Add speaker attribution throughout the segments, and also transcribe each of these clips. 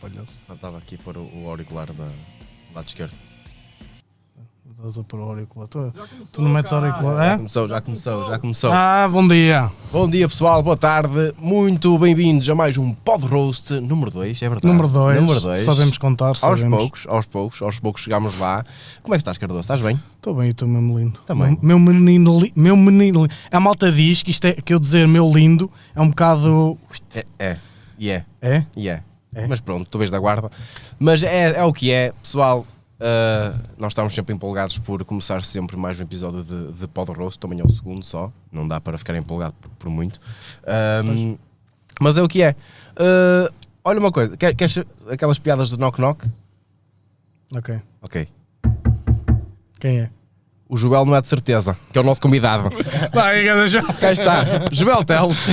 Speaker 1: falhou-se.
Speaker 2: Eu estava aqui para o o auricular da do lado esquerdo.
Speaker 1: Estás a pôr o auricular. Tu, tu não metes auricular, é?
Speaker 2: Começou, já começou, já começou. Tá.
Speaker 1: Ah, bom dia.
Speaker 2: Bom dia pessoal, boa tarde, muito bem-vindos a mais um Pod Roast número 2, é verdade.
Speaker 1: Número 2.
Speaker 2: Número dois.
Speaker 1: Sabemos contar,
Speaker 2: Aos
Speaker 1: sabemos.
Speaker 2: poucos, aos poucos, aos poucos chegámos lá. Como é que estás, Cardoso? Estás bem?
Speaker 1: Estou bem, e tu, meu lindo.
Speaker 2: Também.
Speaker 1: Meu, meu menino lindo. Meu menino li- A malta diz que isto é, que eu dizer meu lindo é um bocado.
Speaker 2: É, é, e é,
Speaker 1: É?
Speaker 2: e é.
Speaker 1: É.
Speaker 2: Mas pronto, tu vês da guarda. Mas é, é o que é, pessoal. ah, nós estamos sempre empolgados por começar sempre mais um episódio de, de Pod Roast, também é o segundo só, não dá para ficar empolgado por, por muito. Ah, mas é o que é. Ah, olha uma coisa, quer- queres aquelas piadas de knock knock?
Speaker 1: Ok.
Speaker 2: Ok.
Speaker 1: Quem é?
Speaker 2: O Joel não é de certeza, que é o nosso convidado.
Speaker 1: Vai, deixa.
Speaker 2: Cá está, Joel Teles.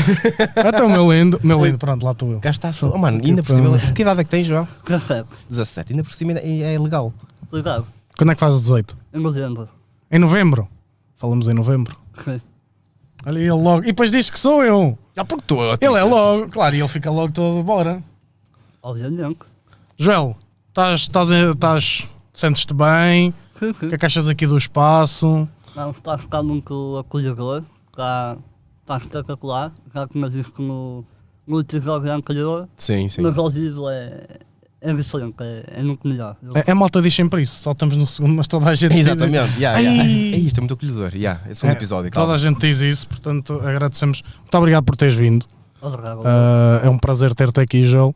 Speaker 1: Então, meu lindo. Meu lindo, pronto, lá estou eu.
Speaker 2: Cá estás. Oh, mano, ainda por cima. Que idade é que tens, Joel?
Speaker 3: Cansado.
Speaker 2: 17, ainda por cima ainda é é ilegal.
Speaker 3: Ligado.
Speaker 1: Quando é que fazes 18?
Speaker 3: Em novembro.
Speaker 1: Em novembro? Falamos em novembro. Olha, ele logo. E depois diz que sou eu.
Speaker 2: Ah, porque tu.
Speaker 1: Ele é logo. Claro, e ele fica logo todo bora.
Speaker 3: Obviamente.
Speaker 1: Joel, estás. estás, estás sentes-te bem?
Speaker 3: Sim,
Speaker 1: O
Speaker 3: sim.
Speaker 1: que é que achas aqui do espaço?
Speaker 3: Não está a ficar muito acolhedor. Está, está espetacular. Já tinha visto no, no episódio anterior.
Speaker 2: Sim, sim.
Speaker 3: Mas ao vivo é, é diferente. É, é muito melhor. Eu-
Speaker 1: A, a malta diz sempre isso. Só estamos no segundo, mas toda a gente. diz-
Speaker 2: Exatamente, yeah, yeah.
Speaker 1: Ai.
Speaker 2: É isto é muito acolhedor. Yeah, esse é um
Speaker 1: É,
Speaker 2: episódio,
Speaker 1: Toda
Speaker 2: calma.
Speaker 1: a gente diz isso, portanto agradecemos. Muito obrigado por teres vindo.
Speaker 3: Adorava.
Speaker 1: Ah, é um prazer ter-te aqui, Joel.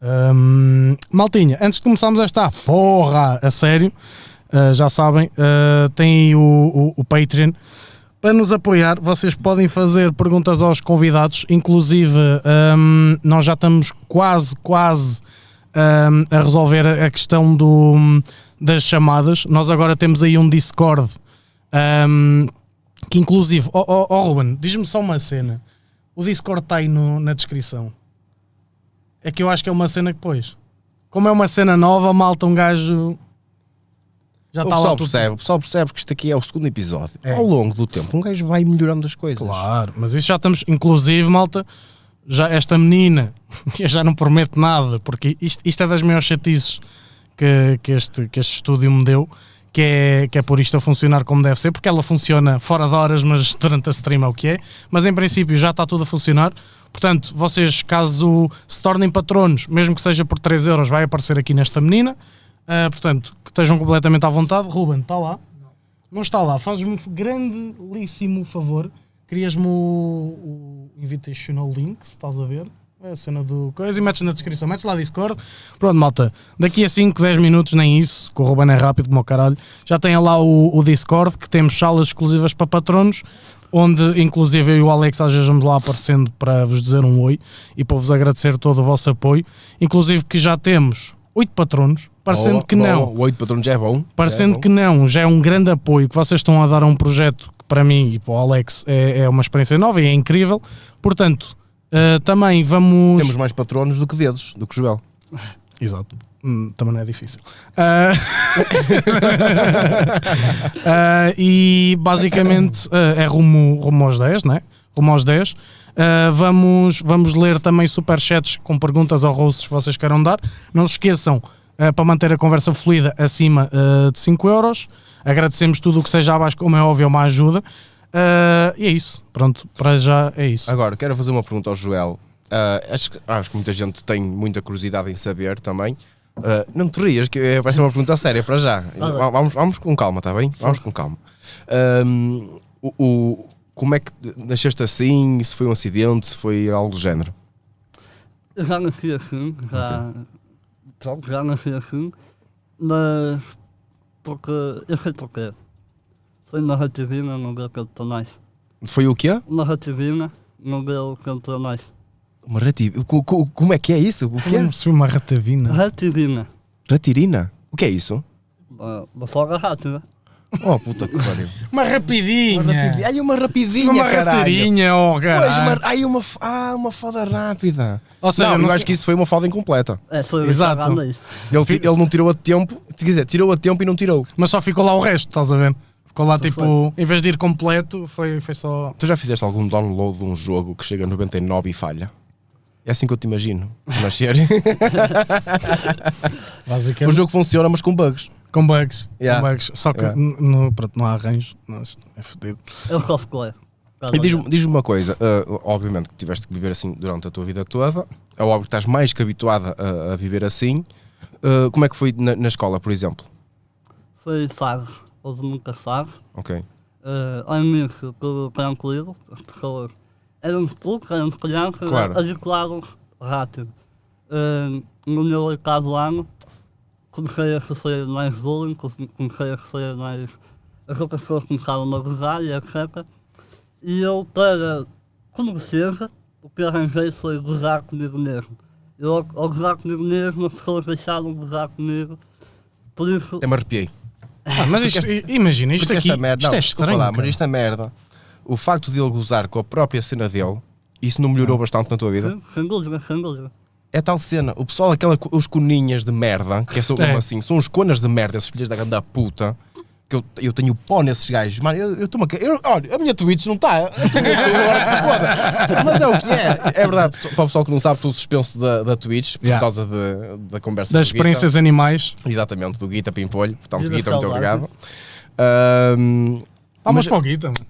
Speaker 1: Ahm, maltinha, antes de começarmos esta porra a sério, ah, já sabem, ah, tem aí o, o- o Patreon. Para nos apoiar, vocês podem fazer perguntas aos convidados, inclusive ahm, nós já estamos quase, quase ahm, a resolver a a questão do, das chamadas. Nós agora temos aí um Discord ahm, que inclusive, ó oh, Ruben, diz-me só uma cena. O Discord está aí no- na descrição. É que eu acho que é uma cena que pôs. Como é uma cena nova, malta, um gajo. Já
Speaker 2: O
Speaker 1: está lá
Speaker 2: pessoal,
Speaker 1: tudo.
Speaker 2: percebe, o pessoal percebe que isto aqui é o segundo episódio.
Speaker 1: É.
Speaker 2: Ao longo do tempo, um gajo vai melhorando as coisas.
Speaker 1: Claro, mas isso já estamos. Inclusive, malta, já esta menina, eu já não prometo nada, porque isto, isto é das maiores chatices que, que, este, que este estúdio me deu. Que é, que é por isto a funcionar como deve ser, porque ela funciona fora de horas, mas durante a stream é o que é. Mas em princípio já está tudo a funcionar. Portanto, vocês, caso se tornem patronos, mesmo que seja por 3 euros, vai aparecer aqui nesta menina. Ah, portanto, que estejam completamente à vontade. Ruben, está lá. Não está lá, fazes-me um grandíssimo favor. Crias-me o, o invitational link, se estás a ver. É a cena do coisa e metes na descrição, metes lá Discord. Pronto, malta, daqui a 5, 10 minutos, nem isso, que o Ruben é rápido como o caralho. Já tem lá o, o Discord, que temos salas exclusivas para patronos, onde inclusive eu e o Alex às vezes vamos lá aparecendo para vos dizer um oi e para vos agradecer todo o vosso apoio. Inclusive que já temos 8 patronos, parecendo
Speaker 2: Boa,
Speaker 1: que
Speaker 2: boa,
Speaker 1: não.
Speaker 2: O 8 patronos já é bom.
Speaker 1: Parecendo
Speaker 2: já é bom.
Speaker 1: que não, já é um grande apoio que vocês estão a dar a um projeto que para mim e para o Alex é, é uma experiência nova e é incrível. Portanto, eh, também vamos.
Speaker 2: Temos mais patronos do que dedos, do que Joel.
Speaker 1: Exato. Hum, também não é difícil. Ah, ah, e basicamente ah, é rumo, rumo aos 10, né? Rumo aos 10. Ah, vamos, vamos ler também superchats com perguntas ou rostos que vocês queiram dar. Não se esqueçam, ah, para manter a conversa fluida, acima ah, de 5 euros. Agradecemos tudo o que seja abaixo, como é óbvio, uma ajuda. Ah, e é isso. Pronto, para já é isso.
Speaker 2: Agora, quero fazer uma pergunta ao Joel. Ah, acho, que, acho que muita gente tem muita curiosidade em saber também. Ah, não te rias, que eh, vai ser uma pergunta séria para já. Va- Vamos, vamos com calma, está bem? Vamos com calma. Ahm, o, o- como é que nasceste assim? Se foi um acidente? Se foi algo do género?
Speaker 3: Eu já nasci assim, já, já nasci assim, mas porque eu sei porquê. Foi na Rativina, não deu tempo para nós.
Speaker 2: Foi o quê?
Speaker 3: Na Rativina, não deu tempo para nós.
Speaker 2: Uma rativina. Como é que é isso? O que
Speaker 1: Eu não
Speaker 2: é?
Speaker 1: percebi uma ratavina.
Speaker 3: Rativina,
Speaker 2: Ratirina? O que é isso?
Speaker 3: ah, uma folga rápida.
Speaker 2: Oh, puta que pariu.
Speaker 1: Uma rapidinha.
Speaker 2: Ai, uma rapidinha,
Speaker 1: É. uma
Speaker 2: caralho.
Speaker 1: ratorinha, oh
Speaker 2: Pois,
Speaker 1: caralho.
Speaker 2: uma, ai, uma, f- ah, uma foda rápida.
Speaker 1: Ou seja,
Speaker 2: não,
Speaker 1: não
Speaker 2: eu
Speaker 1: sei-
Speaker 2: acho que isso foi uma falta incompleta.
Speaker 3: É, sou eu
Speaker 1: Exato.
Speaker 3: que nisso.
Speaker 2: Ele, ti- ele não tirou a tempo, quer dizer, tirou a tempo e não tirou.
Speaker 1: Mas só ficou lá o resto, estás a ver? Ficou lá tipo, em vez de ir completo, foi, foi só.
Speaker 2: Tu já fizeste algum download de um jogo que chega a 99 e falha? É assim que eu te imagino. Nascer. o
Speaker 1: Basicamente.
Speaker 2: jogo funciona, mas com bugs.
Speaker 1: Com bugs.
Speaker 2: Yeah.
Speaker 1: Com bugs. Só que
Speaker 2: Yeah.
Speaker 1: n- no, pronto, não há arranjo. Nossa, é fodido.
Speaker 3: É o software.
Speaker 2: E diz-me diz-me uma coisa, ah, obviamente que tiveste que viver assim durante a tua vida toda, é óbvio que estás mais que habituada a, a viver assim. Ah, como é que foi na, na escola, por exemplo?
Speaker 3: Foi fase. Houve um muita fase.
Speaker 2: Ok.
Speaker 3: Eh, ao início, tudo tranquilo. As pessoas eram poucos, eram crianças,
Speaker 2: Claro.
Speaker 3: habituaram-se rápido. Eh, no meu oitavo ano, comecei a sofrer mais bullying, come- comecei a sofrer mais. As outras pessoas começaram a gozar e etc. E eu, para conhecer, o que arranjei foi gozar comigo mesmo. Eu, ao, ao gozar comigo mesmo, as pessoas deixaram de gozar comigo. Por isso,
Speaker 2: Até me arrepiei.
Speaker 1: Ah, mas isto, i- imagina, isto
Speaker 2: Porque
Speaker 1: aqui.
Speaker 2: esta merda,
Speaker 1: isto
Speaker 2: não,
Speaker 1: é
Speaker 2: desculpa
Speaker 1: estranho.
Speaker 2: lá, mas
Speaker 1: cara.
Speaker 2: esta merda, o facto de ele gozar com a própria cena dele, isso não melhorou bastante na tua vida?
Speaker 3: sem- sem dúvida, sem dúvida.
Speaker 2: É tal cena, o pessoal, aquela, co- os coninhas de merda, que é só
Speaker 1: É.
Speaker 2: como assim, são os conas de merda, esses filhos da grande da puta, que eu, eu tenho pó nesses gajos, mano, eu estou a. ca- Eu, olha, a minha Twitch não está, mas é o que é, é verdade, para o pessoal que não sabe, estou suspenso da, da Twitch por
Speaker 1: Yeah.
Speaker 2: causa de- da conversa
Speaker 1: Das
Speaker 2: do Guita.
Speaker 1: experiências animais.
Speaker 2: exatamente, do Guita Pimpolho, portanto,
Speaker 3: Vida
Speaker 2: Guita, muito
Speaker 3: saudável.
Speaker 2: obrigado. Ahm,
Speaker 1: Palmas
Speaker 2: mas-
Speaker 1: para o Guita. mano.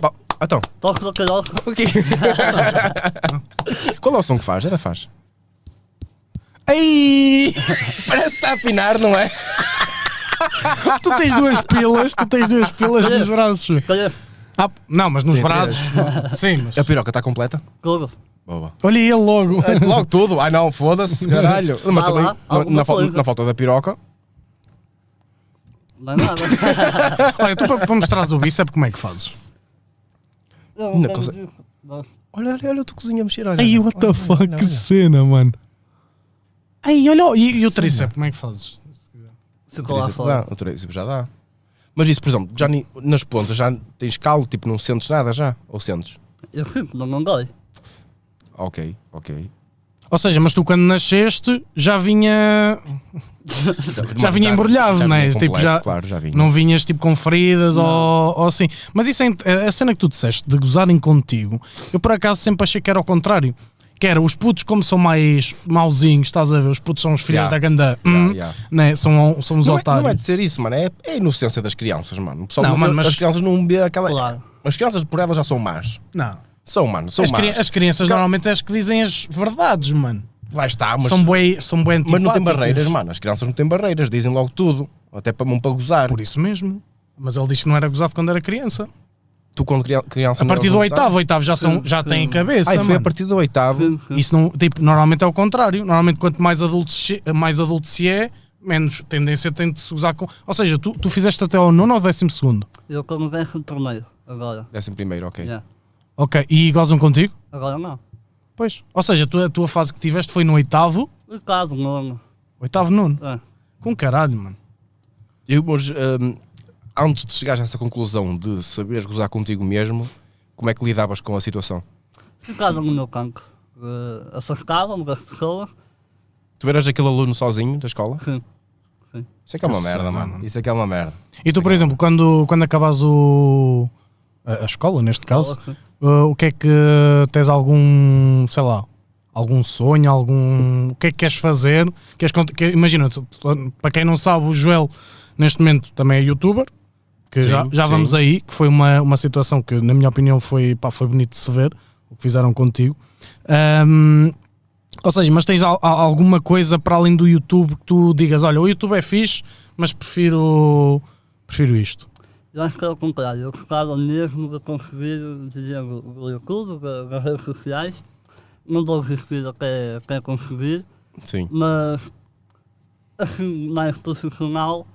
Speaker 2: pá, então,
Speaker 3: Toque da caroça.
Speaker 2: Qual é o som que faz? Era faz. Ai! Parece que está a afinar, não é?
Speaker 1: tu tens duas pilas, tu tens duas pilas nos braços.
Speaker 3: Cadê?
Speaker 1: Ah, não, mas nos
Speaker 2: Tem três. É
Speaker 1: braços. Sim, mas.
Speaker 2: A piroca está completa?
Speaker 3: Couro.
Speaker 2: Boa.
Speaker 1: Olha ele logo.
Speaker 2: Logo tudo. Ai não, foda-se, caralho. Mas
Speaker 3: Vá
Speaker 2: também,
Speaker 3: lá,
Speaker 2: na,
Speaker 3: alguma
Speaker 2: na fal-
Speaker 3: coisa.
Speaker 2: na falta da piroca,
Speaker 3: Não é nada.
Speaker 1: Olha, tu para para mostrares o bíceps, como é que fazes?
Speaker 3: Eu
Speaker 2: Não
Speaker 3: quero
Speaker 2: consigo.
Speaker 3: disso. Mas
Speaker 2: olha, olha, olha a tua cozinha a mexer, olha.
Speaker 1: Ai, what the fuck, que cena, mano. Ai, olha, e, e o tríceps, como é que fazes?
Speaker 3: Ficou lá
Speaker 2: Tríceps
Speaker 3: fora.
Speaker 2: dá, o tríceps já dá. Mas isso, por exemplo, já ni- nas pontas já tens calo, tipo, não sentes nada já? Ou sentes?
Speaker 3: Eu fico, não, não dói.
Speaker 2: Ok, ok.
Speaker 1: Ou seja, mas tu quando nasceste já vinha. Já vinha embrulhado, não é?
Speaker 2: vinha
Speaker 1: Tipo, já-
Speaker 2: completo, Claro, já vinha.
Speaker 1: Não vinhas tipo com feridas ou, ou assim. Mas isso é int- a- a cena que tu disseste de gozarem contigo, eu por acaso sempre achei que era ao contrário. Que era os putos, como são mais mauzinhos, estás a ver? Os putos são os filhos
Speaker 2: Yeah.
Speaker 1: da ganda, hum,
Speaker 2: yeah.
Speaker 1: né? são, são os
Speaker 2: Não é,
Speaker 1: otários.
Speaker 2: não é de ser isso, mano. É, é a inocência das crianças, mano. O pessoal
Speaker 1: Não,
Speaker 2: não-
Speaker 1: mano, mas-
Speaker 2: As crianças não vê aquela.
Speaker 3: Claro.
Speaker 2: As crianças por elas já são más.
Speaker 1: Não.
Speaker 2: São, mano, é- são
Speaker 1: As,
Speaker 2: más.
Speaker 1: cri- as crianças
Speaker 2: Ca-
Speaker 1: normalmente é as que dizem as verdades, mano.
Speaker 2: Lá está, Ah, mas,
Speaker 1: são bem são bué
Speaker 2: mas não tem
Speaker 1: antipáticas.
Speaker 2: barreiras, mano. As crianças não têm barreiras, dizem logo tudo. Até para, mesmo para gozar.
Speaker 1: Por isso mesmo. Mas ele diz que não era gozado quando era criança.
Speaker 2: Tu, quando cria- criança.
Speaker 1: A
Speaker 2: não
Speaker 1: partir
Speaker 2: eras
Speaker 1: do
Speaker 2: gozado.
Speaker 1: oitavo, oitavo já, são, já
Speaker 3: Sim.
Speaker 1: têm cabeça.
Speaker 2: Ai, foi a
Speaker 1: mano.
Speaker 2: partir do oitavo.
Speaker 3: Sim, sim.
Speaker 1: Isso não, tipo, normalmente é o contrário. Normalmente, quanto mais adulto se, mais adulto se é, menos tendência tem de se usar com. Ou seja, tu, tu fizeste até ao nono ou décimo segundo.
Speaker 3: Eu como gancho de torneio. Agora.
Speaker 2: Décimo primeiro, ok.
Speaker 3: Yeah.
Speaker 1: Ok. E gozam contigo?
Speaker 3: Agora não.
Speaker 1: Pois. Ou seja, tu, a tua fase que tiveste foi no oitavo,
Speaker 3: O caso, nono.
Speaker 1: oitavo, nono.
Speaker 3: É.
Speaker 1: Com caralho, mano.
Speaker 2: Eu, mas, hum, antes de chegares a essa conclusão de saberes gozar contigo mesmo, como é que lidavas com a situação?
Speaker 3: Ficaram no meu canto. Eh, Afastavam-me das pessoas.
Speaker 2: Tu eras aquele aluno sozinho da escola?
Speaker 3: Sim.
Speaker 2: Isso é que é uma
Speaker 1: Eu sei,
Speaker 2: merda, mano.
Speaker 1: mano.
Speaker 2: Isso é que é uma merda.
Speaker 1: E tu, por exemplo, quando, quando acabas o. A a escola, neste caso,
Speaker 3: Sim.
Speaker 1: Uh, o que é que tens algum, sei lá, algum sonho, algum, o que é que queres fazer? Queres, cont- que- imagina, tu- tu- para quem não sabe, o Joel neste momento também é youtuber, que
Speaker 2: Sim,
Speaker 1: já, já
Speaker 2: sim.
Speaker 1: vamos aí, que foi uma, uma situação que na minha opinião foi, pá, foi bonito de se ver, o que fizeram contigo. Ahm, ou seja, mas tens al- al- alguma coisa para além do YouTube que tu digas, olha, o YouTube é fixe, mas prefiro, prefiro isto.
Speaker 3: Eu acho que era o contrário. Eu gostava mesmo de conseguir dizer o o YouTube, da- das redes sociais. Não vou existir até, até conseguir.
Speaker 2: Sim.
Speaker 3: mas assim, mais profissional,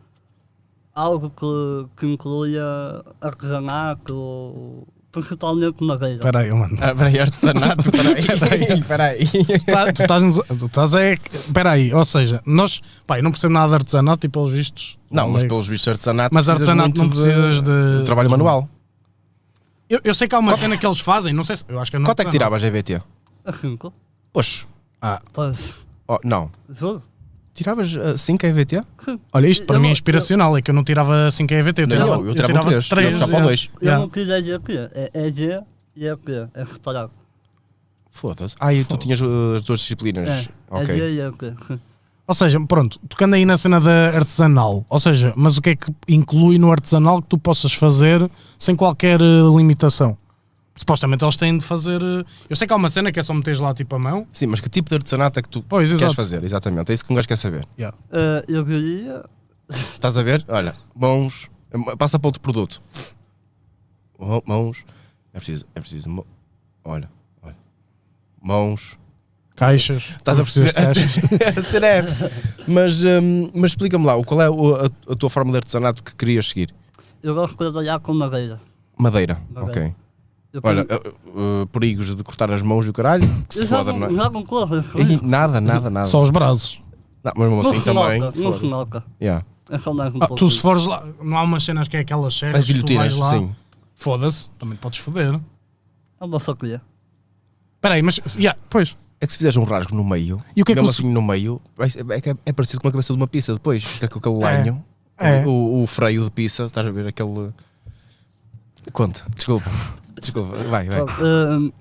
Speaker 3: algo que, que incluía artesanato, ou principalmente madeira.
Speaker 1: Espera aí, mano.
Speaker 2: Ah, peraí, artesanato, peraí. peraí.
Speaker 1: Tá- tu estás, tu estás é. Espera aí, ou seja, nós. Pá, eu não percebo nada de artesanato e pelos vistos.
Speaker 2: Não, mas
Speaker 1: leigo.
Speaker 2: pelos bichos artesanato.
Speaker 1: Mas
Speaker 2: precisas
Speaker 1: artesanato não
Speaker 2: muito
Speaker 1: precisas de-
Speaker 2: de trabalho manual.
Speaker 1: Eu, eu sei que há uma cena que eles fazem, não sei se. Eu acho que é no
Speaker 2: Quanto é que
Speaker 1: artesanato.
Speaker 2: tiravas GBT?
Speaker 3: A 5,
Speaker 2: Poxa.
Speaker 3: pois,
Speaker 2: Oh, não.
Speaker 3: juro.
Speaker 2: Tiravas ah, 5 EVT?
Speaker 1: Olha, isto para
Speaker 3: Eu
Speaker 1: mim é
Speaker 3: não-
Speaker 1: inspiracional, é que eu não tirava 5 EVT, eu
Speaker 2: Nem
Speaker 1: tirava,
Speaker 2: eu, eu tirava três, eu puxava para o
Speaker 1: é.
Speaker 2: dois.
Speaker 3: Eu
Speaker 1: Yeah.
Speaker 3: não quis EGP, é EG e EP, é separado.
Speaker 2: Foda-se. Ah, e tu tinhas uh, as duas disciplinas.
Speaker 3: É, é
Speaker 2: ok.
Speaker 3: dia e é o quê?
Speaker 1: Ou seja, pronto, tocando aí na cena da artesanal, ou seja, mas o que é que inclui no artesanal que tu possas fazer sem qualquer eh, limitação? Supostamente eles têm de fazer. eh, Eu sei que há uma cena que é só meteres lá tipo a mão.
Speaker 2: Sim, mas que tipo de artesanato é que tu
Speaker 1: Pois,
Speaker 2: queres
Speaker 1: exato.
Speaker 2: fazer? Exatamente, é isso que um gajo quer saber.
Speaker 3: Eh, Eu diria
Speaker 2: Estás a ver? Olha, mãos. eh, Passa para outro produto. Mão- Mãos. É preciso. É preciso. mão- Olha, olha. Mãos.
Speaker 1: Caixas.
Speaker 2: Estás a perceber?
Speaker 1: Caixas.
Speaker 2: A cena é essa. Mas, hum, mas explica-me lá, qual é o- a, a tua forma de artesanato que querias seguir?
Speaker 3: Eu gosto de trabalhar com madeira.
Speaker 2: Madeira.
Speaker 3: Madeira.
Speaker 2: Ok.
Speaker 3: Eu
Speaker 2: Olha,
Speaker 3: tenho-
Speaker 2: uh, uh, perigos de cortar as mãos e o caralho. Que se
Speaker 3: eu já,
Speaker 2: foda,
Speaker 3: não,
Speaker 2: não é?
Speaker 3: já não corro. isso
Speaker 2: Ih,
Speaker 3: aí.
Speaker 2: Nada, nada, nada.
Speaker 1: Só os braços.
Speaker 2: Não, mas mesmo
Speaker 3: Não
Speaker 2: assim
Speaker 3: se
Speaker 2: também.
Speaker 3: nota, não se
Speaker 2: foda-se.
Speaker 3: nota.
Speaker 2: Yeah.
Speaker 3: É só mais um
Speaker 1: Ah, tu
Speaker 3: pouquinho.
Speaker 1: se fores lá, não há umas cenas que é aquelas
Speaker 2: As
Speaker 1: séries que tu
Speaker 2: guilhotinas,
Speaker 1: vais lá.
Speaker 2: sim.
Speaker 1: Foda-se, também te podes foder.
Speaker 3: É uma sacria.
Speaker 1: Espera aí, mas. Yeah, pois.
Speaker 2: É que se fizeres um rasgo no meio,
Speaker 1: E o que é que
Speaker 2: mesmo
Speaker 1: o-
Speaker 2: assim no meio, vai ser- é, que é- é parecido com a cabeça de uma pizza depois, que é com aquele lanho,
Speaker 1: É.
Speaker 2: O, o freio de pizza, estás a ver aquele. Conta, desculpa. Desculpa, vai, vai.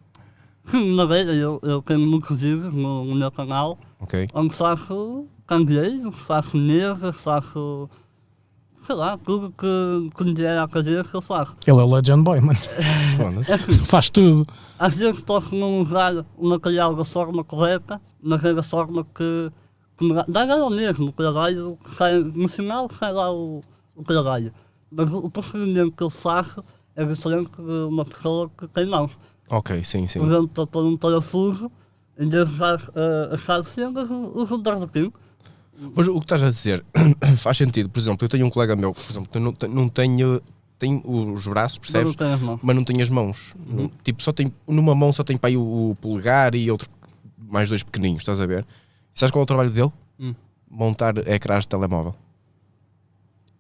Speaker 3: Sim, madeira, ehm, eu, eu tenho muitos vídeos no, no meu canal
Speaker 2: Ok.
Speaker 3: onde faço candeeiros, faço mesas, faço. sei lá, tudo que, que me vier à cabeça eu faço.
Speaker 1: Ele é o Legend Boy, mano.
Speaker 2: Foda-se.
Speaker 1: Faz tudo.
Speaker 3: Às vezes posso não usar o material da forma correta, mas é da forma que, que me dá. Dá era o mesmo, o caralho, que sai, no final sai lá o, o caralho. Mas o, o procedimento que eu faço é diferente de uma pessoa que tem mãos.
Speaker 2: Ok, sim, sim.
Speaker 3: Por exemplo, para pôr um parafuso, em vez de usar uh, as calcinhas, uso um dardo
Speaker 2: Mas o que estás a dizer faz sentido. Por exemplo, eu tenho um colega meu, por exemplo, que não, te- não tenho, tem os braços,
Speaker 3: Eu não
Speaker 2: percebes?
Speaker 3: tenho as mãos.
Speaker 2: Mas não tem as mãos.
Speaker 1: Uhum.
Speaker 2: Tipo, só tem, numa mão só tem para aí o, o polegar e outro, mais dois pequeninhos, estás a ver? Sabes qual é o trabalho dele?
Speaker 3: Hum.
Speaker 2: Montar ecrãs de telemóvel.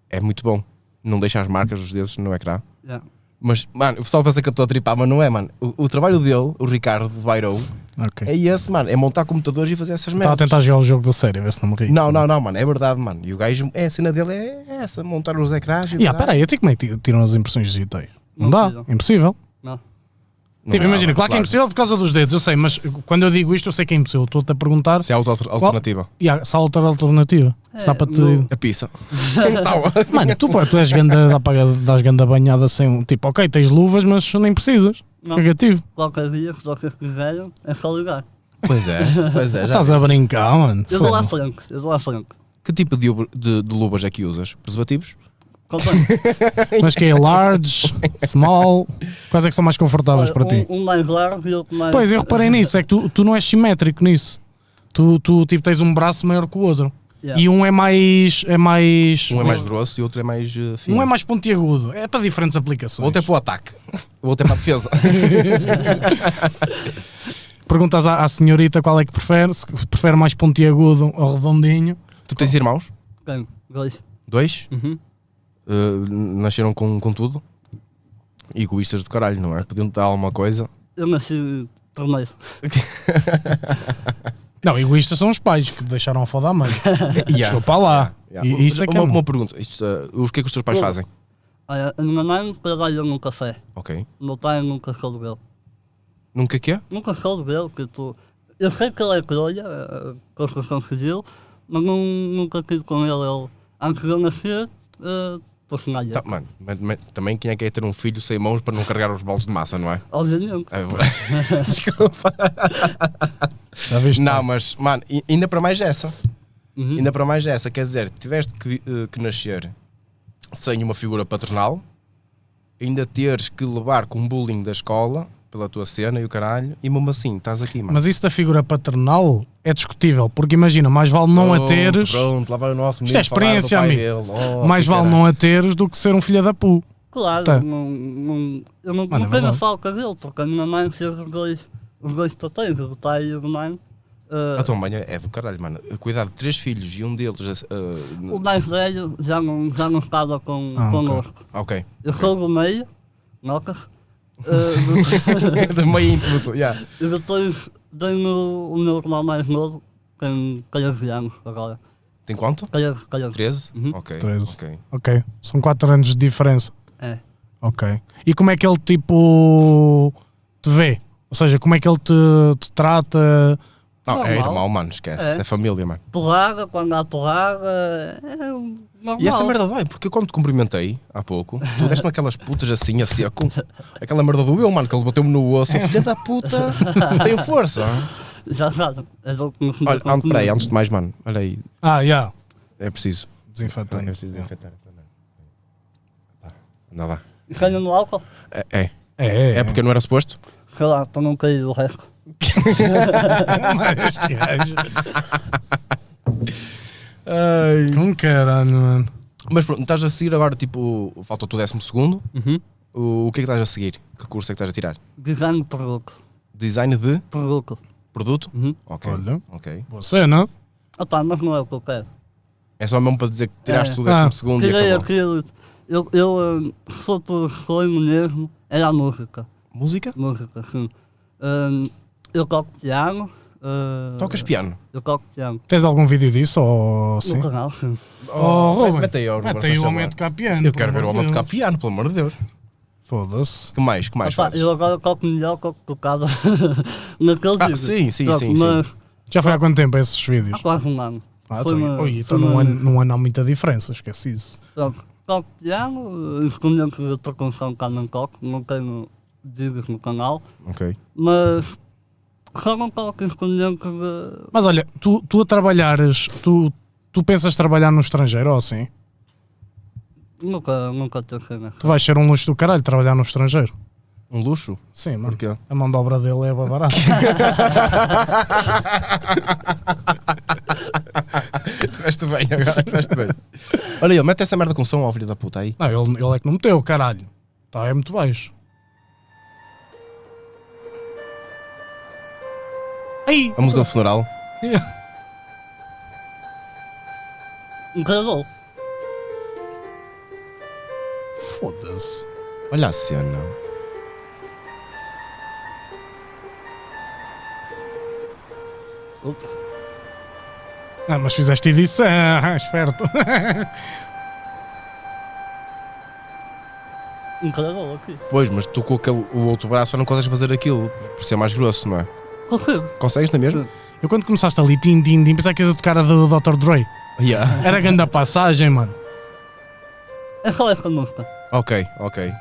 Speaker 2: É muito bom. Não deixa as marcas dos dedos no ecrã.
Speaker 3: Yeah.
Speaker 2: Mas, mano, o pessoal pensa que eu estou a tripar, mas não é, mano. O, o trabalho dele, o Ricardo de Bairro,
Speaker 1: Ok.
Speaker 2: é esse, mano. É montar computadores e fazer essas
Speaker 1: Estava Tá a
Speaker 2: merdas.
Speaker 1: tentar jogar o jogo da série, ver se não morri.
Speaker 2: Não, não, não, mano, é verdade, mano. E o gajo, é, a cena dele é essa, montar os ecrãs e. o
Speaker 1: Yeah,
Speaker 2: caralho.
Speaker 1: peraí, até como é que ti- tiram as impressões digitais? Não,
Speaker 3: Não
Speaker 1: dá,
Speaker 3: tiram.
Speaker 1: impossível.
Speaker 3: Não.
Speaker 2: Não dá,
Speaker 1: Tipo, imagina,
Speaker 2: mano,
Speaker 1: claro, que é impossível por causa dos dedos, eu sei, mas quando eu digo isto eu sei que é impossível. Estou-te a perguntar
Speaker 2: Se é auto alternativa.
Speaker 1: e há se há outra alternativa. se dá
Speaker 3: É,
Speaker 1: para te.
Speaker 3: no-
Speaker 2: A pizza. então, assim,
Speaker 1: Mano, tu, pá, tu és ganda, dá para, dás ganda banhada sem. um- Tipo, ok, tens luvas, mas nem precisas.
Speaker 3: Não.
Speaker 1: Negativo.
Speaker 3: Qualquer dia, se vocês quiserem, é só ligar.
Speaker 2: Pois é, pois é. já
Speaker 1: Estás a
Speaker 2: vi.
Speaker 1: brincar, mano.
Speaker 3: Eu dou à
Speaker 1: Fogo.
Speaker 3: frente, eu dou à frente.
Speaker 2: Que tipo de, uber- de, de luvas é que usas? Preservativos?
Speaker 3: Companhia.
Speaker 1: Mas que é large, small, quais é que são mais confortáveis para ti?
Speaker 3: Um, um mais largo e outro mais.
Speaker 1: Pois, eu reparei nisso, é que tu, tu não és simétrico nisso. Tu, tu tipo, tens um braço maior que o outro.
Speaker 3: Yeah.
Speaker 1: E um é mais. É mais
Speaker 2: Um é mais grosso e outro é mais eh, fino.
Speaker 1: um é mais pontiagudo. É para diferentes
Speaker 2: O
Speaker 1: aplicações.
Speaker 2: outro é para o ataque. O outro é para a defesa.
Speaker 1: Perguntas à, à senhorita qual é que prefere, se prefere mais pontiagudo ou redondinho.
Speaker 2: tu tens irmãos?
Speaker 3: Tenho, dois.
Speaker 2: Dois?
Speaker 3: Uhum.
Speaker 2: Eh, nasceram com, com tudo? Egoístas do caralho, não é? Podiam dar alguma coisa.
Speaker 3: Eu nasci torneio.
Speaker 1: Não, egoístas são os pais que deixaram a foda à mãe.
Speaker 2: Yeah,
Speaker 1: Desculpa lá.
Speaker 2: yeah.
Speaker 1: E, isso é que é
Speaker 2: uma, uma
Speaker 1: mau.
Speaker 2: pergunta. Isto, eh, o que é que os teus pais
Speaker 3: Bom.
Speaker 2: fazem?
Speaker 3: Olha, a minha mãe trabalha num café.
Speaker 2: Ok.
Speaker 3: O meu pai nunca soube dele.
Speaker 2: Nunca que é?
Speaker 3: Nunca soube dele, que tu. Eu sei que ele é colha, construção civil, mas não, nunca tive com ele. ele antes de eu nascer, uh, personagem.
Speaker 2: Tá, mano, mas, mas também quem é que é ter um filho sem mãos para não carregar os baldes de massa, não é?
Speaker 3: Obviamente.
Speaker 2: É verdade. Desculpa.
Speaker 1: Já viste?
Speaker 2: Não, mas, mano, e- ainda para mais essa.
Speaker 3: Uhum.
Speaker 2: Ainda para mais essa. Quer dizer, tiveste que, vi- eh, que nascer sem uma figura paternal, ainda teres que levar com um bullying da escola pela tua cena e o caralho, e mesmo assim, estás aqui, mano.
Speaker 1: Mas isso da figura paternal é discutível, porque imagina, mais vale não a
Speaker 2: Pronto,
Speaker 1: teres,
Speaker 2: Pronto, lá vai o nosso
Speaker 1: Isto é
Speaker 2: menino falar do
Speaker 1: experiência,
Speaker 2: pai
Speaker 1: amigo.
Speaker 2: dele. Oh,
Speaker 1: mais
Speaker 2: que
Speaker 1: vale
Speaker 2: caralho.
Speaker 1: não a teres do que ser um filho da pu.
Speaker 3: Claro,
Speaker 1: Tá.
Speaker 3: não, não,
Speaker 1: Mano, é
Speaker 3: eu não, não tenho
Speaker 1: verdade.
Speaker 3: a falta dele, porque a minha mãe fez os dois, os dois papéis, o do pai e o do mãe. Eh,
Speaker 1: Ah,
Speaker 2: A tua mãe é do caralho, mano. Cuidado, três filhos e um deles. eh,
Speaker 3: o mais velho já não, já não estava com,
Speaker 1: Ah, ok.
Speaker 3: connosco.
Speaker 2: ok.
Speaker 3: Eu sou do meio, notas. eh,
Speaker 2: da meio em tudo, yeah.
Speaker 3: e depois tenho o meu irmão mais novo, é um tem 13 anos agora.
Speaker 2: Tem quanto?
Speaker 3: 13, 13.
Speaker 2: 13?
Speaker 3: Uhum.
Speaker 2: Ok.
Speaker 1: 13.
Speaker 2: ok.
Speaker 1: Ok, são 4 anos de diferença.
Speaker 3: É.
Speaker 1: Ok. E como é que ele tipo te vê? Ou seja, como é que ele te, te trata?
Speaker 2: Não, é
Speaker 3: Normal.
Speaker 2: irmão, mano, esquece.
Speaker 3: É.
Speaker 2: É, família, mano.
Speaker 3: Torraga, quando há torraga, é normal.
Speaker 2: E essa merda dói, porque eu quando te cumprimentei há pouco, tu deste-me aquelas putas assim, a seco. Aquela merda doeu, mano, que ele bateu-me no osso. Eu, Filha da puta, não tenho força.
Speaker 3: Já sabe, é do que nos
Speaker 2: Olha, um antes, peraí, antes de mais, mano, olha aí,
Speaker 1: Ah, já. Yeah.
Speaker 2: é preciso. É
Speaker 1: Desinfetante.
Speaker 2: preciso desinfetar. Tá, Anda lá.
Speaker 3: Calha no álcool,
Speaker 2: É, é,
Speaker 1: É, é,
Speaker 2: é porque não era suposto?
Speaker 3: sei lá, para não cair o resto.
Speaker 1: Mas este gajo.
Speaker 2: Ai.
Speaker 1: Com caralho, mano.
Speaker 2: Mas pronto, estás a seguir agora, tipo, falta o décimo segundo.
Speaker 3: Uhum.
Speaker 2: O, o que é que estás a seguir? Que curso é que estás a tirar?
Speaker 3: Design de produto.
Speaker 2: Design de
Speaker 3: Produto.
Speaker 2: produto?
Speaker 3: Uhum.
Speaker 2: Ok.
Speaker 1: Olha.
Speaker 2: Ok.
Speaker 1: Você, não?
Speaker 3: Ah pá, mas não é o que eu quero.
Speaker 2: É só mesmo para dizer que tiraste
Speaker 3: É.
Speaker 2: o décimo
Speaker 1: Ah.
Speaker 2: segundo e
Speaker 3: Tirei
Speaker 2: Um acabou.
Speaker 3: aquilo. Eu, eu eh, sou por sonho mesmo, era a música.
Speaker 2: Música?
Speaker 3: Música, sim. Ahn, eu toco piano. eh,
Speaker 2: Tocas piano?
Speaker 3: Eu toco piano.
Speaker 1: Tens algum vídeo disso? Ou sim?
Speaker 3: No canal, sim.
Speaker 1: Oh, Ruben.
Speaker 2: mete aí, ó, Ruben,
Speaker 1: Mete aí
Speaker 2: estás
Speaker 1: o
Speaker 2: a
Speaker 1: homem a
Speaker 2: chamar.
Speaker 1: tocar piano.
Speaker 2: Eu quero
Speaker 1: pelo
Speaker 2: ver o
Speaker 1: amor
Speaker 2: homem
Speaker 1: de
Speaker 2: tocar
Speaker 1: Deus.
Speaker 2: piano, pelo amor de Deus.
Speaker 1: Foda-se.
Speaker 2: Que mais? Que mais
Speaker 3: Ah pá,
Speaker 2: fazes?
Speaker 3: eu agora toco melhor, toco tocado. Naquele
Speaker 2: Ah,
Speaker 3: vídeo.
Speaker 2: sim, sim,
Speaker 3: Toco,
Speaker 2: sim, sim.
Speaker 3: mas
Speaker 1: Já foi há quanto tempo esses vídeos?
Speaker 3: Há quase um ano.
Speaker 1: Ah,
Speaker 3: foi
Speaker 1: então,
Speaker 3: uma-
Speaker 1: oi, então
Speaker 3: foi
Speaker 1: não,
Speaker 3: uma-
Speaker 1: há, não há não muita diferença, esquece isso.
Speaker 3: Pronto, eh, toco piano, instrumento de percussão cá não toco, não tenho vídeos no canal,
Speaker 2: Ok.
Speaker 3: mas só não toco instrumento de.
Speaker 1: Mas olha, tu, tu a trabalhares, tu, tu pensas trabalhar no estrangeiro ou assim?
Speaker 3: Nunca, nunca pensei nessa.
Speaker 1: Tu vais ser um luxo do caralho trabalhar no estrangeiro.
Speaker 2: Um luxo?
Speaker 1: Sim, mano.
Speaker 2: Porquê?
Speaker 1: A mão de obra dele é bué barata.
Speaker 2: Estiveste bem agora, estiveste bem. Olha aí, mete essa merda com som, ó filho da puta aí.
Speaker 1: não, ele, ele é que não meteu, caralho. Tá, é muito baixo. Aí!
Speaker 2: A música do funeral.
Speaker 3: Incrível!
Speaker 1: Foda-se.
Speaker 2: Olha a cena.
Speaker 3: Ups.
Speaker 1: Ah, mas fizeste edição, esperto.
Speaker 3: Incrível um aqui.
Speaker 2: Pois, mas tu com aquele, o outro braço já não consegues fazer aquilo, por ser mais grosso, não é?
Speaker 3: Consigo.
Speaker 2: Consegues, não é mesmo?
Speaker 1: Eu quando começaste ali, tim, tim, tim, pensava que ias a tocar a do Dr. Dre.
Speaker 2: Yeah.
Speaker 1: Era grande a passagem, mano.
Speaker 3: É só essa música.
Speaker 2: ok, ok.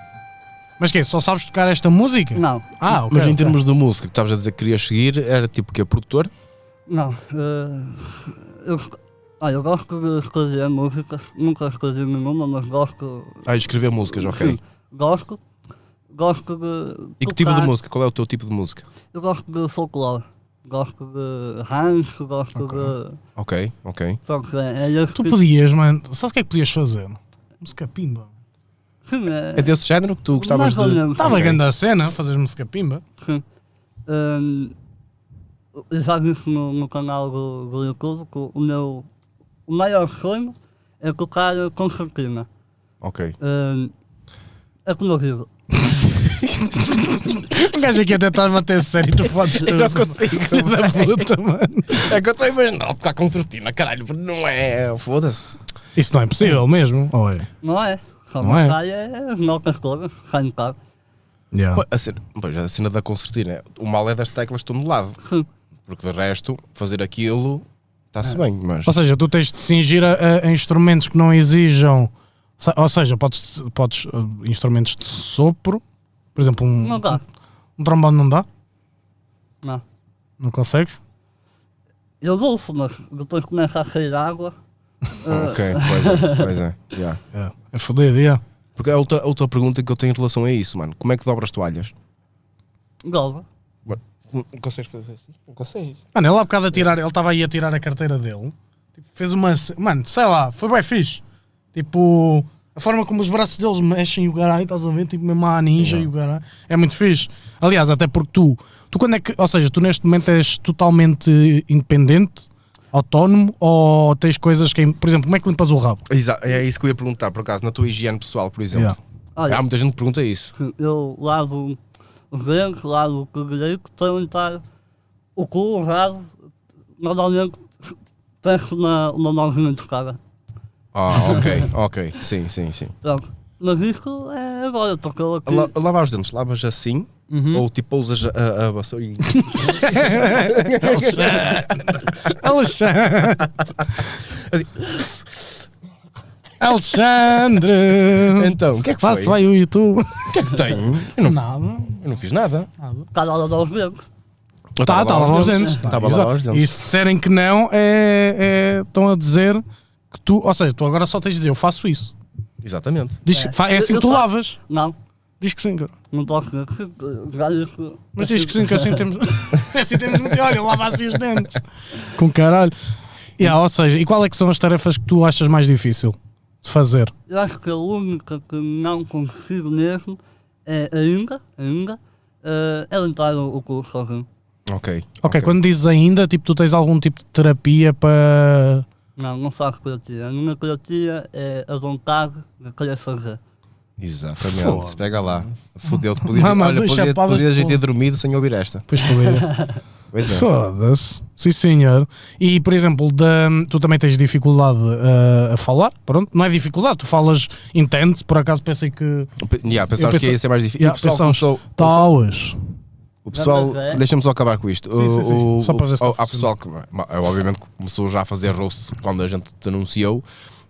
Speaker 1: Mas que Só sabes tocar esta
Speaker 2: É.
Speaker 1: música?
Speaker 3: Não,
Speaker 1: Ah, ok.
Speaker 2: mas em
Speaker 1: ok.
Speaker 2: termos de música que estavas a dizer que querias seguir, era tipo que é produtor?
Speaker 3: não. eh, eu, ah, eu gosto de escrever músicas, nunca escrevi nenhuma, mas gosto.
Speaker 2: Ah, escrever músicas, ok.
Speaker 3: Sim, gosto. Gosto de.
Speaker 2: E que tipo de
Speaker 3: tocar.
Speaker 2: música? Qual é o teu tipo de música?
Speaker 3: Eu gosto de folclore. Gosto de rancho, gosto de.
Speaker 2: Ok, ok.
Speaker 3: Pronto, é, é esse
Speaker 2: Então
Speaker 1: Tu
Speaker 3: tipo-
Speaker 1: podias, mano. Sabes o que é que podias fazer? Música pimba.
Speaker 3: Sim, é.
Speaker 2: É desse género que tu gostavas
Speaker 3: mais ou
Speaker 2: de. Tá
Speaker 3: menos.
Speaker 1: Estava
Speaker 2: Ok.
Speaker 1: grande a cena, fazer música pimba.
Speaker 3: Sim. Hum, eu já disse no, no canal do, do YouTube que o meu o maior sonho é tocar concertina.
Speaker 2: Ok.
Speaker 3: Hum, é como eu digo.
Speaker 1: Um gajo aqui até está a manter sério, tu fodes tudo.
Speaker 2: não consigo.
Speaker 1: Da puta, mano.
Speaker 2: É que eu estou a imaginar tocar concertina, caralho, não é. Foda-se.
Speaker 1: Isso não é possível mesmo. Ou é?
Speaker 3: Não é? Só
Speaker 1: Não
Speaker 3: não
Speaker 1: é?
Speaker 3: sai é as notas todas, sai no carro.
Speaker 2: Pô, A cena, pois, a cena da concertina, o mal é das teclas que estão de lado,
Speaker 3: Sim.
Speaker 2: porque de resto, fazer aquilo está-se bem, mas.
Speaker 1: Ou seja, tu tens de cingir a, a- a instrumentos que não exijam. se- Ou seja, podes, podes uh, instrumentos de sopro, por exemplo, um,
Speaker 3: Não dá.
Speaker 1: um trombone não dá?
Speaker 3: Não.
Speaker 1: Não consegues?
Speaker 3: Eu ouço, mas depois começa a sair água. eh,
Speaker 2: Ok, pois é, pois é. yeah.
Speaker 1: É, é fodido, é.
Speaker 2: Porque a outra, a outra pergunta que eu tenho em relação a isso, mano, como é que dobras toalhas?
Speaker 3: dobra.
Speaker 2: Não consegues fazer assim? Não consegues.
Speaker 1: Mano, ele há bocado a tirar, ele estava aí a tirar a carteira dele, tipo, fez uma. ce- Mano, sei lá, foi bem fixe. Tipo, a forma como os braços deles mexem e o garai, estás a ver? Tipo, mesmo a ninja e o garai. É muito fixe. Aliás, até porque tu, tu quando é que. Ou seja, tu neste momento és totalmente independente, autónomo ou tens coisas que. Por exemplo, como é que limpas o rabo?
Speaker 2: é isso que eu ia perguntar, por acaso, na tua higiene pessoal, por exemplo.
Speaker 1: Yeah.
Speaker 3: Olha,
Speaker 2: Há muita gente que pergunta isso.
Speaker 3: Eu lavo os dentes, lavo o direito para limpar o cu, o rabo. Normalmente peço uma, uma mãozinha de cara.
Speaker 2: Ah, ok, ok. Sim, sim, sim.
Speaker 3: Pronto. Mas isto é agora, porque eu aqui.
Speaker 2: La, lavar os dentes, lavas assim Ou tipo pousas a, a, a vassourinha.
Speaker 1: Alexandre! Alexandre!
Speaker 2: então, o que é que
Speaker 1: Faço
Speaker 2: foi?
Speaker 1: bem o YouTube.
Speaker 2: O que é que tenho? Eu não,
Speaker 1: Nada.
Speaker 2: eu não fiz nada.
Speaker 1: nada.
Speaker 3: Está lá dar os dedos.
Speaker 2: Eu tava
Speaker 1: Tá, tá lá aos dentes.
Speaker 2: Tava lá
Speaker 1: Exato.
Speaker 2: aos dentes.
Speaker 1: E se disserem que não, é, é- estão a dizer que tu, ou seja, tu agora só tens de dizer eu faço isso.
Speaker 2: Exatamente.
Speaker 1: Diz,
Speaker 3: É.
Speaker 1: fa- é assim
Speaker 3: Eu-
Speaker 1: que tu
Speaker 3: eu fa-
Speaker 1: lavas.
Speaker 3: Não,
Speaker 1: Diz que sim, cara.
Speaker 3: não posso dizer. Já é disse.
Speaker 1: Mas diz que sim, que assim temos. assim temos muito. Olha, lava assim os dentes. Com caralho. Yeah, ou seja, e qual é que são as tarefas que tu achas mais difícil de fazer?
Speaker 3: Eu acho que a única que não consigo mesmo é ainda, ainda, eh, é limpar o, o cu sozinho.
Speaker 2: Ok.
Speaker 1: Ok, quando dizes ainda, tipo, tu tens algum tipo de terapia para.
Speaker 3: Não, não faço curatia. A minha curatia é a vontade de querer fazer.
Speaker 2: Exatamente.
Speaker 1: Foda-se.
Speaker 2: Pega lá. Fudeu-te. Podias,
Speaker 1: Mama,
Speaker 2: olha,
Speaker 1: duas
Speaker 2: podia,
Speaker 1: chapadas
Speaker 2: podias
Speaker 1: de
Speaker 2: ter dormido sem ouvir esta.
Speaker 1: Pois poderia.
Speaker 2: Pois é.
Speaker 1: Foda-se. Sim, senhor. E, por exemplo, da- tu também tens dificuldade uh, a falar, pronto? Não é dificuldade, tu falas, entende por acaso pensei que
Speaker 2: Yeah, pensavas
Speaker 1: Eu
Speaker 2: que ia ser mais difícil.
Speaker 1: Yeah,
Speaker 2: o pessoal,
Speaker 1: pensamos-
Speaker 2: começou-
Speaker 1: talas.
Speaker 2: o pessoal
Speaker 3: Nada a ver.
Speaker 2: deixa-me só acabar com isto.
Speaker 1: é? Sim, sim, sim.
Speaker 2: O- o-
Speaker 1: Só para ver se tá
Speaker 2: o-
Speaker 1: está
Speaker 2: Há pessoal que, ma- obviamente, que começou já a fazer roast quando a gente te anunciou.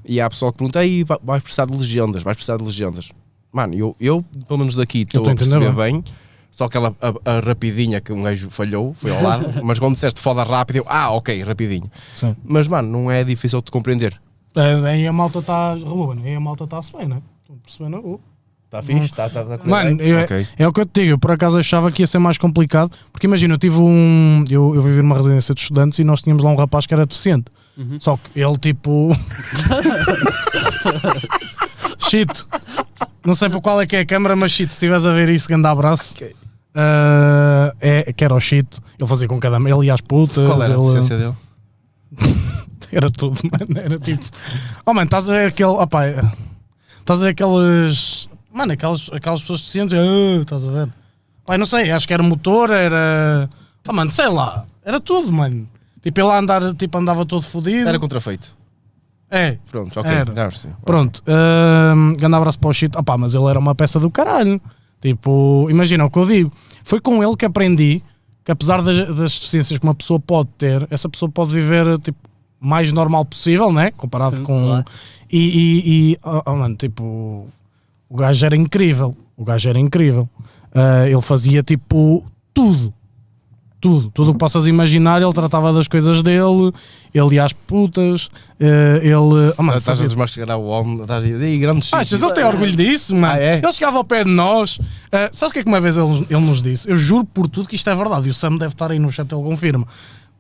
Speaker 2: E há pessoal que pergunta: aí va- vais precisar de legendas, vais precisar de legendas. Mano, eu, eu pelo menos daqui, estou
Speaker 1: estou a
Speaker 2: a
Speaker 1: entender
Speaker 2: perceber bem. Só aquela a, a rapidinha que um gajo falhou, foi ao lado. mas quando disseste foda rápido, eu, ah, ok, rapidinho.
Speaker 1: Sim.
Speaker 2: Mas, mano, não é difícil de compreender.
Speaker 1: Ah, Aí a malta está. Ruben, aí a malta está-se bem, não é? Estão percebendo? Oh.
Speaker 2: Está fixe? Está tá, tá,
Speaker 1: Mano, eu- é o que eu te digo. Eu por acaso achava que ia ser mais complicado, porque imagina, eu tive um. Eu, eu vivi numa residência de estudantes e nós tínhamos lá um rapaz que era deficiente.
Speaker 2: Uhum.
Speaker 1: Só que ele tipo. Chito. Não sei para qual é que é a câmara, mas Chito, se estiveres a ver isso, grande abraço.
Speaker 2: Ok.
Speaker 1: Ah, é, que era o Chito. Ele fazia com cada. Ele ia às putas.
Speaker 2: Qual era a
Speaker 1: ele-
Speaker 2: deficiência dele?
Speaker 1: era tudo, mano. Era tipo. Oh, mano, estás a ver aquele. Opá, eh, estás a ver aqueles. Mano, aquelas, aquelas pessoas deficientes. ah, estás a ver? Pai, não sei, acho que era motor, era. Oh, mano, sei lá. Era tudo, mano. Tipo, ele a andar, tipo, andava todo fodido.
Speaker 2: Era contrafeito.
Speaker 1: É,
Speaker 2: Pronto, ok.
Speaker 1: Era.
Speaker 2: Já percebi.
Speaker 1: pronto. Hum, grande abraço para o Chito. Opá, mas ele era uma peça do caralho. Tipo, imagina o que eu digo. Foi com ele que aprendi que, apesar das, das deficiências que uma pessoa pode ter, essa pessoa pode viver, tipo, mais normal possível, né? Comparado
Speaker 3: Sim,
Speaker 1: com.
Speaker 3: claro.
Speaker 1: E, e, e, oh, oh, mano, tipo, o gajo era incrível. O gajo era incrível. Ah, ele fazia tipo tudo. Tudo, tudo o que possas imaginar, ele tratava das coisas dele, ele ia às putas, eh, ele. Oh, mano,
Speaker 2: Tá, Estás a
Speaker 1: fazia-
Speaker 2: desmascarar o homem, estás a dizer, "Ei, grande Chico."
Speaker 1: Ah, Achas, ele tem orgulho disso, mano.
Speaker 2: Ah, é?
Speaker 1: Ele chegava ao pé de nós. Ah, sabes o que é que uma vez ele, ele nos disse? Eu juro por tudo que isto é verdade. E o Sam deve estar aí no chat, ele confirma.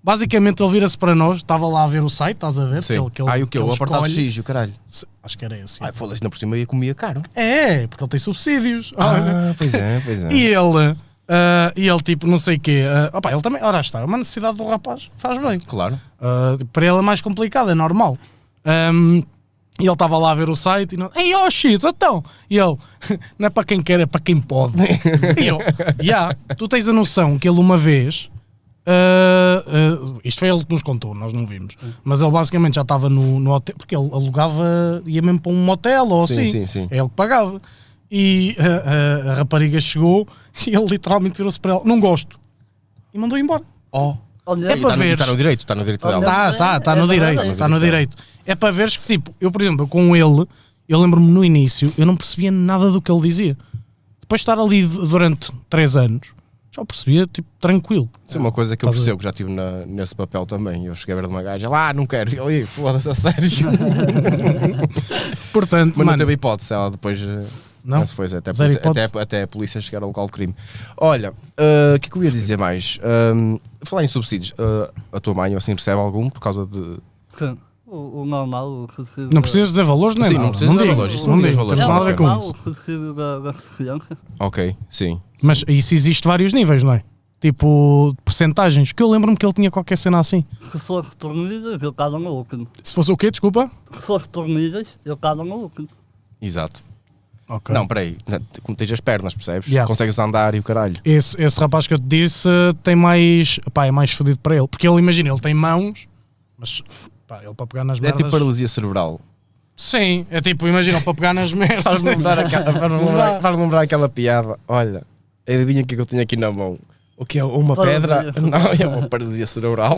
Speaker 1: Basicamente, ele vira-se para nós, estava lá a ver o site, estás a ver?
Speaker 2: Sim.
Speaker 1: Aquele- aquele-
Speaker 2: ah, e o que?
Speaker 1: aquele
Speaker 2: O apartado
Speaker 1: escolhe.
Speaker 2: X, Ah, é. o caralho.
Speaker 1: Se- Acho que era esse.
Speaker 2: Ai, foda-se, ainda por cima ia comia caro.
Speaker 1: É, porque ele tem subsídios.
Speaker 2: Ah, pois é, pois é.
Speaker 1: E ele, ah, e ele tipo, não sei o quê. ah, opá, ele também, ora está, é uma necessidade do rapaz, faz bem.
Speaker 2: Claro.
Speaker 1: Ah, para ele é mais complicado, é normal. Ahm, e ele estava lá a ver o site e não, ei, oh shit, então. E ele, não é para quem quer, é para quem pode. e eu, já, tu tens a noção que ele uma vez, ah, ah, isto foi ele que nos contou, nós não vimos, mas ele basicamente já estava no, no hotel, porque ele alugava, ia mesmo para um motel ou
Speaker 2: Sim,
Speaker 1: assim.
Speaker 2: sim, sim.
Speaker 1: É ele que pagava. E ah, ah, a rapariga chegou e ele literalmente virou-se para ela, não gosto. E mandou embora.
Speaker 2: Oh,
Speaker 3: Onde
Speaker 1: É
Speaker 3: que-
Speaker 1: para
Speaker 2: está no,
Speaker 1: ver.
Speaker 2: está no direito, está no direito
Speaker 3: Olha,
Speaker 2: dela.
Speaker 1: Tá,
Speaker 3: É,
Speaker 1: tá, tá
Speaker 3: é
Speaker 1: no
Speaker 3: verdade.
Speaker 1: direito, tá no
Speaker 2: Tá.
Speaker 1: direito. É para veres que, tipo, eu, por exemplo, com ele, eu lembro-me no início, eu não percebia nada do que ele dizia. Depois de estar ali du- durante 3 anos, já o percebia, tipo, tranquilo.
Speaker 2: Isso é uma coisa que eu
Speaker 1: Estás a
Speaker 2: percebo,
Speaker 1: ver.
Speaker 2: que já tive na- nesse papel também. Eu cheguei a ver de uma gaja, lá, ah, não quero. E Eu, "Ei, foda-se, a sério.
Speaker 1: Portanto,
Speaker 2: Mas não
Speaker 1: mano,
Speaker 2: teve hipótese, ela depois... eh,
Speaker 1: Não?
Speaker 2: se foi, até, a
Speaker 1: Zero
Speaker 2: polícia- até,
Speaker 1: hipótese.
Speaker 2: até a polícia chegar ao local do crime. Olha, ah, o que é que eu ia dizer mais? Ah, falar em subsídios, ah, a tua mãe assim recebe algum por causa de...
Speaker 3: Sim. O, o normal, o suicídio.
Speaker 1: não precisas dizer valores, nem
Speaker 2: Sim,
Speaker 1: nada.
Speaker 2: não precisas dizer
Speaker 1: digas,
Speaker 2: valores, isso
Speaker 1: não
Speaker 2: não diz
Speaker 1: digas,
Speaker 2: valores,
Speaker 1: tens
Speaker 3: É o
Speaker 1: nada a ver com
Speaker 3: normal,
Speaker 1: isso.
Speaker 3: o suicídio da, da deficiência.
Speaker 2: Ok, sim.
Speaker 1: Mas isso existe vários níveis, não é? Tipo, percentagens. Que eu lembro-me que ele tinha qualquer cena assim.
Speaker 3: Se fosse tornilhas, eu estava no último.
Speaker 1: Se fosse o quê, desculpa?
Speaker 3: Se fosse tornilhas, eu estava no último.
Speaker 2: Exato.
Speaker 1: Ok.
Speaker 2: Não, peraí, não, como tens as pernas, percebes?
Speaker 1: Yeah.
Speaker 2: Consegues andar e o caralho.
Speaker 1: Esse, esse rapaz que eu te disse eh, tem mais. Pá, é mais fodido para ele. Porque ele, imagina, ele tem mãos, mas. Pá, ele para pegar nas
Speaker 2: É
Speaker 1: merdas.
Speaker 2: tipo paralisia cerebral.
Speaker 1: Sim, é tipo, imagina, ele para pegar nas merdas.
Speaker 2: Faz-me lembrar, aquela- faz-me lembrar- faz-me lembrar aquela piada. Olha, Adivinha o que é que eu tinha aqui na mão? O que é? Uma
Speaker 3: Paralisia.
Speaker 2: pedra? Não, é uma paralisia cerebral.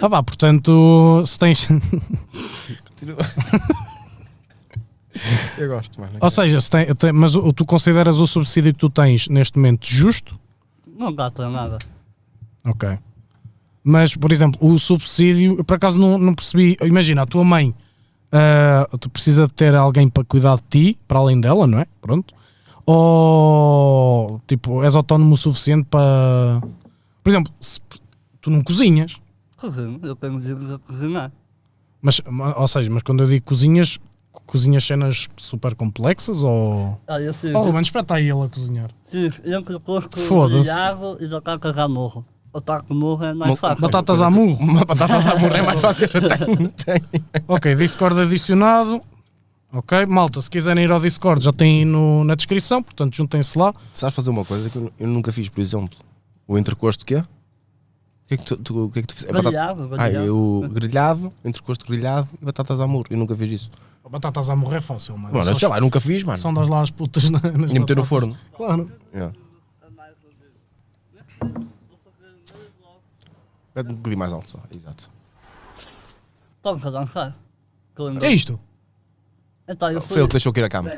Speaker 1: Ah, pá, portanto, se tens.
Speaker 2: Continua. eu gosto, mano.
Speaker 1: Ou seja, se tem, tem- mas o- tu consideras o subsídio que tu tens neste momento justo?
Speaker 3: Não gasta nada.
Speaker 1: Ok. Mas, por exemplo, o subsídio, eu por acaso não, não percebi. Imagina, a tua mãe, ah, tu precisa de ter alguém para cuidar de ti, para além dela, não é? Pronto. Ou, tipo, és autónomo o suficiente para. Por exemplo, se tu não cozinhas,
Speaker 3: Cozinho, eu tenho vídeos a cozinhar.
Speaker 1: mas, ou seja, mas quando eu digo cozinhas, cozinhas cenas super complexas ou.
Speaker 3: Ah, eu fiz,
Speaker 1: Oh, Ruben, espeta aí ele a cozinhar.
Speaker 3: fiz entre o corpo
Speaker 1: Foda-se.
Speaker 3: grelhado e batacas à morro. Batacas à morro é
Speaker 2: Mo-
Speaker 3: mais fácil.
Speaker 1: Batatas à murro.
Speaker 2: Uma batata a morrer é mais fácil que eu tenho. tenho.
Speaker 1: Ok, Discord adicionado. Ok, malta, se quiserem ir ao Discord já tem aí no, na descrição, portanto juntem-se lá.
Speaker 2: Sabes fazer uma coisa que eu, eu nunca fiz, por exemplo? O entrecosto que é? O que é que tu, tu- o que é que tu fizeste? É batata-
Speaker 3: Grelhado,
Speaker 2: Ah,
Speaker 3: grelhado.
Speaker 2: eu grelhado, entrecosto grelhado e batatas à murro. Eu nunca fiz isso.
Speaker 1: Batatas a morrer é fácil, mano.
Speaker 2: Mano,
Speaker 1: Só-
Speaker 2: sei lá, eu nunca fiz, mano.
Speaker 1: São das lá as putas né? na, nas
Speaker 2: Ia meter no
Speaker 1: batatas.
Speaker 2: forno.
Speaker 1: Claro.
Speaker 2: Yeah. Pede um bocadinho mais alto só, exato.
Speaker 3: Estamos a dançar. Que eu lembro.
Speaker 1: É isto.
Speaker 3: Então eu fui.
Speaker 2: Foi ele que deixou cair a cama.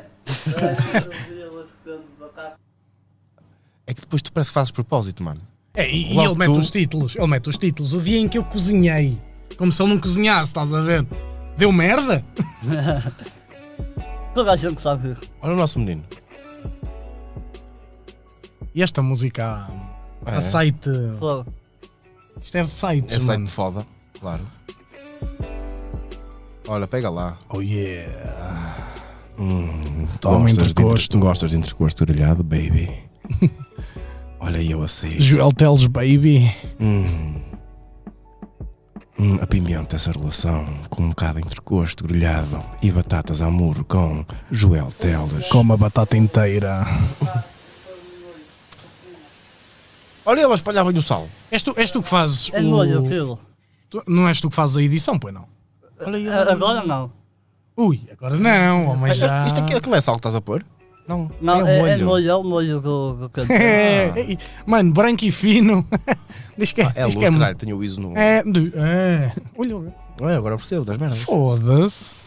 Speaker 2: É que depois tu parece que fazes propósito, mano.
Speaker 1: É, e, e
Speaker 2: Logo
Speaker 1: ele mete
Speaker 2: tu.
Speaker 1: os títulos. Ele mete os títulos. O dia em que eu cozinhei. Como se ele não cozinhasse, estás a ver? Deu merda?
Speaker 3: Toda a gente sabe isso.
Speaker 2: Olha o nosso menino.
Speaker 1: E esta música a,
Speaker 2: Ah,
Speaker 1: a site.
Speaker 3: Pô,
Speaker 1: Isto é de
Speaker 2: É
Speaker 1: sites,
Speaker 2: site
Speaker 1: mano.
Speaker 2: de foda, claro. Olha, pega lá.
Speaker 1: Oh yeah. Toma
Speaker 2: Gostas Hum, de,
Speaker 1: entrecosto.
Speaker 2: entre... Gostas de entrecosto grelhado, baby? Olha eu a sair.
Speaker 1: Joel Teles Baby.
Speaker 2: Hum. Hum, apimenta essa relação com um bocado de entrecosto grelhado e batatas à muro com Joel Teles.
Speaker 1: Come a batata inteira.
Speaker 2: Olha ele a espalhar bem o sal.
Speaker 1: És tu, és tu que fazes.
Speaker 3: é
Speaker 1: o-
Speaker 3: molho aquilo.
Speaker 1: Tu- não és tu que fazes a edição, pois não?
Speaker 2: Olha ele.
Speaker 3: A- É, Agora não.
Speaker 1: Ui, agora não, homem
Speaker 2: Olha,
Speaker 1: já.
Speaker 2: Isto aqui, aquilo é sal que estás a pôr? Não,
Speaker 3: Não,
Speaker 2: é,
Speaker 3: é, é
Speaker 2: molho.
Speaker 3: molho, é o molho do, do canto.
Speaker 1: É,
Speaker 2: Ah.
Speaker 1: é, mano, branco e fino. diz que é.
Speaker 2: É luz,
Speaker 1: diz que é,
Speaker 2: caralho, tenho o ISO no...
Speaker 1: é, de- é. Olha,
Speaker 2: Olha, agora percebo, das merdas.
Speaker 1: foda-se.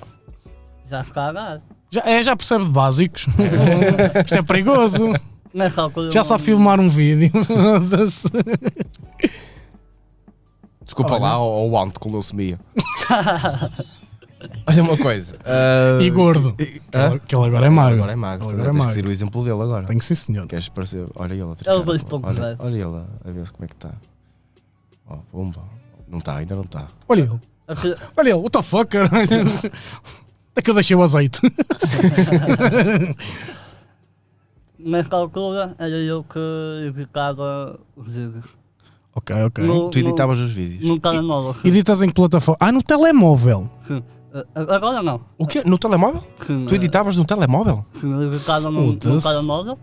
Speaker 3: Já está a dar.
Speaker 1: Já, é, já percebe de básicos. Isto é perigoso.
Speaker 3: Nessa altura.
Speaker 1: Já
Speaker 3: não-
Speaker 1: sabe filmar um vídeo. Foda-se.
Speaker 2: Desculpa lá ao ao ante com leucemia. Olha uma coisa. ah,
Speaker 1: E gordo.
Speaker 2: e-
Speaker 1: Ele-
Speaker 2: hã?
Speaker 1: Que ele agora é magro.
Speaker 2: Agora é magro.
Speaker 1: Ele agora é
Speaker 2: Tens que
Speaker 1: magro.
Speaker 2: seguir o exemplo dele agora.
Speaker 1: Tem que ser, senhor.
Speaker 2: Queres parecer? Olha ele a
Speaker 3: É o dois
Speaker 2: pô.
Speaker 3: pontos,
Speaker 2: olha,
Speaker 3: velho.
Speaker 2: olha ele a a ver como é que está. Ó, pumba. Não está, ainda não tá. está.
Speaker 1: Olha ele.
Speaker 3: Assim,
Speaker 1: Olha ele. What the fuck, caralho. Até que eu deixei o azeite.
Speaker 3: Nessa altura era eu que editava os vídeos.
Speaker 1: ok, ok.
Speaker 3: No-
Speaker 2: Tu
Speaker 3: no-
Speaker 2: editavas os vídeos.
Speaker 3: Num telemóvel. sim,
Speaker 1: Editas em que plataforma? Ah, no telemóvel.
Speaker 3: sim. A- Agora não.
Speaker 2: O quê? No telemóvel?
Speaker 3: Sim,
Speaker 2: Tu editavas no telemóvel?
Speaker 3: Sim, eu editava num, num
Speaker 1: Foda-se.
Speaker 3: telemóvel.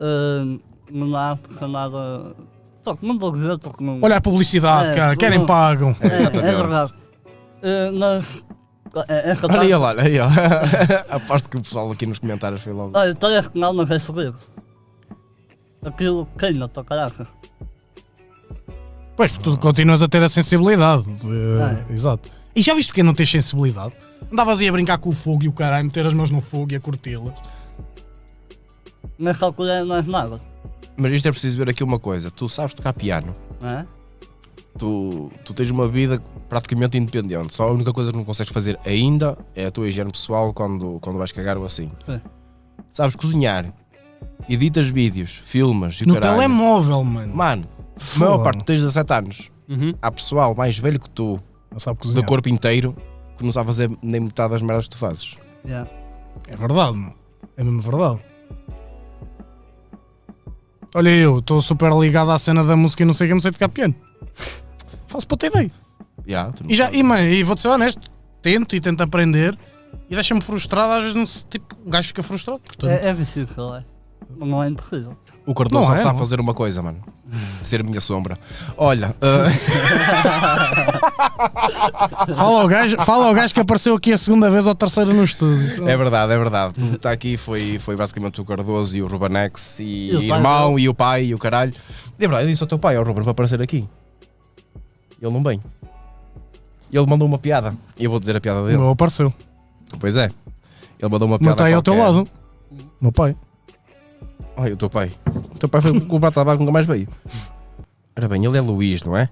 Speaker 3: eh, numa app chamada. Só que não vou dizer porque não.
Speaker 1: Olha a publicidade,
Speaker 3: É,
Speaker 1: cara. Querem
Speaker 3: não-
Speaker 1: pagam.
Speaker 3: é, é
Speaker 2: exatamente.
Speaker 3: verdade. Eh, mas. eh, Essa
Speaker 2: Olha
Speaker 3: parte-
Speaker 2: ele, olha aí, ó. Aposto que o pessoal aqui nos comentários foi logo.
Speaker 3: Olha, então esse canal não vai subir. Aquilo queima, tua caraca.
Speaker 1: Pois, tu continuas a ter a sensibilidade.
Speaker 3: É.
Speaker 1: de- Exato. E já viste que é não tens sensibilidade? Andavas aí a brincar com o fogo e o caralho, meter as mãos no fogo e a curti-las.
Speaker 3: Nessa altura não é nada,
Speaker 2: Mas isto é preciso ver aqui uma coisa. Tu sabes tocar piano.
Speaker 3: não é?
Speaker 2: tu, tu tens uma vida praticamente independente. Só a única coisa que não consegues fazer ainda é a tua higiene pessoal quando, quando vais cagar ou assim.
Speaker 3: Sim.
Speaker 2: Sabes cozinhar, editas vídeos, filmas e o
Speaker 1: No
Speaker 2: caralho.
Speaker 1: telemóvel, mano.
Speaker 2: Mano, a
Speaker 1: Fogo.
Speaker 2: maior parte tens 17 anos.
Speaker 3: Uhum.
Speaker 2: Há pessoal mais velho que tu,
Speaker 1: Não sabe
Speaker 2: do
Speaker 1: cozinhar.
Speaker 2: corpo inteiro, que não sabe fazer nem metade das merdas que tu fazes.
Speaker 3: Yeah.
Speaker 1: É verdade, mano. É mesmo verdade. Olha, eu estou super ligado à cena da música e não sei o que, não sei tocar piano. Faço puta ideia.
Speaker 2: Yeah, tu não
Speaker 1: E, já,
Speaker 2: sabes.
Speaker 1: e, mano, e vou-te ser honesto, tento e tento aprender e deixa-me um frustrado, às vezes não se, tipo, o gajo fica frustrado. Portanto,
Speaker 3: É, é difícil, é. Não é impossível.
Speaker 2: O Cardoso
Speaker 1: Não
Speaker 2: só
Speaker 1: é,
Speaker 2: sabe
Speaker 1: não.
Speaker 2: fazer uma coisa, mano. Ser a minha sombra. Olha, ah,
Speaker 1: Fala ao, gajo, fala ao gajo que apareceu aqui a segunda vez ou a terceira no estúdio.
Speaker 2: é verdade, é verdade. Tu está aqui foi, foi basicamente o Cardoso e o Rubanex e,
Speaker 3: E o
Speaker 2: o
Speaker 3: pai
Speaker 2: irmão e o pai e o caralho. É verdade, eu disse ao teu pai, ao Ruben, para aparecer aqui. Ele não vem. Ele mandou uma piada. E eu vou dizer a piada
Speaker 1: O
Speaker 2: dele.
Speaker 1: meu apareceu.
Speaker 2: Pois é. Ele mandou uma
Speaker 1: O meu
Speaker 2: piada.
Speaker 1: pai tá ao teu
Speaker 2: qualquer.
Speaker 1: lado. O meu pai.
Speaker 2: Ai, o teu pai. O teu pai foi comprar tabaco nunca mais veio. Ora bem, ele é Luís, não é?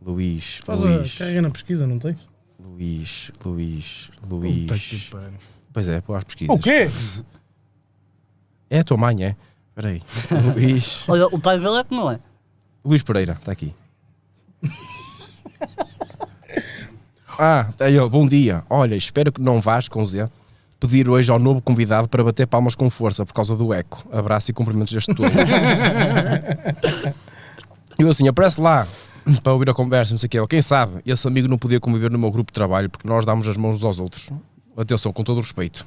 Speaker 2: Luís, Luís,
Speaker 1: na pesquisa, não tens?
Speaker 2: Luís, Luís, Luís. Pois é, pô, às pesquisas.
Speaker 1: O quê?
Speaker 2: É a tua mãe, é? Espera aí. Luís.
Speaker 3: Olha, o pai dele é que não é.
Speaker 2: Luís Pereira, está aqui. Ah, tá aí, ó, bom dia. Olha, espero que não vás, com Z, pedir hoje ao novo convidado para bater palmas com força por causa do eco. Abraço e cumprimentos deste todo. Eu assim, aparece lá para ouvir a conversa, não sei o que. Quem sabe, esse amigo não podia conviver no meu grupo de trabalho porque nós damos as mãos uns aos outros. Atenção, com todo o respeito.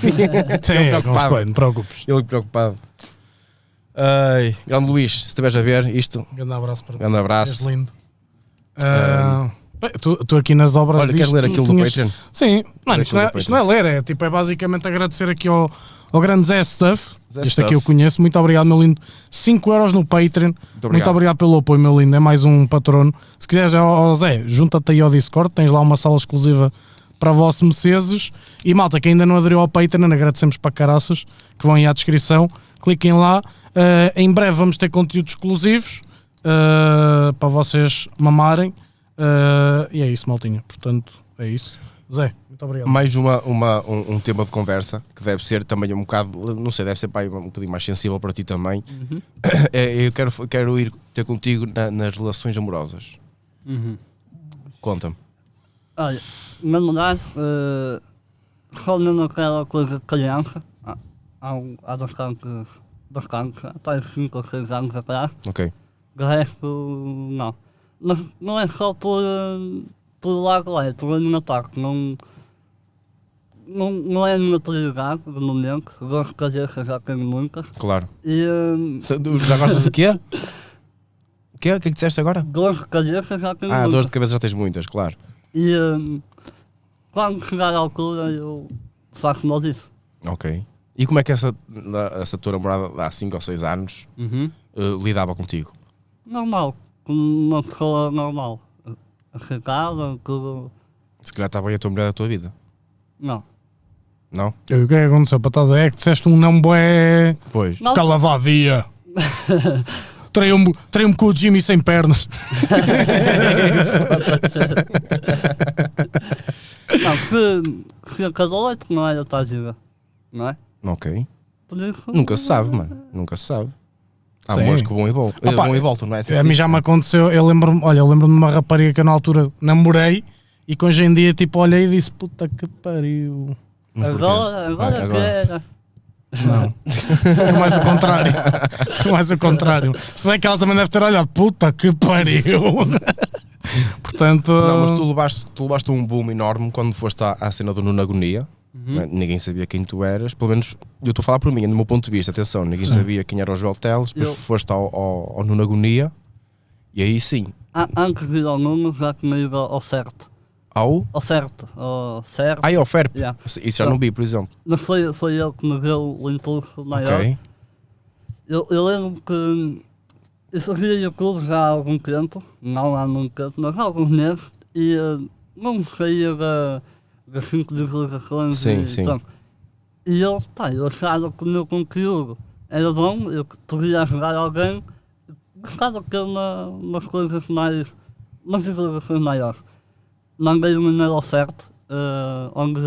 Speaker 1: Sim,
Speaker 2: Ele
Speaker 1: é, não
Speaker 2: preocupado.
Speaker 1: se põe, não te preocupes.
Speaker 2: Ele preocupado. Ai, grande Luís, se estiveres a ver isto,
Speaker 1: Um Grande abraço para ti.
Speaker 2: grande abraço.
Speaker 1: És lindo. Ah, bem, tu, tu aqui nas obras
Speaker 2: Olha, queres
Speaker 1: disto,
Speaker 2: ler
Speaker 1: tu
Speaker 2: aquilo do
Speaker 1: tinhas-
Speaker 2: Patreon?
Speaker 1: Sim, mano, isto não, é,
Speaker 2: aquilo do
Speaker 1: isto não é ler, é, tipo, é basicamente agradecer aqui ao, ao grande Zé Stuff.
Speaker 2: Zé
Speaker 1: este
Speaker 2: Stuff.
Speaker 1: aqui eu conheço. Muito obrigado, meu lindo. 5 euros no Patreon.
Speaker 2: Muito
Speaker 1: Muito
Speaker 2: obrigado.
Speaker 1: obrigado pelo apoio, meu lindo. É mais um patrono. Se quiseres, ó, ó, Zé, junta-te aí ao Discord. Tens lá uma sala exclusiva para vossos meceses. E malta, que ainda não aderiu ao Patreon, agradecemos para caraças que vão aí à descrição. Cliquem lá. Eh, em breve vamos ter conteúdos exclusivos eh, para vocês mamarem. Eh, e é isso, maltinha. Portanto, é isso. Zé, muito obrigado.
Speaker 2: Mais uma, uma- um, um tema de conversa que deve ser também um bocado, não sei, deve ser pá, um bocadinho mais sensível para ti também. É, eu quero, quero ir ter contigo na- nas relações amorosas.
Speaker 3: Uhum.
Speaker 2: Conta-me.
Speaker 3: Olha, na verdade,
Speaker 1: e,
Speaker 3: eh, só mesmo aquela coisa de criança, há, há, um- há bastantes, bastantes, até 5 ou 6 anos atrás,
Speaker 2: Ok.
Speaker 3: de resto, não. Mas não é só por, eh, por lado é, por animataque, não, não, não é a minha prioridade de momento, dor de cabeça já tenho muitas,
Speaker 2: Claro.
Speaker 3: e eh,
Speaker 2: Já gostas de quê? O quê? O que é que disseste agora?
Speaker 3: dor de cabeça já tenho
Speaker 2: Ah,
Speaker 3: muitas.
Speaker 2: dores de cabeça já tens muitas, claro.
Speaker 3: E hum, quando chegar à altura eu faço mal disso.
Speaker 2: Ok. E como é que essa, na- essa tua namorada há 5 ou 6 anos eh, lidava contigo?
Speaker 3: Normal, como uma pessoa normal. Chegava, tudo.
Speaker 2: Se calhar estava aí a tua mulher da tua vida,
Speaker 3: Não.
Speaker 2: não?
Speaker 1: Eu, O que é que aconteceu para estás? É que disseste um não bué
Speaker 2: Pois.
Speaker 3: Não,
Speaker 1: calavadia. Traiu-me traiu com o Jimmy sem pernas.
Speaker 3: não se, se casou é que não era tá gira. Não é?
Speaker 2: Ok.
Speaker 3: Por isso.
Speaker 2: Nunca se sabe, mano. Nunca se sabe. Há
Speaker 1: Sim.
Speaker 2: amores que vão e voltam.
Speaker 1: Opa,
Speaker 2: vão e voltam, não é?
Speaker 1: A mim já me aconteceu, eu lembro-me, olha, eu lembro-me de uma rapariga que eu na altura namorei e que hoje em dia tipo olhei e disse puta que pariu.
Speaker 2: Mas porquê?
Speaker 3: Agora, agora,
Speaker 2: Vai,
Speaker 3: que era.
Speaker 1: Não. Foi mais o contrário. Foi mais o contrário. Se bem que ela também deve ter olhado, puta que pariu. Portanto.
Speaker 2: Não, mas tu levaste, tu levaste um boom enorme quando foste à, à cena do Nuno Agonia.
Speaker 3: Uhum.
Speaker 2: Né? Ninguém sabia quem tu eras. Pelo menos, eu estou a falar por mim, do meu ponto de vista. Atenção, ninguém sabia quem era o Joel Teles. Depois
Speaker 3: Eu-
Speaker 2: foste ao, ao, ao Nuno Agonia. E aí sim,
Speaker 3: A- antes de ir ao número já tinha ido ao certo.
Speaker 2: ao.
Speaker 3: Ao certo. Ao certo.
Speaker 2: Ai, ao Ferp.
Speaker 3: Yeah.
Speaker 2: Isso já não vi, por exemplo.
Speaker 3: Mas foi, foi ele que me deu o impulso maior.
Speaker 2: Ok.
Speaker 3: Eu, eu lembro que eu fazia YouTube já há algum tempo, não há muito tempo, mas há alguns meses, e eh, não saía da- das 5 visualizações.
Speaker 2: Sim,
Speaker 3: e,
Speaker 2: sim.
Speaker 3: pronto. E eu, pá, eu achava que o meu conteúdo era bom, eu que podia ajudar alguém, gostava de ter uma, umas coisas mais. umas visualizações maiores. Mandei um e-mail ao certo, eh, onde,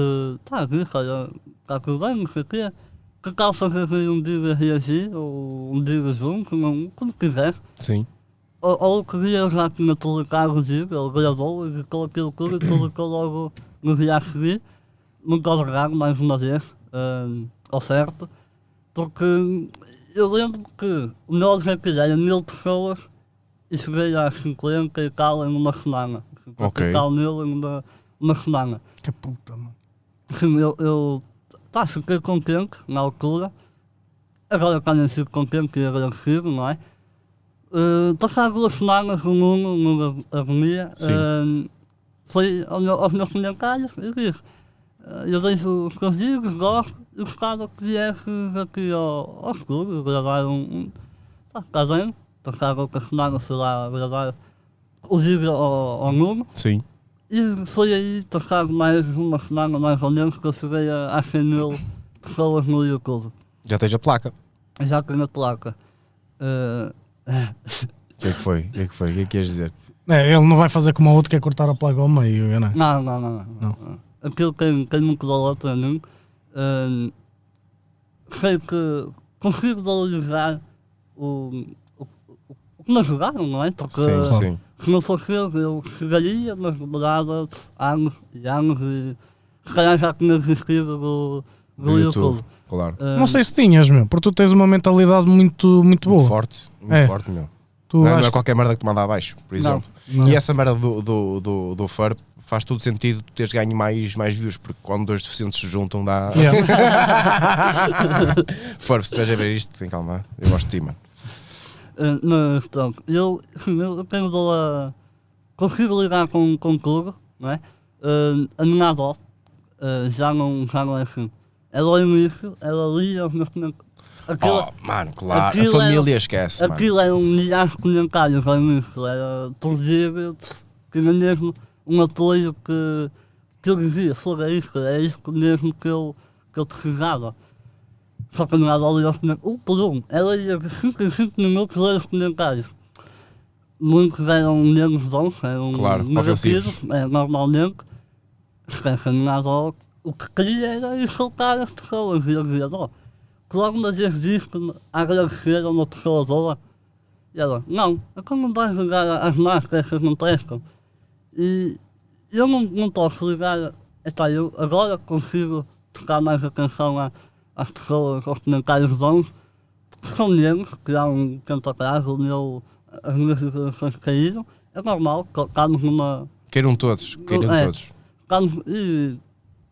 Speaker 3: pá, disse, olha, está tudo bem, não sei o quê. Que tal fazer aí um dia reagir, ou um dia junto, não, como quiser.
Speaker 2: Sim.
Speaker 3: Ou, ou queria já que me publicava o dia, ele gravou, editou aquilo tudo e publicou logo no dia a seguir. Muito obrigado mais uma vez, ehm, ao certo. Porque eu lembro que o meu objetivo era mil pessoas e cheguei a 50 e tal em uma semana. 50
Speaker 2: Ok.
Speaker 3: e tal mil em uma, uma semana.
Speaker 1: Que puta, mano.
Speaker 3: tá, Sim, eu, eu pá, fiquei contente na altura. Agora também fico contente e agradecido, não é? Uh, passar duas semanas o Nuno, no Agonia,
Speaker 2: Sim.
Speaker 3: eh, foi ao meu, aos meus comentários e disse eh, eu deixo os teus livros, gosto, e gostava que viesses aqui ao, ao estúdio gravar um... um tá, tá bem? Passava outras semanas, sei lá, a gravar o livro ao, ao Nuno.
Speaker 2: Sim.
Speaker 3: E foi aí, passado mais uma semana mais ou menos, que eu cheguei a, a 100 mil pessoas no YouTube.
Speaker 2: Já tens a placa.
Speaker 3: Já tenho a placa. Eh,
Speaker 2: O que é que foi? O que é que foi? O que é que queres dizer?
Speaker 1: É, ele não vai fazer como o outro que é cortar a plaga ao meio, eu né? não.
Speaker 3: não, não, não, não,
Speaker 1: Não.
Speaker 3: não. Aquilo quem, quem nunca dá outra nenhum. eh, sei que consigo valorizar o, o, o, o que me ajudaram, não é? Porque
Speaker 2: sim, sim.
Speaker 3: se não fosse eu, eu chegaria nas dobradas anos e anos e se calhar já tinha desistido do, do,
Speaker 2: Do
Speaker 3: YouTube.
Speaker 2: YouTube. Claro.
Speaker 3: Eh,
Speaker 1: Não sei se tinhas, meu, porque tu tens uma mentalidade muito, muito
Speaker 2: Muito
Speaker 1: boa.
Speaker 2: forte. Muito
Speaker 1: É.
Speaker 2: forte, meu.
Speaker 1: Tu
Speaker 2: Não, é- não é
Speaker 1: achas-
Speaker 2: qualquer merda que te manda abaixo, por
Speaker 3: Não, é.
Speaker 2: exemplo.
Speaker 1: não.
Speaker 2: E essa merda do, do, do, do FURP faz todo sentido tu teres ganho mais, mais views, porque quando dois deficientes se juntam dá.
Speaker 3: É.
Speaker 1: Yeah.
Speaker 2: FURP, se estás a ver isto, tem calma. Eu gosto de ti, mano.
Speaker 3: Eh, Mas pronto, eu, eu tenho a consigo lidar com, com tudo, não é? Eh, a minha avó eh, já, não, já não é assim. Ela ao início, ela lia os meus comentários. Aquilo,
Speaker 2: Oh, mano, claro. A
Speaker 3: aquilo é
Speaker 2: família esquece, mano.
Speaker 3: aquilo eram milhares de comentários ao início, era terrível, tinha mesmo um apoio que, que eu dizia, fora isto, é isto mesmo que eu, que eu precisava. Só que não era ali aos comentários. Um por um. Ela ia de 5 em 5 minutos ler os comentários. Muitos eram menos bons, eram
Speaker 2: Claro,
Speaker 3: negativos,
Speaker 2: ofensivos.
Speaker 3: é, normalmente. Esquece não era o- O que queria era insultar as pessoas. E eu dizia, ó, que alguma vez disse-me agradecer a uma pessoa boa. E ela, não, então não vais ligar as máscaras que não prestam. E eu não, não posso ligar. Epá, eu agora consigo prestar mais atenção a- às pessoas, aos comentários bons, porque são menos, que há um tempo atrás o meu, as minhas visualizações caíram. É normal, co- estamos numa.
Speaker 2: Queiram todos, queiram
Speaker 3: É.
Speaker 2: todos.
Speaker 3: Estamos, e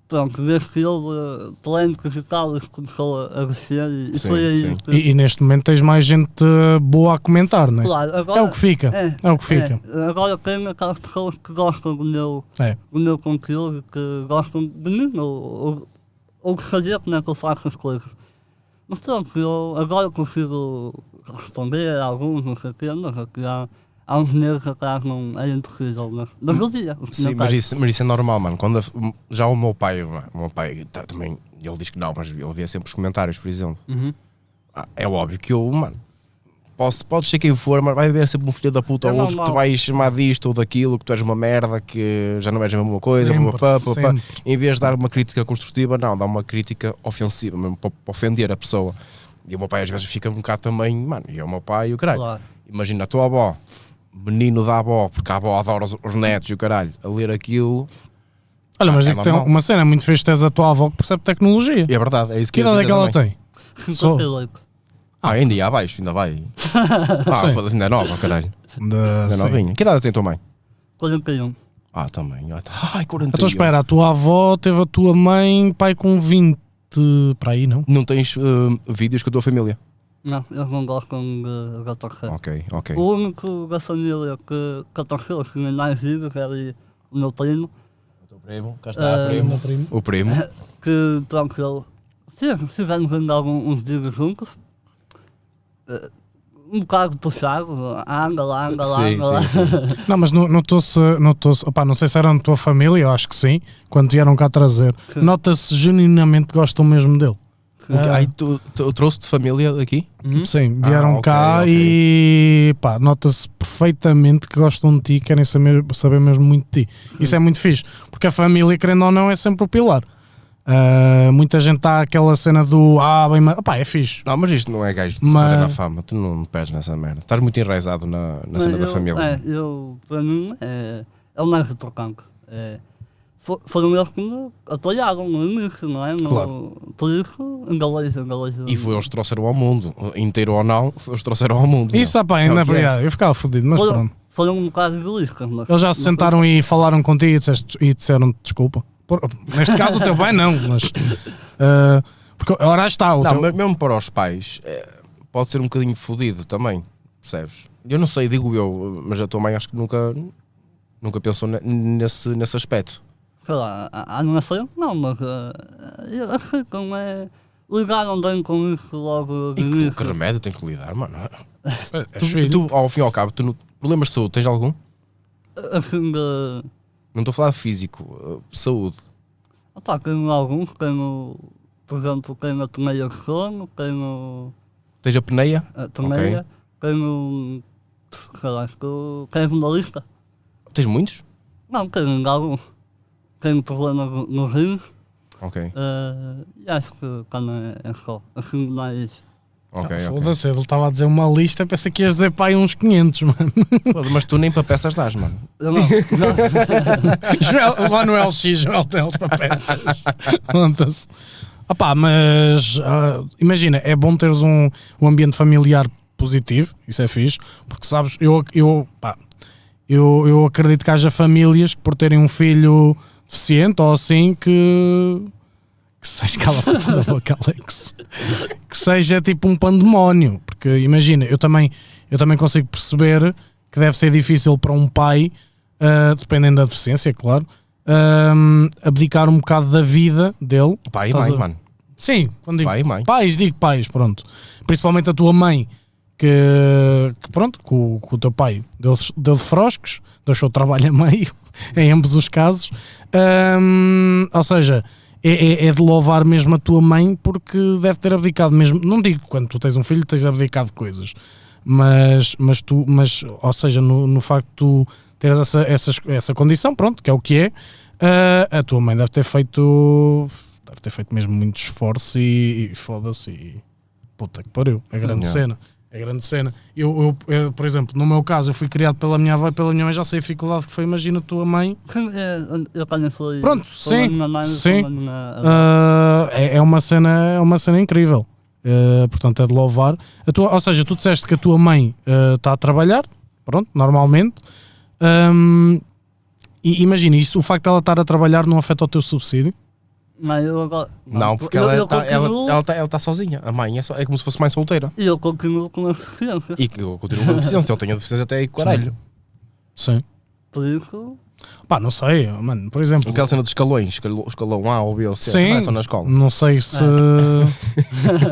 Speaker 3: pronto, desde que houve polémicas e tal, isso começou a a descer e, e
Speaker 2: Sim,
Speaker 3: foi aí.
Speaker 2: sim.
Speaker 3: que-
Speaker 1: e, e neste momento tens mais gente uh, boa a comentar, não é?
Speaker 3: Claro, agora,
Speaker 1: É o que fica.
Speaker 3: é,
Speaker 1: É o que fica.
Speaker 3: é, agora tem aquelas pessoas que gostam do meu,
Speaker 1: É.
Speaker 3: do meu conteúdo, que gostam de mim, ou, ou, ou de saber como é que eu faço as coisas. Mas pronto, eu agora consigo responder a alguns, não sei o quê, mas aqui há, há uns meses atrás não é era impossível, mas, mas eu via os
Speaker 2: Sim, mas
Speaker 3: comentários.
Speaker 2: isso, mas isso é normal, mano. Quando a- já o meu pai, o meu pai tá também, ele diz que não, mas ele vê sempre os comentários, por exemplo.
Speaker 3: Uhum.
Speaker 2: Ah, É óbvio que eu, mano, posso, pode ser quem for, mas vai haver sempre um filho da puta
Speaker 3: É
Speaker 2: ou outro que
Speaker 3: normal.
Speaker 2: tu vais chamar disto ou daquilo, que tu és uma merda, que já não és a mesma coisa,
Speaker 1: Sempre,
Speaker 2: papapá, papapá.
Speaker 1: sempre.
Speaker 2: em vez de dar uma crítica construtiva, não, dá uma crítica ofensiva, mesmo para para ofender a pessoa. E o meu pai às vezes fica um bocado também, mano, e é o meu pai e o caralho.
Speaker 3: Claro.
Speaker 2: Imagina a tua avó, menino da avó, porque a avó adora os, os netos e o caralho, a ler aquilo.
Speaker 1: Olha, mas
Speaker 2: Ah, é
Speaker 1: digo que tem
Speaker 2: normal.
Speaker 1: uma cena muito fixe, tens a tua avó que percebe tecnologia.
Speaker 2: E é verdade, é isso
Speaker 1: Que
Speaker 2: eu ia
Speaker 1: idade é
Speaker 2: dizer
Speaker 1: que ela
Speaker 2: também.
Speaker 1: tem? Sou.
Speaker 3: 58.
Speaker 2: Ah, ainda ia abaixo, ainda vai. Ah,
Speaker 1: Sim.
Speaker 2: foda-se, ainda é nova, caralho.
Speaker 1: Da-
Speaker 2: Ainda é
Speaker 1: sim.
Speaker 2: novinha. Que idade tem a tua mãe?
Speaker 3: 41.
Speaker 2: Ah, também. Ah, tá. Ai, 41.
Speaker 1: Então espera, a tua avó teve a tua mãe, pai com 20, para aí não?
Speaker 2: Não tens hum, vídeos com a tua família?
Speaker 3: Não, eles não gostam de retorcer.
Speaker 2: Ok, ok.
Speaker 3: O único da família que, que torceu assim, em mais vivos era o meu primo, está, Ah, primo.
Speaker 2: O primo?
Speaker 3: que pronto, ele, se fizemos ainda algum, uns dias juntos, eh, um bocado puxado, anda lá, anda lá,
Speaker 2: Sim,
Speaker 3: anda lá.
Speaker 2: sim, sim.
Speaker 1: Não, mas no- notou-se, notou-se, opá, não sei se eram da tua família, eu acho que sim, quando vieram cá trazer.
Speaker 3: Sim.
Speaker 1: Nota-se genuinamente que gostam mesmo dele.
Speaker 2: O que-
Speaker 1: Ah.
Speaker 2: Ai, tu, tu trouxe-te família aqui?
Speaker 3: Uhum.
Speaker 1: Sim, vieram
Speaker 2: Ah, ok,
Speaker 1: cá
Speaker 2: ok.
Speaker 1: e pá, nota-se perfeitamente que gostam de ti, querem saber, saber mesmo muito de ti. Isso é muito fixe, porque a família, querendo ou não, é sempre o pilar. Ah, muita gente está aquela cena do ah, bem, mas opá, é fixe.
Speaker 2: Não, mas isto não é gajo de
Speaker 1: Mas-
Speaker 2: mas... na fama. Tu não perdes nessa merda. Estás muito enraizado na, na
Speaker 3: Mas
Speaker 2: cena da
Speaker 3: eu-
Speaker 2: família.
Speaker 3: É, eu, para mim, é, é o mais retrocante. É, fo- foram eles que me apoiaram no início, não é? No-
Speaker 2: Claro.
Speaker 3: Por isso, engalejo, engalejo.
Speaker 2: E foi eles que trouxeram ao mundo. Inteiro ou não, foi eles que trouxeram ao mundo.
Speaker 1: Isso,
Speaker 2: não.
Speaker 1: opá,
Speaker 2: É o
Speaker 1: ainda
Speaker 2: que é.
Speaker 1: é. eu ficava fodido, mas
Speaker 3: foram,
Speaker 1: pronto.
Speaker 3: foram um bocado egoístas, mas...
Speaker 1: Eles já se
Speaker 3: mas-
Speaker 1: sentaram e falaram contigo e, disseste- e disseram desculpa. Por- neste caso, o teu pai não, mas ah, Porque ora está, o
Speaker 2: Não,
Speaker 1: teu-
Speaker 2: mas Então, mesmo para os pais, eh, pode ser um bocadinho fodido também, percebes? Eu não sei, digo eu, mas a tua mãe acho que nunca, nunca pensou ne- nesse, nesse aspecto.
Speaker 3: sei lá, a, a minha filha não, é mas eh, eu achei como é. Ligaram bem com isso logo de
Speaker 2: E que, que
Speaker 3: início.
Speaker 2: remédio tem que lidar, mano?
Speaker 1: és
Speaker 2: Tu,
Speaker 1: é filho.
Speaker 2: tu, ao fim e ao cabo, tu, no- problemas de saúde, tens algum?
Speaker 3: Assim de.
Speaker 2: Não estou a falar de físico, eh, saúde.
Speaker 3: Opa, tenho tá, alguns, tenho. Por exemplo, tenho a torneia de sono, tenho
Speaker 2: Tens a peneia?
Speaker 3: a torneia, tenho. sei lá, estou. Tenho uma lista.
Speaker 2: Tens muitos?
Speaker 3: Não, tenho alguns. Tenho problemas no- nos rios.
Speaker 2: Ok,
Speaker 3: eh, e acho que também é só. Assim de mais.
Speaker 2: ok,
Speaker 1: Ah,
Speaker 2: ok.
Speaker 1: Foda-se, ele estava a dizer uma lista, pensei que ias dizer pai uns 500, mano.
Speaker 2: Foda, Mas tu nem para peças dás, mano.
Speaker 3: Eu não,
Speaker 1: Joel, lá no LX, Joel tem eles para peças. Monta-se. Opá, mas ah, imagina, é bom teres um, um ambiente familiar positivo, isso é fixe, porque sabes, eu, eu, pá, eu, eu acredito que haja famílias que por terem um filho deficiente ou assim que. Que seja cala a puta da boca, Alex. Que seja tipo um pandemónio. Porque imagina, eu também, eu também consigo perceber que deve ser difícil para um pai, ah, dependendo da deficiência, claro, ahm, abdicar um bocado da vida dele.
Speaker 2: Pai e
Speaker 1: Estás
Speaker 2: mãe,
Speaker 1: a-
Speaker 2: mano.
Speaker 1: Sim, quando digo
Speaker 2: Pai e mãe.
Speaker 1: pais, digo pais, pronto. Principalmente a tua mãe, que, que pronto, que o, que o teu pai deu, deu de froscos, deixou o trabalho a meio, em ambos os casos. Hum, ou seja, é, é- é de louvar mesmo a tua mãe, porque deve ter abdicado mesmo. Não digo que quando tu tens um filho, tens abdicado de coisas, mas, mas tu, mas, ou seja, no, no facto de tu teres essa, essas- essa condição, pronto, que é o que é. ah, a tua mãe deve ter feito deve ter feito mesmo muito esforço e, e foda-se e puta que pariu, é grande
Speaker 2: Yeah.
Speaker 1: cena é grande cena, eu, eu, eu, por exemplo no meu caso eu fui criado pela minha avó e pela minha mãe já sei a dificuldade que foi, imagina a tua mãe
Speaker 3: Sim, é, eu também fui.
Speaker 1: Pronto,
Speaker 3: fui
Speaker 1: sim,
Speaker 3: na minha mãe,
Speaker 1: sim.
Speaker 3: fui na minha-
Speaker 1: Ah, é, é uma cena, é uma cena incrível. Ah, portanto, é de louvar. A tua, ou seja, tu disseste que a tua mãe ah, está a trabalhar, pronto, normalmente. Ahm, e imagina, isso, o facto de ela estar a trabalhar não afeta o teu subsídio?
Speaker 3: Não, eu agora.
Speaker 2: Não, porque ela
Speaker 3: eu,
Speaker 2: está
Speaker 3: continuo-
Speaker 2: ela, ela tá, ela tá sozinha. A mãe é, só- é como se fosse mãe solteira.
Speaker 3: E eu continuo com a deficiência.
Speaker 2: E que eu continuo com a deficiência. Ele tem a deficiência até aí, caralho.
Speaker 1: Sim.
Speaker 3: Por isso.
Speaker 1: Pá, não sei, oh, mano, por exemplo.
Speaker 2: Aquela cena dos escalões, escalão, escalão A ou B ou C,
Speaker 1: Sim.
Speaker 2: não é só na escola.
Speaker 1: Não sei se.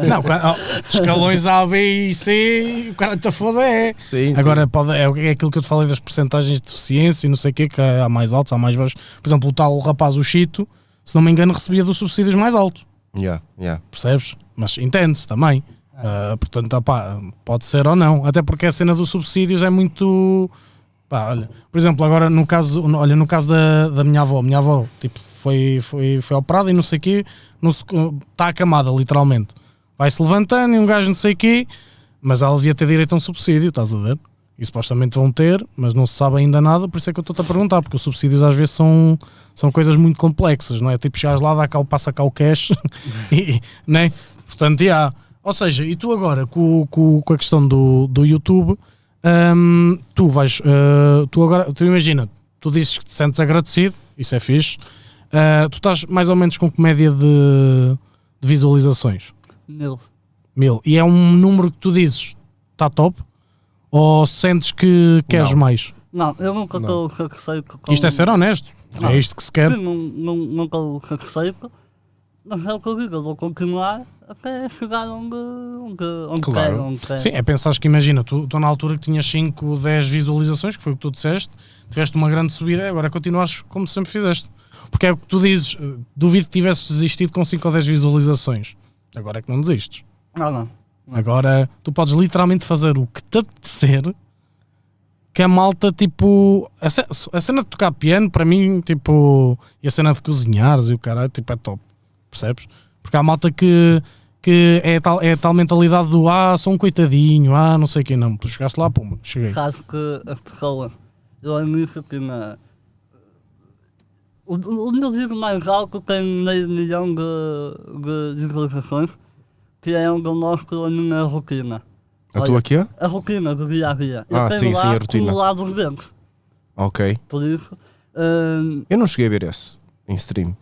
Speaker 1: não, quando- oh, escalões A, B e C, o cara está foda é.
Speaker 2: Sim,
Speaker 1: Agora pode, é, é aquilo que eu te falei das percentagens de deficiência e não sei o quê, que há mais altos, há mais baixos. Por exemplo, o tal rapaz, o Chito, se não me engano, recebia dos subsídios mais alto,
Speaker 2: Yeah, yeah.
Speaker 1: percebes? Mas entende-se também. Ah, portanto, opá, pode ser ou não. Até porque a cena dos subsídios é muito. Pá, olha, por exemplo, agora no caso, no- olha, no caso da, da minha avó, minha avó tipo, foi, foi, foi operada e não sei o quê, está acamada, literalmente. Vai-se levantando e um gajo não sei o quê, mas ela devia ter direito a um subsídio, estás a ver? E supostamente vão ter, mas não se sabe ainda nada, por isso é que eu estou-te a perguntar, porque os subsídios às vezes são, são coisas muito complexas, não é? Tipo, chegares lá, dá cá o, passa cá o cash, e, né? Portanto, e há. Ou seja, e tu agora, com, com, com a questão do, do YouTube, hum, tu vais, eh, tu agora, tu imagina, tu dizes que te sentes agradecido, isso é fixe, eh, tu estás mais ou menos com que média de, de visualizações?
Speaker 3: Meu.
Speaker 1: Mil. E é um número que tu dizes, está top? Ou sentes que queres
Speaker 2: Não.
Speaker 1: mais?
Speaker 3: Não, eu nunca
Speaker 2: Não.
Speaker 3: estou satisfeito com.
Speaker 1: Isto é ser honesto.
Speaker 3: Não.
Speaker 1: É isto que se quer.
Speaker 3: Sim, nun- nun- nunca o satisfeito. Mas é o que eu digo, eu vou continuar até chegar onde, onde, onde
Speaker 2: Claro.
Speaker 3: quero. Onde quero.
Speaker 1: Sim, é pensares que imagina, tu, tu na altura que tinhas 5, 10 visualizações, que foi o que tu disseste, tiveste uma grande subida, agora continuas como sempre fizeste. Porque é o que tu dizes, eh, duvido que tivesses desistido com 5 ou 10 visualizações. Agora é que não desistes.
Speaker 3: Não, Ah, não.
Speaker 1: Agora tu podes literalmente fazer o que te apetecer, que a malta, tipo, a ce- a cena de tocar piano, para mim, tipo, e a cena de cozinhares e o caralho, tipo, é top, percebes? Porque há malta que, que é, tal, é tal mentalidade do ah, sou um coitadinho, ah, não sei o quê, não, tu chegaste lá, pum, cheguei.
Speaker 3: Sabe que as pessoas. Eu ao início tinha. O, o meu vídeo mais alto tem meio milhão de, de visualizações, que é onde eu mostro a minha rotina.
Speaker 2: A
Speaker 3: Olha.
Speaker 2: tua aqui? é?
Speaker 3: A rotina do dia a dia. Eu
Speaker 2: Ah,
Speaker 3: tenho
Speaker 2: sim,
Speaker 3: lá
Speaker 2: sim, a rotina.
Speaker 3: acumulado os dentes.
Speaker 2: Ok.
Speaker 3: Por isso, hum,
Speaker 2: Eu não cheguei a ver esse em stream.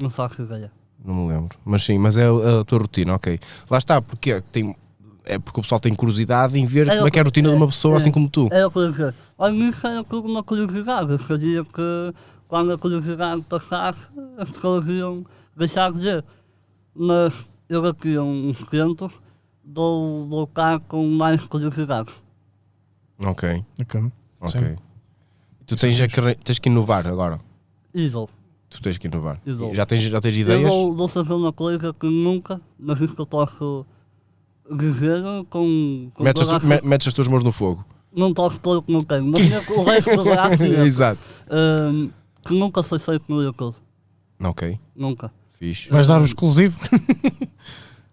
Speaker 3: não faço ideia.
Speaker 2: Não me lembro. Mas sim, mas é a, a tua rotina, ok. Lá está, porque tem, é porque o pessoal tem curiosidade em ver
Speaker 3: É,
Speaker 2: como é que é a rotina de uma pessoa
Speaker 3: é.
Speaker 2: assim como tu.
Speaker 3: Era por dizer, ao início era tudo uma curiosidade. Eu sabia que quando a curiosidade passasse, as pessoas iam deixar de ver. Mas eu aqui a uns tempos dou voltar com mais curiosidade.
Speaker 2: Ok,
Speaker 1: Ok.
Speaker 2: ok.
Speaker 1: Sim.
Speaker 2: Tu tens, é que, tens que inovar agora.
Speaker 3: Idol.
Speaker 2: Tu tens que inovar.
Speaker 3: Exato.
Speaker 2: Já tens, já tens
Speaker 3: Eu
Speaker 2: ideias?
Speaker 3: vou, vou fazer uma coisa que nunca, mas isso que eu posso dizer com, com
Speaker 2: Metes as,
Speaker 3: toda a-
Speaker 2: tu- me- metes as tuas mãos no fogo.
Speaker 3: não toco todo que não tenho, mas tinha o resto do
Speaker 1: Ah,
Speaker 3: braço
Speaker 2: Exato.
Speaker 3: um, que nunca foi feito no YouTube,
Speaker 2: Ok,
Speaker 3: nunca.
Speaker 2: fixe.
Speaker 1: Vais dar o exclusivo?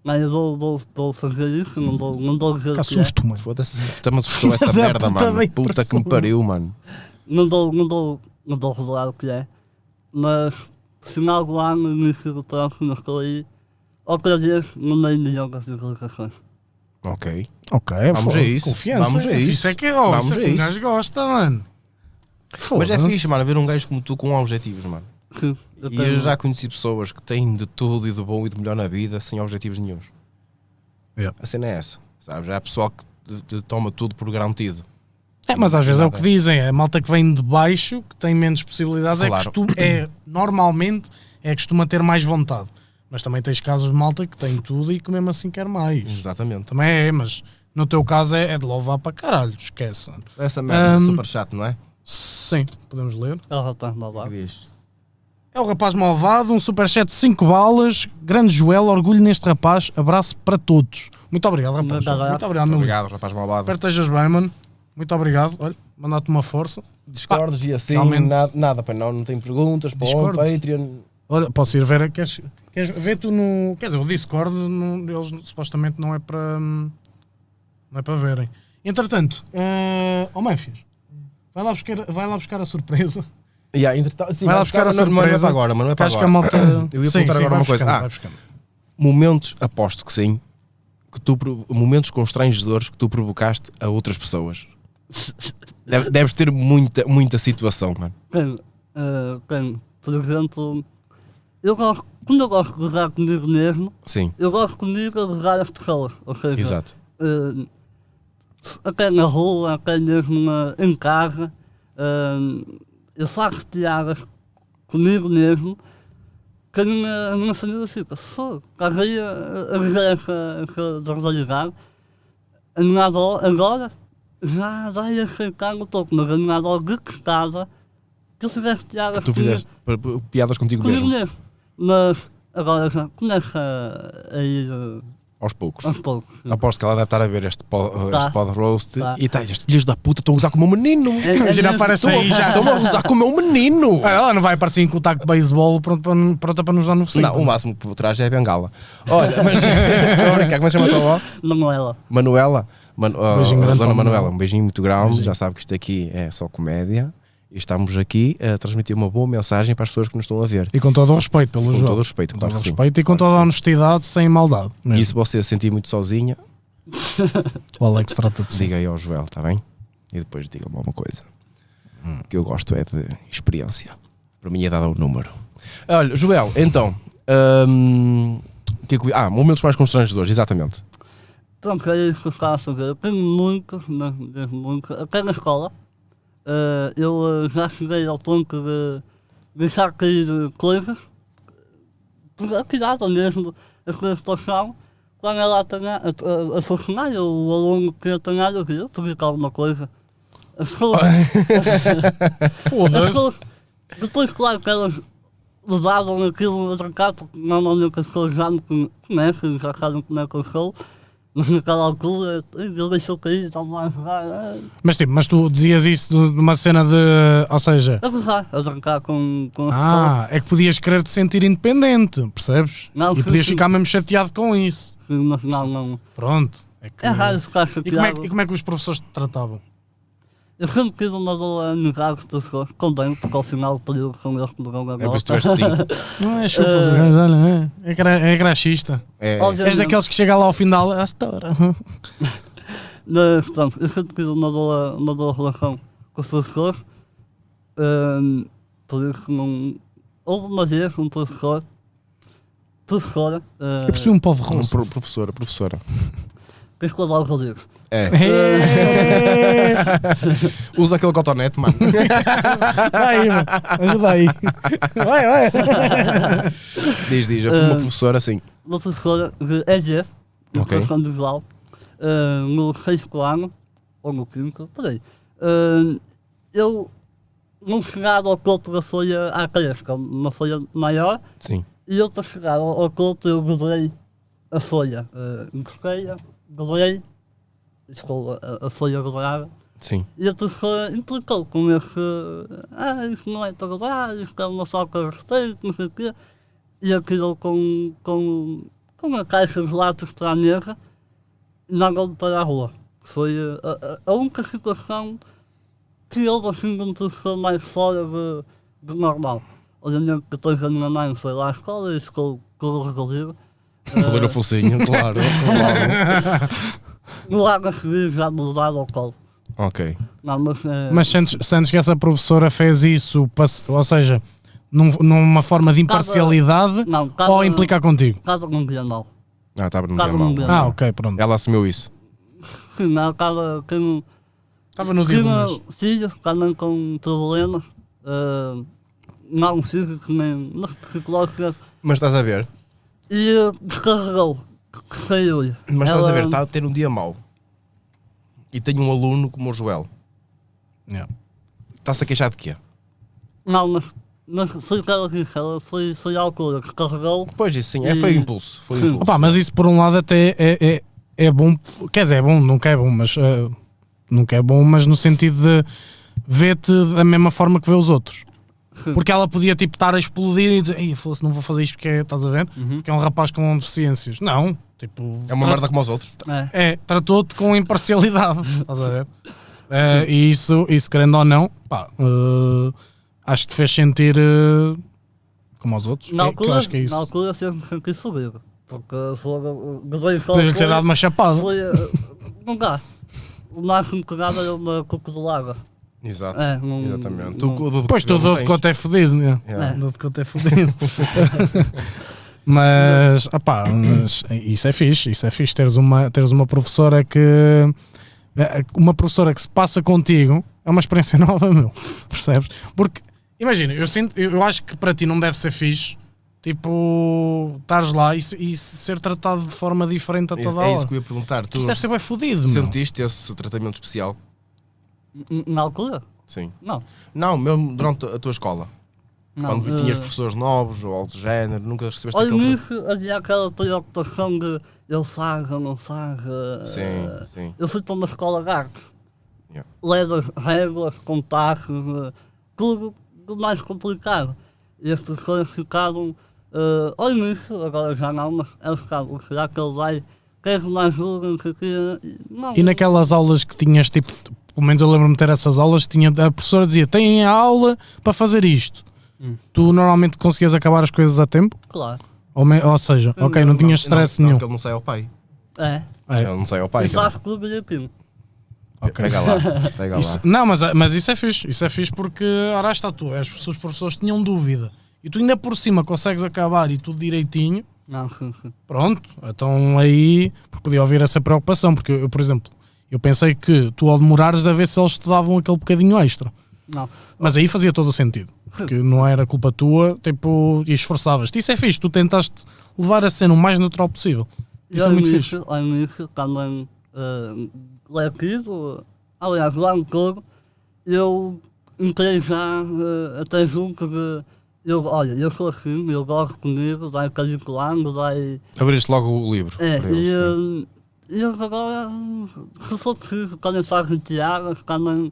Speaker 3: Mas eu vou, vou, vou fazer isso, não dou, não dou dizer
Speaker 1: Que
Speaker 3: o que é.
Speaker 1: assusto, mano.
Speaker 2: Foda-se, também assustou essa
Speaker 1: Da
Speaker 2: merda,
Speaker 1: puta
Speaker 2: mano.
Speaker 1: da
Speaker 2: Puta que me
Speaker 1: impressão.
Speaker 2: pariu, mano.
Speaker 3: Não dou, não dou, não dou revelar o que é. Mas final do ano, início do próximo, eu estou aí outra vez no meio de jogas de colocações.
Speaker 2: Ok.
Speaker 1: Ok, é
Speaker 2: Vamos
Speaker 1: foda,
Speaker 2: a isso.
Speaker 1: Confiança.
Speaker 2: Vamos a isso.
Speaker 1: Isso é que, oh,
Speaker 2: Vamos
Speaker 1: isso é
Speaker 2: a
Speaker 1: que um
Speaker 2: isso.
Speaker 1: gajo gosta, mano.
Speaker 2: Mas é
Speaker 1: Foda-se.
Speaker 2: fixe, mano, ver um gajo como tu com objetivos, mano.
Speaker 3: Sim, eu
Speaker 2: E
Speaker 3: tenho-
Speaker 2: eu já conheci pessoas que têm de tudo e de bom e de melhor na vida sem objetivos nenhuns.
Speaker 1: Yeah.
Speaker 2: A cena é essa, sabes? Há pessoal que te- te toma tudo por garantido.
Speaker 1: É, mas às vezes é o que
Speaker 2: Nada.
Speaker 1: dizem, é a malta que vem de baixo, que tem menos possibilidades, é,
Speaker 2: Claro.
Speaker 1: costu- é normalmente é costuma ter mais vontade. Mas também tens casos de malta que tem tudo e que mesmo assim quer mais.
Speaker 2: Exatamente.
Speaker 1: Também é, mas no teu caso é, é de louvar para caralho, esquece.
Speaker 2: Essa merda é
Speaker 1: Ahm.
Speaker 2: super chato, não é?
Speaker 1: Sim, podemos ler.
Speaker 3: Ela já está na barra.
Speaker 1: É o rapaz malvado, um superchat de 5 balas, grande Joel, orgulho neste rapaz, abraço para todos. Muito obrigado, rapaz.
Speaker 3: Muito obrigado.
Speaker 1: Muito obrigado, meu amigo.
Speaker 2: Obrigado, rapaz malvado.
Speaker 1: Espero que estejas bem, mano. Muito obrigado. Olha, mandar-te uma força.
Speaker 2: Discordes e assim,
Speaker 1: realmente.
Speaker 2: nada, nada para não, não tem perguntas, para o
Speaker 1: Discordes.
Speaker 2: Patreon.
Speaker 1: Olha, posso ir ver? Queres, queres ver tu no. Quer dizer, o Discord, não- eles supostamente não é para. hum, Não é para verem. Entretanto, eh, ó Manfias, vai lá, buscar, vai lá buscar a surpresa.
Speaker 2: Yeah, entretanto- sim,
Speaker 1: vai lá
Speaker 2: vamos
Speaker 1: buscar a
Speaker 2: não- não é para
Speaker 1: surpresa.
Speaker 2: agora, mas não é
Speaker 1: que
Speaker 2: para
Speaker 1: acho que a
Speaker 2: agora.
Speaker 1: malta.
Speaker 2: Eu ia perguntar agora
Speaker 1: vai
Speaker 2: uma coisa.
Speaker 1: buscando,
Speaker 2: Ah.
Speaker 1: vai buscando.
Speaker 2: Momentos, aposto que sim, que tu, provo- momentos constrangedores que tu provocaste a outras pessoas. Deve- Deves ter muita, muita situação, mano.
Speaker 3: Tenho, eh, tenho, por exemplo, eu gosto, quando eu gosto de gozar comigo mesmo,
Speaker 2: Sim,
Speaker 3: eu gosto comigo a gozar as pessoas. Ou seja,
Speaker 2: exato.
Speaker 3: eh, até na rua, até mesmo na- em casa, eh, eu faço piadas comigo mesmo, que a minha, a minha família fica, só, estás aí a, é a dizer essa, essa barbaridade. A minha avó agora já vai aceitar o toque, mas a minha avó detestava que eu fizesse piadas
Speaker 2: Que tu fizeste p- p- piadas contigo
Speaker 3: comigo
Speaker 2: mesmo,
Speaker 3: mesmo. Mas agora já começa a ir eh,
Speaker 2: aos poucos.
Speaker 3: aos poucos.
Speaker 2: Aposto que ela deve estar a ver este pod, este
Speaker 3: Tá.
Speaker 2: pod roast
Speaker 3: Tá.
Speaker 2: e tá, estes filhos da puta estão a usar como um menino.
Speaker 3: É- é
Speaker 1: Imagina,
Speaker 3: mesmo-
Speaker 1: aparece
Speaker 2: Estão a-
Speaker 1: aí já.
Speaker 2: Estão a usar como um menino.
Speaker 1: Ah, Ela não vai aparecer em contacto de beisebol pronto para- pronta para nos dar no focinho.
Speaker 2: Não, o máximo que traz é a bengala. Olha, mas. Estou a brincar, como é que se chama a tua avó?
Speaker 3: Manuela.
Speaker 2: Manuela, Manu- ah,
Speaker 1: Beijinho
Speaker 2: Dona
Speaker 1: grande para
Speaker 2: Manuela,
Speaker 1: a Manuela.
Speaker 2: um beijinho muito grande.
Speaker 1: Beijinho.
Speaker 2: Já sabe que isto aqui é só comédia. E estamos aqui a transmitir uma boa mensagem para as pessoas que nos estão a ver.
Speaker 1: E com todo o respeito pelo
Speaker 2: Com
Speaker 1: jogo.
Speaker 2: todo o respeito,
Speaker 1: Com
Speaker 2: claro
Speaker 1: todo o
Speaker 2: que sim.
Speaker 1: respeito e com
Speaker 2: Claro que
Speaker 1: toda a
Speaker 2: sim.
Speaker 1: honestidade, sem maldade.
Speaker 2: E
Speaker 1: mesmo.
Speaker 2: se você se sentir muito sozinha,
Speaker 1: O Alex trata de si.
Speaker 2: diga aí ao Joel, está bem? E depois diga-me alguma coisa.
Speaker 1: Hum.
Speaker 2: O que eu gosto é de experiência. Para mim é dado o número. Olha, Joel, então. hum, que é que- ah, momentos mais constrangedores, exatamente.
Speaker 3: Pronto, é isso que eu estava a fazer. Eu tenho muitos, mas mesmo muitos. Até na escola, eh, eu eh, já cheguei ao ponto de deixar cair eh, coisas. Por atirada mesmo, as coisas para o chão. Quando ela atanha, a, a, a funcionar, eu, o aluno que atanhar, eu queria pedir alguma coisa. As pessoas, as
Speaker 1: Foda-se.
Speaker 3: pessoas, depois claro que elas levavam aquilo a trancar, porque normalmente as pessoas já me conhe- conhecem, já sabem como é que eu sou. Mas naquela altura, ele deixou cair, estava a jogar, eh,
Speaker 1: Mas tipo, mas tu dizias isso de- de uma cena de. Ou seja.
Speaker 3: a gozar, a trancar com, com as
Speaker 1: Ah, é que podias querer te sentir independente, percebes?
Speaker 3: Não,
Speaker 1: e
Speaker 3: sim,
Speaker 1: podias
Speaker 3: sim.
Speaker 1: ficar mesmo chateado com isso.
Speaker 3: pessoas. Sim, Mas não, não.
Speaker 1: Pronto. É que-
Speaker 3: É raro
Speaker 1: E
Speaker 3: ficar
Speaker 1: como, é, que-
Speaker 3: chateado.
Speaker 1: e como é que os professores te tratavam?
Speaker 3: Eu sempre quis uma boa amizade com as pessoas, também, porque ao final do período são eles que me dão a
Speaker 2: É por isso que
Speaker 3: volta.
Speaker 2: tu és assim.
Speaker 1: Não é
Speaker 3: chupas,
Speaker 1: chupas,
Speaker 3: o gajo,
Speaker 1: olha, é, graxista.
Speaker 2: É,
Speaker 1: És
Speaker 3: Obviamente.
Speaker 1: daqueles que chega lá ao fim da aula, "Ah, às tora.
Speaker 3: Ah. Mas, portanto, eu sempre tive uma boa, uma boa relação com as pessoas. Ehm, por isso, não. Houve uma vez um professor professora. eh,
Speaker 1: Eu percebi um povo
Speaker 2: Não,
Speaker 1: russo.
Speaker 2: pro- professora, professora.
Speaker 3: Quis lavar os olhos.
Speaker 2: É.
Speaker 1: É.
Speaker 2: Usa aquele cotonete, mano.
Speaker 1: Dá aí, mano. Ajuda aí. Vai, vai.
Speaker 2: Diz, diz. Eu fui uma professora assim.
Speaker 3: Uma professora de EG, de
Speaker 2: Ok.
Speaker 3: educação visual, eh, no sexto ano, ou no quinto, por aí. Eh, eu não chegava ao corpo da folha A3, que é uma folha maior,
Speaker 2: Sim.
Speaker 3: e eu para chegar ao, ao corpo eu gozei a folha. Uh, Encostei-a, gozei, estou a, a folha gozada,
Speaker 2: Sim.
Speaker 3: e a pessoa implicou com esse. Ah, isso não é para lá, isto é uma falta de respeito, não sei o quê. E aquilo com, com, com uma caixa de latas para a mesa e mandou-me para a rua. Foi eh, a, a- a única situação que houve assim de uma pessoa mais fora de, de normal. Obviamente, depois a minha mãe foi lá à escola e ficou tudo resolvido.
Speaker 2: Falou o focinho, claro. claro.
Speaker 3: Eh, No ano a seguir já me levaram ao colo.
Speaker 2: ok.
Speaker 3: Não, mas, eh,
Speaker 1: Mas sentes, sentes que essa professora fez isso, pa- ou seja, num- numa forma de imparcialidade
Speaker 3: não, um estava-
Speaker 1: ou implicar contigo?
Speaker 3: estava num dia mau.
Speaker 2: Ah, estava no
Speaker 3: Tava
Speaker 2: dia
Speaker 3: num
Speaker 2: mal.
Speaker 3: dia
Speaker 1: Ah, ok, pronto.
Speaker 2: Ela assumiu isso.
Speaker 3: Sim, não, estava tendo,
Speaker 1: Estava no
Speaker 3: tendo filhos, também com problemas, eh, não físicos nem mas psicológicos,
Speaker 2: Mas estás a ver?
Speaker 3: é. e eh, descarregou, que saiu-lhe.
Speaker 2: Mas estás a
Speaker 3: Ela-
Speaker 2: ver,
Speaker 1: tá?
Speaker 2: está a ter um dia mau. E tem um aluno como o Joel. Está-se a queixar de quê?
Speaker 3: Não, mas, mas foi o que ela disse, ela foi, foi à altura, descarregou,
Speaker 2: Pois isso sim, é, foi
Speaker 3: E-
Speaker 2: impulso. Foi
Speaker 3: Sim.
Speaker 2: impulso.
Speaker 1: Opa, mas isso por um lado até é, é, é bom, quer dizer, é bom, nunca é bom, mas eh, nunca é bom, mas no sentido de ver-te da mesma forma que vê os outros.
Speaker 3: Sim.
Speaker 1: Porque ela podia tipo estar a explodir e dizer, ei, fosse, não vou fazer isto porque é- estás a ver? Porque é um rapaz com deficiências. Não, tipo.
Speaker 2: É uma
Speaker 1: tra-
Speaker 2: merda como os outros.
Speaker 3: é,
Speaker 1: É, tratou-te com imparcialidade, estás a ver? Eh, e isso, isso, querendo ou não, pá, eh, acho que te fez sentir eh, como aos outros.
Speaker 3: na
Speaker 1: que, que eu
Speaker 3: altura,
Speaker 1: acho que é
Speaker 3: na
Speaker 1: isso.
Speaker 3: altura sempre me senti subido, porque foram, depois só
Speaker 1: Tens de ter
Speaker 3: foi-
Speaker 1: dado uma chapada.
Speaker 3: foi, eh, não dá, o máximo que dava era uma coco de água.
Speaker 2: Exato.
Speaker 3: É, não-
Speaker 2: Exatamente.
Speaker 3: não-
Speaker 2: Tu, o do-
Speaker 1: Pois,
Speaker 2: do-
Speaker 1: tu
Speaker 2: não
Speaker 1: dou de
Speaker 2: tens.
Speaker 1: conta é fodido, né?
Speaker 2: Yeah.
Speaker 3: É.
Speaker 1: Dou de conta é fodido. mas, opá, mas isso é fixe, isso é fixe, teres uma, teres uma professora que... eh, Uma professora que se passa contigo é uma experiência nova, meu, percebes? Porque, imagina, eu, sinto, eu eu acho que para ti não deve ser fixe, tipo, estares lá e, se- e ser tratado de forma diferente a
Speaker 2: É-
Speaker 1: toda
Speaker 2: É, isso
Speaker 1: hora.
Speaker 2: que eu ia perguntar. Tu
Speaker 1: Isso deve ser bem fodido, meu.
Speaker 2: sentiste esse tratamento especial?
Speaker 3: N- Na altura?
Speaker 2: Sim.
Speaker 3: Não.
Speaker 2: Não, mesmo durante a tua escola.
Speaker 3: não
Speaker 2: quando tinhas
Speaker 3: eh,
Speaker 2: professores novos ou algo do género, nunca recebeste
Speaker 3: Olha,
Speaker 2: aquele
Speaker 3: nisso havia aquela preocupação de eu faz ou não faz. eh,
Speaker 2: Sim, sim.
Speaker 3: Eu fui para uma escola de arte.
Speaker 2: Yeah.
Speaker 3: Letras, regras, compassos, eh, tudo do mais complicado. E as pessoas ficaram. eh, Ao início, agora já não, mas elas ficavam. Será que ele vai? Quer uma ajuda? Não sei o quê. Não.
Speaker 1: E naquelas aulas que tinhas, tipo, pelo menos eu lembro-me de ter essas aulas, tinha, a professora dizia, têm a aula para fazer isto.
Speaker 3: Hum.
Speaker 1: Tu normalmente conseguias acabar as coisas a tempo?
Speaker 3: Claro.
Speaker 1: Ou, me- ou seja,
Speaker 3: Não,
Speaker 1: ok, não,
Speaker 3: não,
Speaker 1: tinhas stress
Speaker 2: não,
Speaker 1: nenhum.
Speaker 2: Não, que ele não sai ao pai.
Speaker 3: É.
Speaker 1: É,
Speaker 2: Ele não sai ao pai.
Speaker 3: e faz
Speaker 2: cara.
Speaker 3: tudo direitinho.
Speaker 1: ok.
Speaker 2: Pega lá, pega lá.
Speaker 1: Isso- não, mas, mas isso é fixe. Isso é fixe porque, ora está tu, as pessoas, os professores tinham dúvida. E tu ainda por cima consegues acabar e tudo direitinho,
Speaker 3: Não, sim, sim.
Speaker 1: Pronto, então aí porque podia ouvir essa preocupação, porque eu, por exemplo, eu pensei que tu ao demorares a ver se eles te davam aquele bocadinho extra.
Speaker 3: Não.
Speaker 1: Mas aí fazia todo o sentido, porque não era culpa tua, tipo, e esforçavas-te. Isso é fixe, tu tentaste levar a cena o mais neutral possível. Isso é
Speaker 3: ao
Speaker 1: muito fixe.
Speaker 3: início, Ao início, também uh, letivo, aliás, lá no todo, eu entrei já eh, até junto de. Eu, olha, eu sou assim, eu gosto comigo, vai um caliculando, vai.
Speaker 2: Abriste logo o livro.
Speaker 3: É,
Speaker 2: para
Speaker 3: e,
Speaker 2: eles.
Speaker 3: eh, e eles agora, hum, se for preciso, também fazem tiaras, também.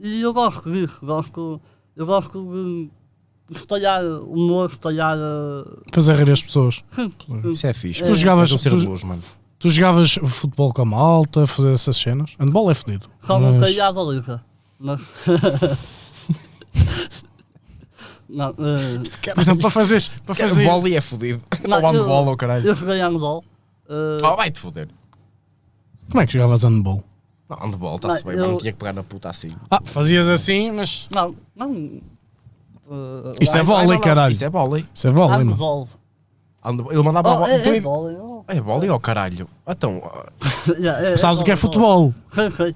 Speaker 3: E eu gosto disso, gosto, eu gosto de espalhar humor, espalhar. eh,
Speaker 1: Fazer rir as pessoas.
Speaker 3: sim, sim.
Speaker 2: Isso é fixe.
Speaker 1: Tu jogavas-
Speaker 2: És um ser
Speaker 1: tu-
Speaker 2: de luz, mano.
Speaker 1: Tu jogavas futebol com a malta, fazer essas cenas. Handball é fodido.
Speaker 3: Só não
Speaker 1: mas-
Speaker 3: caí à baliza. Mas. não, eh,
Speaker 1: Por exemplo, para fazeres. Para fazer...
Speaker 2: O boli é fodido.
Speaker 3: Não,
Speaker 2: Ou handball,
Speaker 3: eu-
Speaker 2: ou caralho.
Speaker 3: eu joguei handball. eh,
Speaker 2: Ah, vai-te foder.
Speaker 1: Como é que jogavas handball?
Speaker 2: Não, handball, está-se
Speaker 3: Não,
Speaker 2: bem. mano.
Speaker 3: eu-
Speaker 2: tinha que pegar na puta assim.
Speaker 1: Ah, fazias assim, mas.
Speaker 3: não, não. eh,
Speaker 1: Isso é
Speaker 2: Ai,
Speaker 1: vôlei,
Speaker 2: ai, não, não,
Speaker 1: caralho.
Speaker 2: Isso é vôlei.
Speaker 1: Isso é vôlei, mano.
Speaker 3: handball.
Speaker 2: Handball. Ele mandava a
Speaker 3: Oh,
Speaker 2: bola.
Speaker 3: é,
Speaker 2: então
Speaker 3: é
Speaker 2: é-
Speaker 3: vôlei, oh.
Speaker 2: é bola e ao caralho. Então, ah,
Speaker 3: Yeah, é-
Speaker 1: Sabes o que é
Speaker 3: vôlei,
Speaker 1: futebol?
Speaker 3: vôlei. Sei, sei.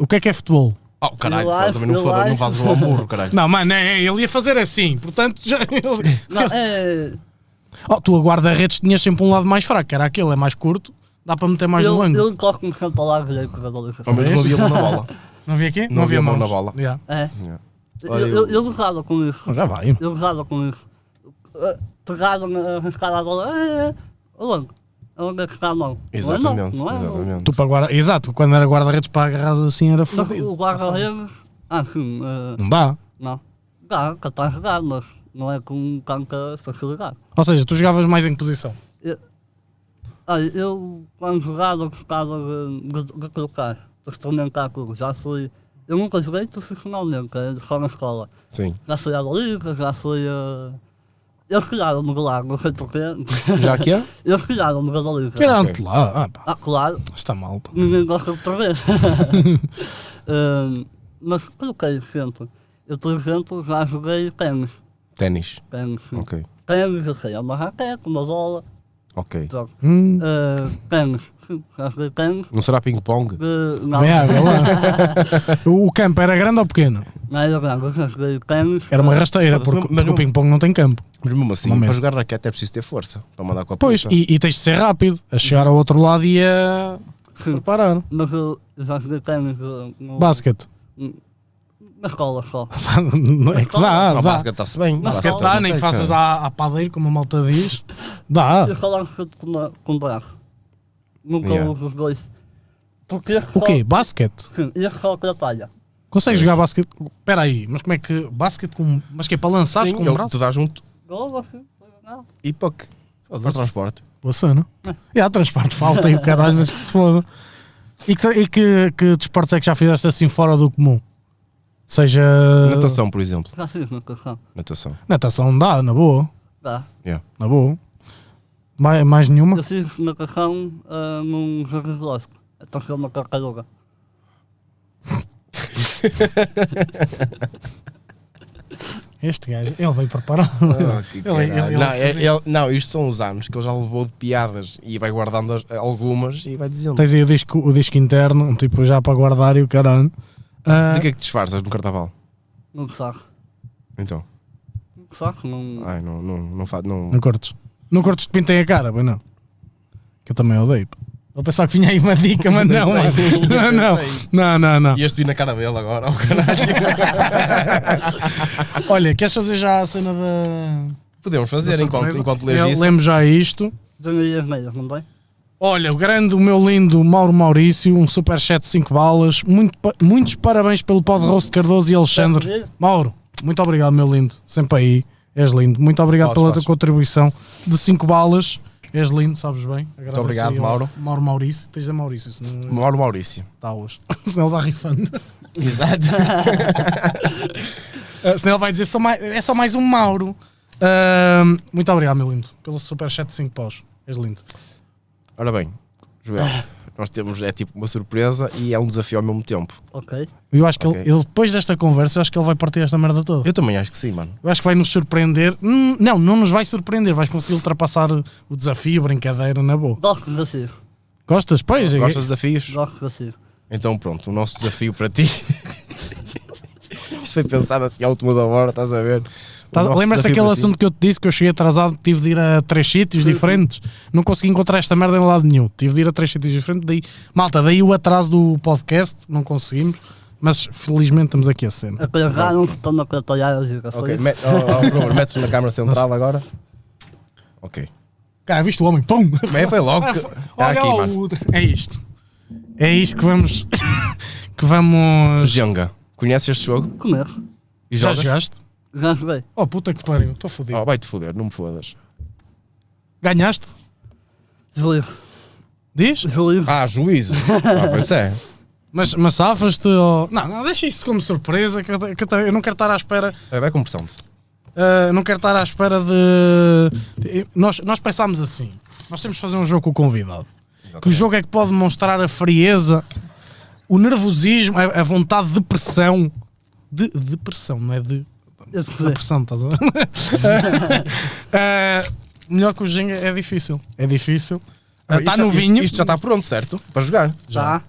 Speaker 1: O que é que é futebol?
Speaker 2: oh, caralho,
Speaker 3: Relaxa,
Speaker 2: foda, também não foda, não fazes
Speaker 3: relaxa.
Speaker 2: o amor, caralho.
Speaker 1: Não, mano, é, é, ele ia fazer assim. Portanto, já. ele-
Speaker 3: Não, é.
Speaker 1: Oh, tu a guarda-redes tinhas sempre um lado mais fraco, que era aquele, é mais curto, dá para meter mais no
Speaker 3: ele,
Speaker 1: ângulo.
Speaker 3: ele corre-me sempre ao lado direito, com a bola.
Speaker 2: Ao menos não havia mão na bola.
Speaker 1: Não havia aqui?
Speaker 2: Não havia mão
Speaker 1: mãos.
Speaker 2: na bola.
Speaker 1: Yeah.
Speaker 3: É.
Speaker 2: Yeah.
Speaker 3: Eu,
Speaker 2: Olha,
Speaker 3: eu,
Speaker 2: eu-
Speaker 3: eu usava com isso.
Speaker 1: Não, já vai.
Speaker 3: Eu usava com isso. Eh, Pegava-me a arriscar a bola. É, é, Onde? Onde é que está a mão? Não é não,
Speaker 2: Exatamente,
Speaker 3: Não é não.
Speaker 2: exatamente.
Speaker 1: Tu para guarda... Exato, quando era guarda-redes para agarrar assim era
Speaker 3: Mas
Speaker 1: fodido.
Speaker 3: o guarda-redes, assim, eh,
Speaker 1: Não dá.
Speaker 3: não. Dá, capaz de dar, mas não é com tanta facilidade.
Speaker 1: Ou seja, tu jogavas mais em que posição?
Speaker 3: Olha, eu, quando jogava, gostava de, de, de colocar, de experimentar tudo. Já fui. Eu nunca joguei profissionalmente, eh, só na escola.
Speaker 2: Sim.
Speaker 3: Já fui à Liga, já fui eh, a. Eles tiraram-me de lá, não sei porquê.
Speaker 2: Já que é?
Speaker 3: Eles tiraram-me da Liga.
Speaker 1: Tiraram-te lá. Ah, pá,
Speaker 3: Ah, claro,
Speaker 1: está mal. pá.
Speaker 3: ninguém gosta de perder. Hum, mas coloquei sempre. Eu, por exemplo, já joguei ténis.
Speaker 2: Ténis.
Speaker 3: Ténis, sim.
Speaker 2: Ok.
Speaker 3: ténis assim, é uma raquete, uma bola,
Speaker 2: Ok.
Speaker 3: pronto.
Speaker 1: Hum,
Speaker 3: Ah, ténis, sim, já joguei ténis.
Speaker 2: Não será ping-pong?
Speaker 3: De, não,
Speaker 1: vem água lá. o o campo era grande ou pequeno?
Speaker 3: não era grande, já joguei ténis.
Speaker 1: Era uma
Speaker 3: ah,
Speaker 1: rasteira,
Speaker 2: Foda-se, mas
Speaker 1: porque, porque o
Speaker 2: não-
Speaker 1: ping-pong não tem campo.
Speaker 2: Mas mesmo assim,
Speaker 1: Não
Speaker 2: para
Speaker 1: mesmo.
Speaker 2: jogar raquete é preciso ter força para mandar com a
Speaker 1: Pois,
Speaker 2: puta.
Speaker 1: e, e tens de ser rápido, a chegar ao outro lado e a
Speaker 3: sim,
Speaker 1: preparar.
Speaker 3: mas eu eu já joguei ténis ah, no-
Speaker 1: Basquete.
Speaker 3: na escola só.
Speaker 1: Não é que dá,
Speaker 2: Ah,
Speaker 1: dá.
Speaker 2: a básica está-se bem.
Speaker 3: Mas
Speaker 1: Basquete
Speaker 3: Basquete
Speaker 1: dá,
Speaker 2: não sei,
Speaker 1: nem que faças
Speaker 2: cara.
Speaker 1: à, à padeiro, como a malta diz. Dá.
Speaker 3: Eu só lanço chute com, uma- com o braço. Nunca
Speaker 2: Yeah.
Speaker 3: uso os dois. Porque esse
Speaker 1: O
Speaker 3: só-
Speaker 1: quê? Basquete?
Speaker 3: Sim, esse só atrapalha.
Speaker 1: Consegues
Speaker 2: Pois.
Speaker 1: jogar basquete? Espera aí, mas como é que... Basquete com... Mas que é para lançares
Speaker 2: Sim,
Speaker 1: com
Speaker 2: ele
Speaker 1: o braço?
Speaker 2: te dá junto
Speaker 3: Gol, assim, não.
Speaker 2: e POC. Para transporte.
Speaker 1: Laçana. E há transporte falta e o caralho, mas que se foda. E que, e que, que desportos é que já fizeste assim fora do comum? Seja.
Speaker 2: Natação, por exemplo.
Speaker 3: Já fiz natação.
Speaker 2: Natação.
Speaker 1: Natação dá, na boa.
Speaker 3: Dá.
Speaker 1: Na boa. Mais, mais nenhuma?
Speaker 3: Eu fiz natação ah, num jardim zoológico. Então foi uma tartaruga.
Speaker 1: Este gajo, ele veio preparado. Ele- um ele- ele-
Speaker 2: Ah, não, é- ele- não, isto são os anos que ele já levou de piadas e vai guardando as- algumas e vai dizendo.
Speaker 1: Tens aí o disco, o disco interno, tipo já para guardar e o caralho. Ah,
Speaker 2: De que é que te disfarças no carnaval?
Speaker 3: Num saco.
Speaker 2: Então,
Speaker 3: Num saco, num...
Speaker 2: ai, não, não, não faz. Não,
Speaker 1: não cortes. Não cortes de pintem a cara, pois não. Que eu também odeio. pá. Vou pensar que vinha aí uma dica, mas não,
Speaker 2: sei,
Speaker 1: mano.
Speaker 2: eu
Speaker 1: Não,
Speaker 2: pensei.
Speaker 1: não, não, não.
Speaker 2: E este vi na cara dele agora, ao caralho.
Speaker 1: Olha, queres fazer já a cena da.
Speaker 2: Podemos fazer
Speaker 1: da
Speaker 2: enquanto,
Speaker 1: surpresa?
Speaker 2: enquanto lês
Speaker 1: Eu
Speaker 2: isso.
Speaker 1: Lembro já isto.
Speaker 3: Ganhei as meias, não bem?
Speaker 1: Olha, o grande, o meu lindo Mauro Maurício, um super chat de 5 balas. Muito pa- muitos parabéns pelo pod roast Cardoso e Alexandre. Mauro, muito obrigado, meu lindo. Sempre aí. És lindo. Muito obrigado
Speaker 2: Podes,
Speaker 1: pela
Speaker 2: podes.
Speaker 1: tua contribuição de 5 balas. És lindo, sabes bem. Agradeço
Speaker 2: obrigado,
Speaker 1: aí ao
Speaker 2: Mauro.
Speaker 1: Mauro Maurício. Tens a Maurício, senão
Speaker 2: Mauro Maurício.
Speaker 1: está hoje. senão ele está rifando.
Speaker 2: Exato.
Speaker 1: Uh, senão ele vai dizer só mais- é só mais um Mauro. Uh, muito obrigado, meu lindo, pelo super chat de 5 paus. És lindo.
Speaker 2: Ora bem, Joel, nós temos, é tipo uma surpresa e é um desafio ao mesmo tempo.
Speaker 3: Ok.
Speaker 1: Eu acho que
Speaker 2: Ok.
Speaker 1: ele, ele, depois desta conversa, eu acho que ele vai partir esta merda toda.
Speaker 2: Eu também acho que sim, mano.
Speaker 1: Eu acho que vai nos surpreender. Hum, não, não nos vai surpreender. Vais conseguir ultrapassar o desafio, a brincadeira, na boa.
Speaker 3: Gosto de desafio.
Speaker 1: Gostas? Pois é.
Speaker 2: Gostas de desafios?
Speaker 3: Gosto de desafio.
Speaker 2: Então pronto, o nosso desafio para ti. Isto foi pensado assim à última da hora, estás a ver? O
Speaker 1: Tá-
Speaker 2: nosso
Speaker 1: Lembras-te
Speaker 2: desafio
Speaker 1: daquele
Speaker 2: para ti.
Speaker 1: assunto que eu te disse que eu cheguei atrasado, tive de ir a três sítios diferentes? Não consegui encontrar esta merda em lado nenhum. Tive de ir a três sítios diferentes. Daí, malta, daí o atraso do podcast, não conseguimos. Mas felizmente estamos aqui a cena.
Speaker 3: Apegaram-se, estão na cartalhada, diga. Foi
Speaker 2: Ok,
Speaker 3: isso?
Speaker 2: mete, oh, oh, Bruno, metes na câmara central agora. Ok.
Speaker 1: Cara, Ah, viste o homem? Pum!
Speaker 2: Mas foi logo. Que... Está
Speaker 1: Ah, Olha
Speaker 2: Tá aqui,
Speaker 1: o-
Speaker 2: mano.
Speaker 1: É isto. É isto que vamos. que vamos.
Speaker 2: Jenga. Conheces este jogo?
Speaker 3: Começo.
Speaker 2: E
Speaker 1: Já
Speaker 2: jogas?
Speaker 1: jogaste?
Speaker 3: Já joguei.
Speaker 1: Oh puta que pariu, estou fodido.
Speaker 2: Oh, vai-te foder, não me fodas.
Speaker 1: Ganhaste?
Speaker 3: Juízo.
Speaker 1: Diz?
Speaker 3: Juízo.
Speaker 2: Ah, juízo. Ah, pois é.
Speaker 1: Mas, mas safas-te? Ou... Não, não, deixa isso como surpresa. Que eu, te- que eu te- eu não quero estar à espera.
Speaker 2: É, Vai com pressão.
Speaker 1: ah, não quero estar à espera de. Nós, nós pensámos assim. Nós temos de fazer um jogo com o convidado. Que o jogo é que pode demonstrar a frieza, o nervosismo, a, a vontade de pressão. De, de pressão, não é de
Speaker 3: Eu
Speaker 1: da
Speaker 3: percebi.
Speaker 1: pressão, estás a ver? Eh, melhor que o Jenga é difícil. É difícil. Eh, é-
Speaker 2: Ah,
Speaker 1: Está
Speaker 2: isto já-
Speaker 1: no
Speaker 2: isto-
Speaker 1: vinho.
Speaker 2: Isto já está pronto, certo? Para jogar.
Speaker 3: Já.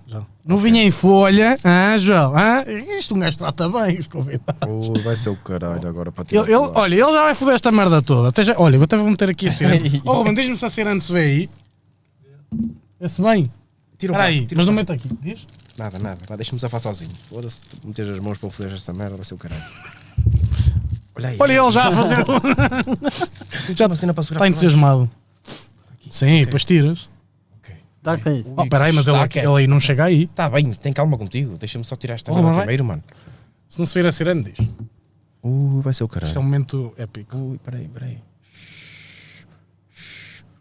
Speaker 1: No vinho Tá? em folha. Ah, João. Ah, isto um gajo trata bem os convidados.
Speaker 2: Oh, vai ser o caralho agora para
Speaker 1: Ele, ele- olha, ele já vai foder esta merda toda. Até já- olha, eu até vou meter aqui a cena. oh, Ruben, diz-me se a cena antes vê aí. Vê-se bem.
Speaker 2: tira
Speaker 1: Espera aí, mas não
Speaker 2: braço.
Speaker 1: mete aqui. Diz?
Speaker 2: Nada, nada, nada. Deixa-me safar sozinho. Foda-se, tu metes as mãos para foder esta merda, vai ser o caralho. Olha aí.
Speaker 1: Olha ele já a fazer.
Speaker 2: já uma cena para segurar.
Speaker 1: Está entusiasmado. Sim, depois tiras.
Speaker 3: Está aqui.
Speaker 1: Oh, espera aí, mas ele,
Speaker 2: Está
Speaker 1: ele
Speaker 2: quieto.
Speaker 1: aí não chega aí.
Speaker 2: Está bem, tem calma contigo. Deixa-me só tirar esta
Speaker 1: Oh,
Speaker 2: merda
Speaker 1: mas vai-
Speaker 2: primeiro, mano.
Speaker 1: Se não se vir a sirene, diz.
Speaker 2: Uh, vai ser o
Speaker 1: Isto é um
Speaker 2: caralho.
Speaker 1: momento épico.
Speaker 2: Ui, peraí, peraí.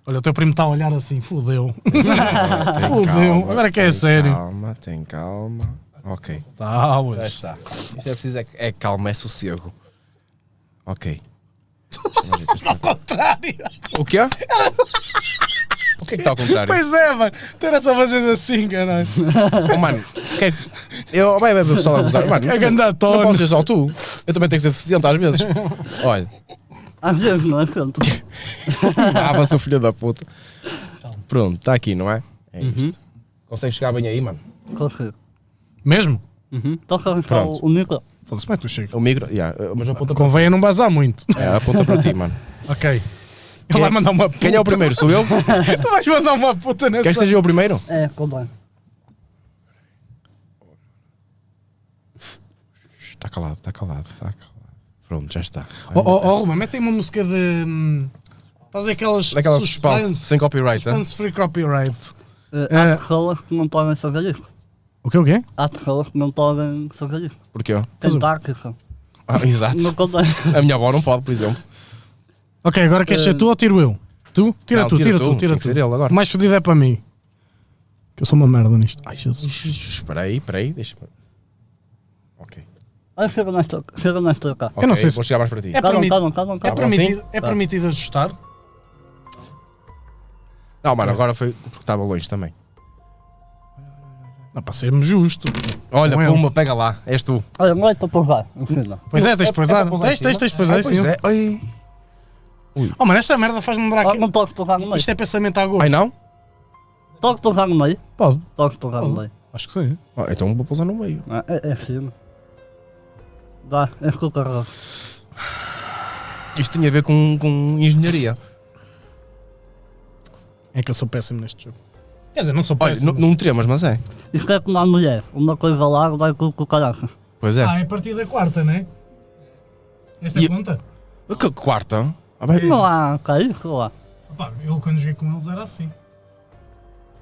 Speaker 1: Olha, o teu primo está a olhar assim, fodeu.
Speaker 2: Tem
Speaker 1: Fudeu,
Speaker 2: calma,
Speaker 1: agora que é
Speaker 2: tem
Speaker 1: sério.
Speaker 2: Calma, tem calma. Ok.
Speaker 1: Tá,
Speaker 2: Já
Speaker 1: hoje.
Speaker 2: está. Isto é preciso, é, é calma, é sossego. Ok. Deixa-me ver isto.
Speaker 1: Contrário.
Speaker 2: o quê? o que é que está ao contrário?
Speaker 1: Pois é, mano. Tu era só fazer assim, caralho.
Speaker 2: Oh, mano, quer... eu, vai, vai, vai, pessoal a gozar. Mano,
Speaker 1: É
Speaker 2: não-
Speaker 1: grande
Speaker 2: Não
Speaker 1: ator.
Speaker 2: podes ser só tu. Eu também tenho que ser suficiente às vezes. Olha,
Speaker 3: Às vezes não é tanto.
Speaker 2: ah, seu filho da puta. Pronto, está aqui, não é? É isto. Então. Consegues chegar bem aí, mano?
Speaker 3: Consigo.
Speaker 1: Mesmo?
Speaker 3: Uhum. Toca arrancar
Speaker 2: Pronto.
Speaker 3: o micro.
Speaker 1: Foda-se, mas tu chega.
Speaker 2: O micro, yeah, mas aponta,
Speaker 1: Convém a não bazar muito.
Speaker 2: é, aponta para ti, mano.
Speaker 1: Ok. Ele vai mandar uma puta.
Speaker 2: Quem é o primeiro? Sou eu?
Speaker 1: tu vais mandar uma puta nessa.
Speaker 2: Queres que seja eu o primeiro?
Speaker 3: É, convém.
Speaker 2: Está tá calado, está calado, está calado. Pronto, já está.
Speaker 1: Oh, oh, oh Ruben, metem uma música de. hum, Faz aquelas.
Speaker 2: Daquela suspense, sem copyright, né? Ah.
Speaker 1: Suspense free copyright.
Speaker 3: Eh,
Speaker 1: É.
Speaker 3: Há pessoas que não podem fazer isto.
Speaker 1: O que o quê?
Speaker 3: Há pessoas que não podem fazer isto.
Speaker 2: Porquê?
Speaker 3: Tem Parkinson.
Speaker 2: Ah, exato.
Speaker 3: Não convém.
Speaker 2: A minha avó não pode, por exemplo.
Speaker 1: Ok, agora queres ser tu ou tiro eu? Tu? Tira
Speaker 2: Eh, Não,
Speaker 1: tu, tira, tu,
Speaker 2: Tem
Speaker 1: tira
Speaker 2: que
Speaker 1: tu.
Speaker 2: ser ele agora.
Speaker 1: O mais fodido é para mim. Que eu sou uma merda nisto. Ai, Jesus.
Speaker 2: Espera aí, espera aí, deixa-me. Ok.
Speaker 3: Olha, chega mais troca. Chega mais troca.
Speaker 1: não
Speaker 2: Ok,
Speaker 1: sei se-
Speaker 2: Vou chegar mais para ti.
Speaker 1: É
Speaker 3: Calma,
Speaker 1: permitido-
Speaker 3: calma, calma,
Speaker 1: É
Speaker 2: bom,
Speaker 3: calma.
Speaker 1: permitido,
Speaker 2: Ah, sim?
Speaker 1: é
Speaker 3: Tá.
Speaker 1: permitido ajustar?
Speaker 2: Não, mano, agora foi porque estava longe também.
Speaker 1: Não, para sermos justos.
Speaker 2: Olha,
Speaker 1: Com ele.
Speaker 2: puma, pega lá, és tu.
Speaker 3: Olha, não é para pousar. Ensina.
Speaker 1: Pois é, tens de pesar.
Speaker 2: para pousar
Speaker 1: Tens,
Speaker 2: em cima?
Speaker 1: tens, tens de pesar,
Speaker 2: Ah, pois
Speaker 1: sim.
Speaker 2: é. Ai.
Speaker 1: Oh, mano, esta merda faz-me lembrar
Speaker 3: Ah,
Speaker 1: que.
Speaker 3: não posso pousar no meio.
Speaker 1: Isto é pensamento à
Speaker 2: Ai
Speaker 1: gosto.
Speaker 2: não?
Speaker 3: Posso pousar no meio?
Speaker 1: Pode.
Speaker 3: Posso pousar no
Speaker 1: Pode.
Speaker 3: meio.
Speaker 1: Acho que sim.
Speaker 2: Ah, então vou pousar no meio.
Speaker 3: Ah, É, é cima. Dá, é com o carro.
Speaker 2: Isto tinha a ver com, com engenharia.
Speaker 1: É que eu sou péssimo neste jogo. Quer dizer, não sou
Speaker 2: Olha,
Speaker 1: péssimo.
Speaker 2: não, não tremas, mas é.
Speaker 3: Isto é como a mulher. Uma coisa larga dá com o caraca.
Speaker 2: Pois é.
Speaker 1: Ah, é a partir da quarta, não é? Esta
Speaker 2: E-
Speaker 1: conta?
Speaker 2: Que quarta? Ah, bem.
Speaker 3: Não há cá isso, lá.
Speaker 1: Opa, eu quando joguei com eles era assim.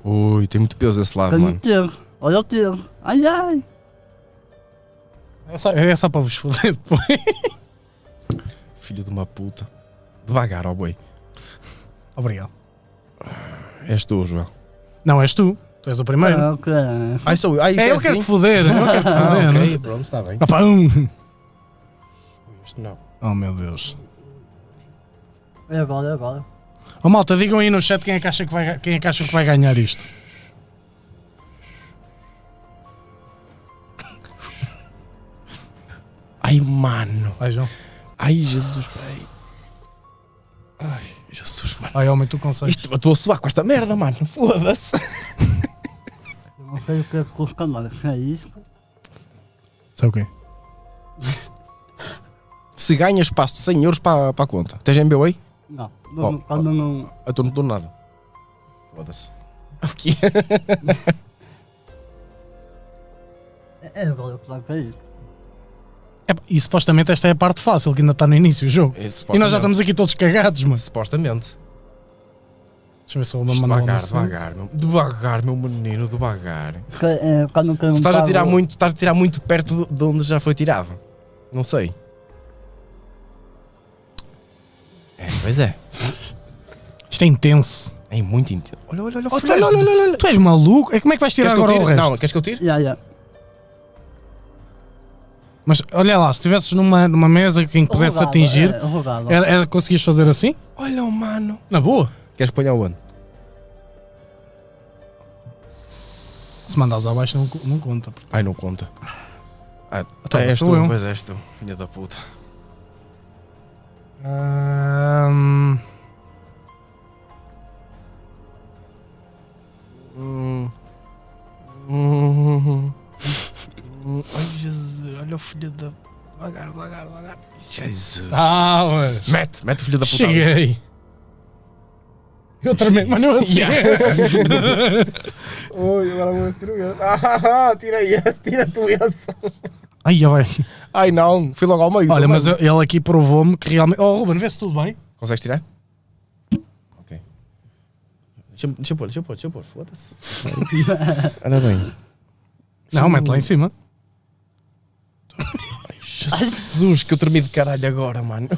Speaker 2: Ui, tem muito peso desse lado,
Speaker 3: Tenho
Speaker 2: Ah, mano.
Speaker 3: tiro. Olha o tiro. Ai ai.
Speaker 1: É só, é só para vos foder depois.
Speaker 2: Filho de uma puta. Devagar, ó boi.
Speaker 1: Obrigado.
Speaker 2: És tu, Joel.
Speaker 1: Não és tu. Tu és o primeiro.
Speaker 3: Ah, ok.
Speaker 2: Ai, sou eu. Ai, isto
Speaker 1: é,
Speaker 2: é,
Speaker 1: eu
Speaker 2: assim?
Speaker 1: quero te foder. Eu quero te foder.
Speaker 2: Ah,
Speaker 1: não é?
Speaker 2: ok, pronto, está bem.
Speaker 1: Opa, um.
Speaker 2: Isto não.
Speaker 1: Oh, meu Deus.
Speaker 3: É agora, é agora.
Speaker 1: Oh, malta, digam aí no chat quem é que acha que vai, ga- quem é que acha que vai ganhar isto.
Speaker 2: Ai, mano.
Speaker 1: Vai, João.
Speaker 2: Ai, Jesus, peraí. Ai, Jesus, mano.
Speaker 1: Vai, homem, tu consegues.
Speaker 2: Isto, eu estou a suar com esta merda, mano. Foda-se.
Speaker 3: Eu não sei o que é que custa mais. É isso?
Speaker 1: Sabe é o quê?
Speaker 2: Se ganhas, passo 100 euros para, para a conta. Tens MBA?
Speaker 3: Não.
Speaker 2: Oh,
Speaker 3: Não, quando não.
Speaker 2: Eu tô- Então não dou nada. Foda-se. O quê?
Speaker 3: É é agora que vai cair.
Speaker 1: É, pá, e supostamente esta é a parte fácil, que ainda está no início do jogo. E nós já estamos aqui todos cagados, mano.
Speaker 2: Supostamente.
Speaker 1: Deixa eu ver se o Alma mandou uma
Speaker 2: Devagar,
Speaker 1: cena.
Speaker 2: devagar. Meu, devagar, meu menino, devagar.
Speaker 3: Porque, é, quando quero
Speaker 2: Tu
Speaker 3: um
Speaker 2: estás a tirar
Speaker 3: carro-
Speaker 2: muito, estás a tirar muito perto de- de onde já foi tirado. Não sei. É, pois é.
Speaker 1: Isto é intenso.
Speaker 2: É muito intenso. Olha, olha, olha. o
Speaker 1: Oh, tu,
Speaker 2: flash.
Speaker 1: és, tu és maluco? É como é que vais tirar
Speaker 2: Queres que eu
Speaker 1: agora o
Speaker 2: tire?
Speaker 1: resto?
Speaker 2: Não, queres que eu tire?
Speaker 3: Ya, ya.
Speaker 1: Mas olha lá, se estivesses numa, numa mesa que em que pudesses
Speaker 3: Rodava,
Speaker 1: atingir,
Speaker 3: É, rodava.
Speaker 1: era, era- conseguias fazer assim?
Speaker 2: Olha o mano.
Speaker 1: Na boa.
Speaker 2: Queres apanhar onde?
Speaker 1: Se mandares abaixo não, co- não conta. porque-
Speaker 2: Ai, não conta. Ah,
Speaker 1: Então,
Speaker 2: és
Speaker 1: sou
Speaker 2: tu,
Speaker 1: eu.
Speaker 2: pois és tu, filha da puta.
Speaker 1: Ahm,
Speaker 2: filho da. Lagarto, lagarto, lagarto. Jesus.
Speaker 1: Ah, ué.
Speaker 2: Mete, mete o filho da puta. ali.
Speaker 1: Cheguei. Eu tremendo, mas não assim.
Speaker 4: Oi, agora vou assistir o esse. Ah, ah, tira esse, tira tu esse.
Speaker 1: Ai, já vai.
Speaker 2: Ai não, fui logo ao meio.
Speaker 1: Olha,
Speaker 2: também.
Speaker 1: mas eu- ele aqui provou-me que realmente. Oh, Ruben, vê se tudo bem.
Speaker 2: Consegues tirar?
Speaker 4: Deixa, deixa eu pôr, deixa eu pôr, deixa eu pôr, foda-se.
Speaker 2: Ora bem.
Speaker 1: Não, mete lá em cima.
Speaker 2: Jesus, que eu tremi de caralho agora, mano.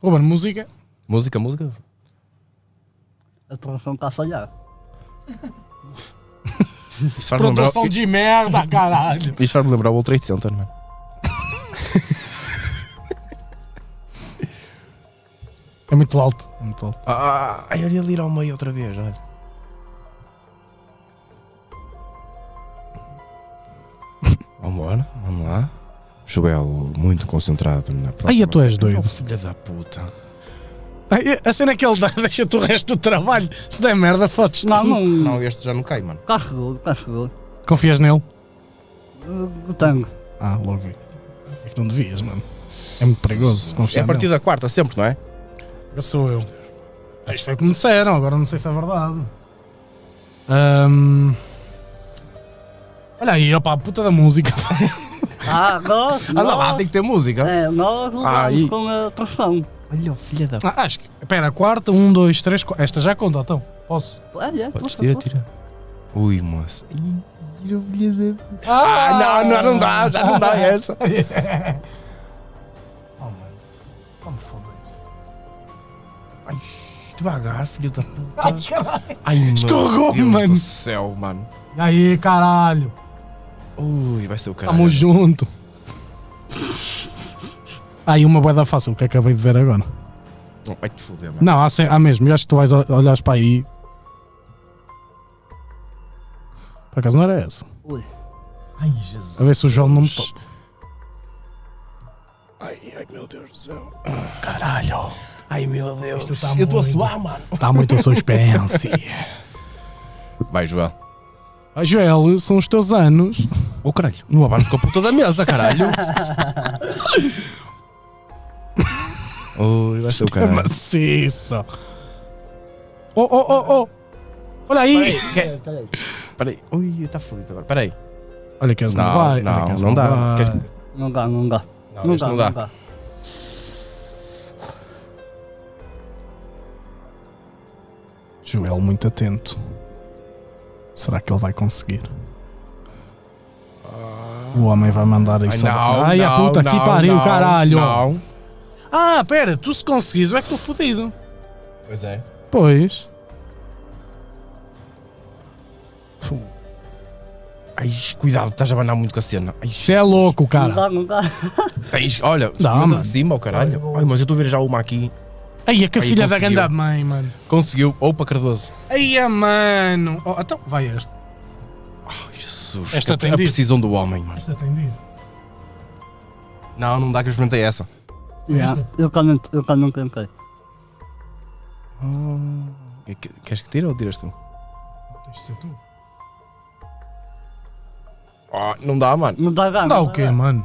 Speaker 1: Ruben, música.
Speaker 2: Música, música?
Speaker 3: A tradução está a falhar.
Speaker 2: Isto faz-me lembrar,
Speaker 1: Produção de merda, caralho.
Speaker 2: isto faz lembrar o World Trade Center, mano.
Speaker 1: É muito alto. É muito alto.
Speaker 2: Ah, ai, olha ali ao meio outra vez, olha. Vambora, vamos lá. Joel, muito concentrado na próxima.
Speaker 1: Ai, tu és doido.
Speaker 2: Oh, filha da puta.
Speaker 1: Ai, A cena é que ele dá, deixa-te o resto do trabalho. Se der merda, fodes-te.
Speaker 3: Não, um não.
Speaker 2: Não, este já não cai, mano.
Speaker 3: Carregou, carregou.
Speaker 1: Confias nele?
Speaker 3: Uh, O tango.
Speaker 1: Ah, logo vi. É que não devias, mano. É muito perigoso se
Speaker 2: É
Speaker 1: confiar
Speaker 2: a partir da quarta sempre, não é?
Speaker 1: Eu sou eu. Ah, Isto foi como disseram, agora não sei se é verdade. Ahm. Olha aí, opa, a puta da música.
Speaker 3: Ah, nós.
Speaker 2: Anda lá, tem
Speaker 3: nós,
Speaker 2: que ter música.
Speaker 3: é, nós
Speaker 2: Aí.
Speaker 3: lutamos com a tradução.
Speaker 2: Olha, oh, filha da
Speaker 1: Ah, acho que. Espera, quarta, um, dois, três, qu- Esta já conta, então. Posso?
Speaker 3: É, é,
Speaker 2: Podes
Speaker 3: puxa,
Speaker 2: tira,
Speaker 3: puxa.
Speaker 2: tira. Ui, moça. Ah, não, não, não dá, já não dá essa.
Speaker 1: Oh, mano. Só me foda.
Speaker 2: Devagar, filho da puta.
Speaker 1: Ai, caralho.
Speaker 2: Ai, meu
Speaker 1: Escorregou,
Speaker 2: Deus
Speaker 1: mano.
Speaker 2: do céu, mano.
Speaker 1: E aí, caralho.
Speaker 2: Ui, vai ser o caralho.
Speaker 1: Tamo junto. Aí uma boeda fácil que acabei de ver agora.
Speaker 2: Não, Vai te foder, mano.
Speaker 1: Não, há, se- há mesmo. Eu acho que tu vais ol- olhares para aí. Por acaso não era essa.
Speaker 3: Ui.
Speaker 2: Ai, Jesus.
Speaker 1: A ver se o João não me toca.
Speaker 2: Ai, ai, meu Deus do céu.
Speaker 1: Caralho.
Speaker 2: Ai, meu Deus.
Speaker 1: Isto tá
Speaker 2: eu estou a
Speaker 1: muito.
Speaker 2: suar, mano.
Speaker 1: Está muito a sua experiência.
Speaker 2: Vai, Joel.
Speaker 1: Ah, Joel, são os teus anos.
Speaker 2: Ô, caralho. Não abanes com a puta da mesa, caralho. Ui, vai ser o caralho.
Speaker 1: Maciço. Oh, oh, oh, oh. Olha aí.
Speaker 3: Peraí.
Speaker 2: Peraí. Ui, tá fodido agora. Peraí.
Speaker 1: Olha que as não,
Speaker 2: Não,
Speaker 1: vai.
Speaker 2: não,
Speaker 1: olha que as
Speaker 2: não dá.
Speaker 1: vai.
Speaker 2: Queres-
Speaker 3: Não dá, não dá.
Speaker 1: Ah,
Speaker 3: Não
Speaker 2: este
Speaker 3: dá,
Speaker 2: não
Speaker 3: não
Speaker 2: dá.
Speaker 3: dá.
Speaker 1: Joel muito atento. Será que ele vai conseguir? O homem vai mandar
Speaker 2: Ah. é Ai,
Speaker 1: isso.
Speaker 2: não,
Speaker 1: a- Ai, a
Speaker 2: não,
Speaker 1: puta que
Speaker 2: não,
Speaker 1: pariu,
Speaker 2: não,
Speaker 1: caralho.
Speaker 2: Não.
Speaker 1: Ah, pera, tu se conseguires, eu é que estou fodido.
Speaker 2: Pois é.
Speaker 1: Pois.
Speaker 2: Ai, cuidado, estás a abanar muito com a cena. Ai,
Speaker 1: Você é louco,
Speaker 3: Não
Speaker 1: cara.
Speaker 3: dá, não dá.
Speaker 2: Ai, olha,
Speaker 1: Dá,
Speaker 2: não,
Speaker 1: mano.
Speaker 2: de cima, ao caralho. Ai, mas eu estou a ver já uma aqui.
Speaker 1: Ai, é que a
Speaker 2: Aí,
Speaker 1: filha da
Speaker 2: conseguiu.
Speaker 1: ganda mãe, mano.
Speaker 2: Conseguiu. Opa, Cardoso.
Speaker 1: Ai, a mano. Oh, então, vai esta.
Speaker 2: Jesus.
Speaker 1: Esta
Speaker 2: que
Speaker 1: tem
Speaker 2: a
Speaker 1: dito.
Speaker 2: precisão do homem, mano.
Speaker 1: Esta tem de ir.
Speaker 2: Não, não dá que eu experimentei essa.
Speaker 3: Yeah, Eu cá não- eu cá não tentei.
Speaker 2: Que- que- Queres que tire ou tiras tu?
Speaker 1: Tens de ser tu.
Speaker 2: Ah, não dá, mano.
Speaker 3: Não dá, dá.
Speaker 1: Dá o quê, mano?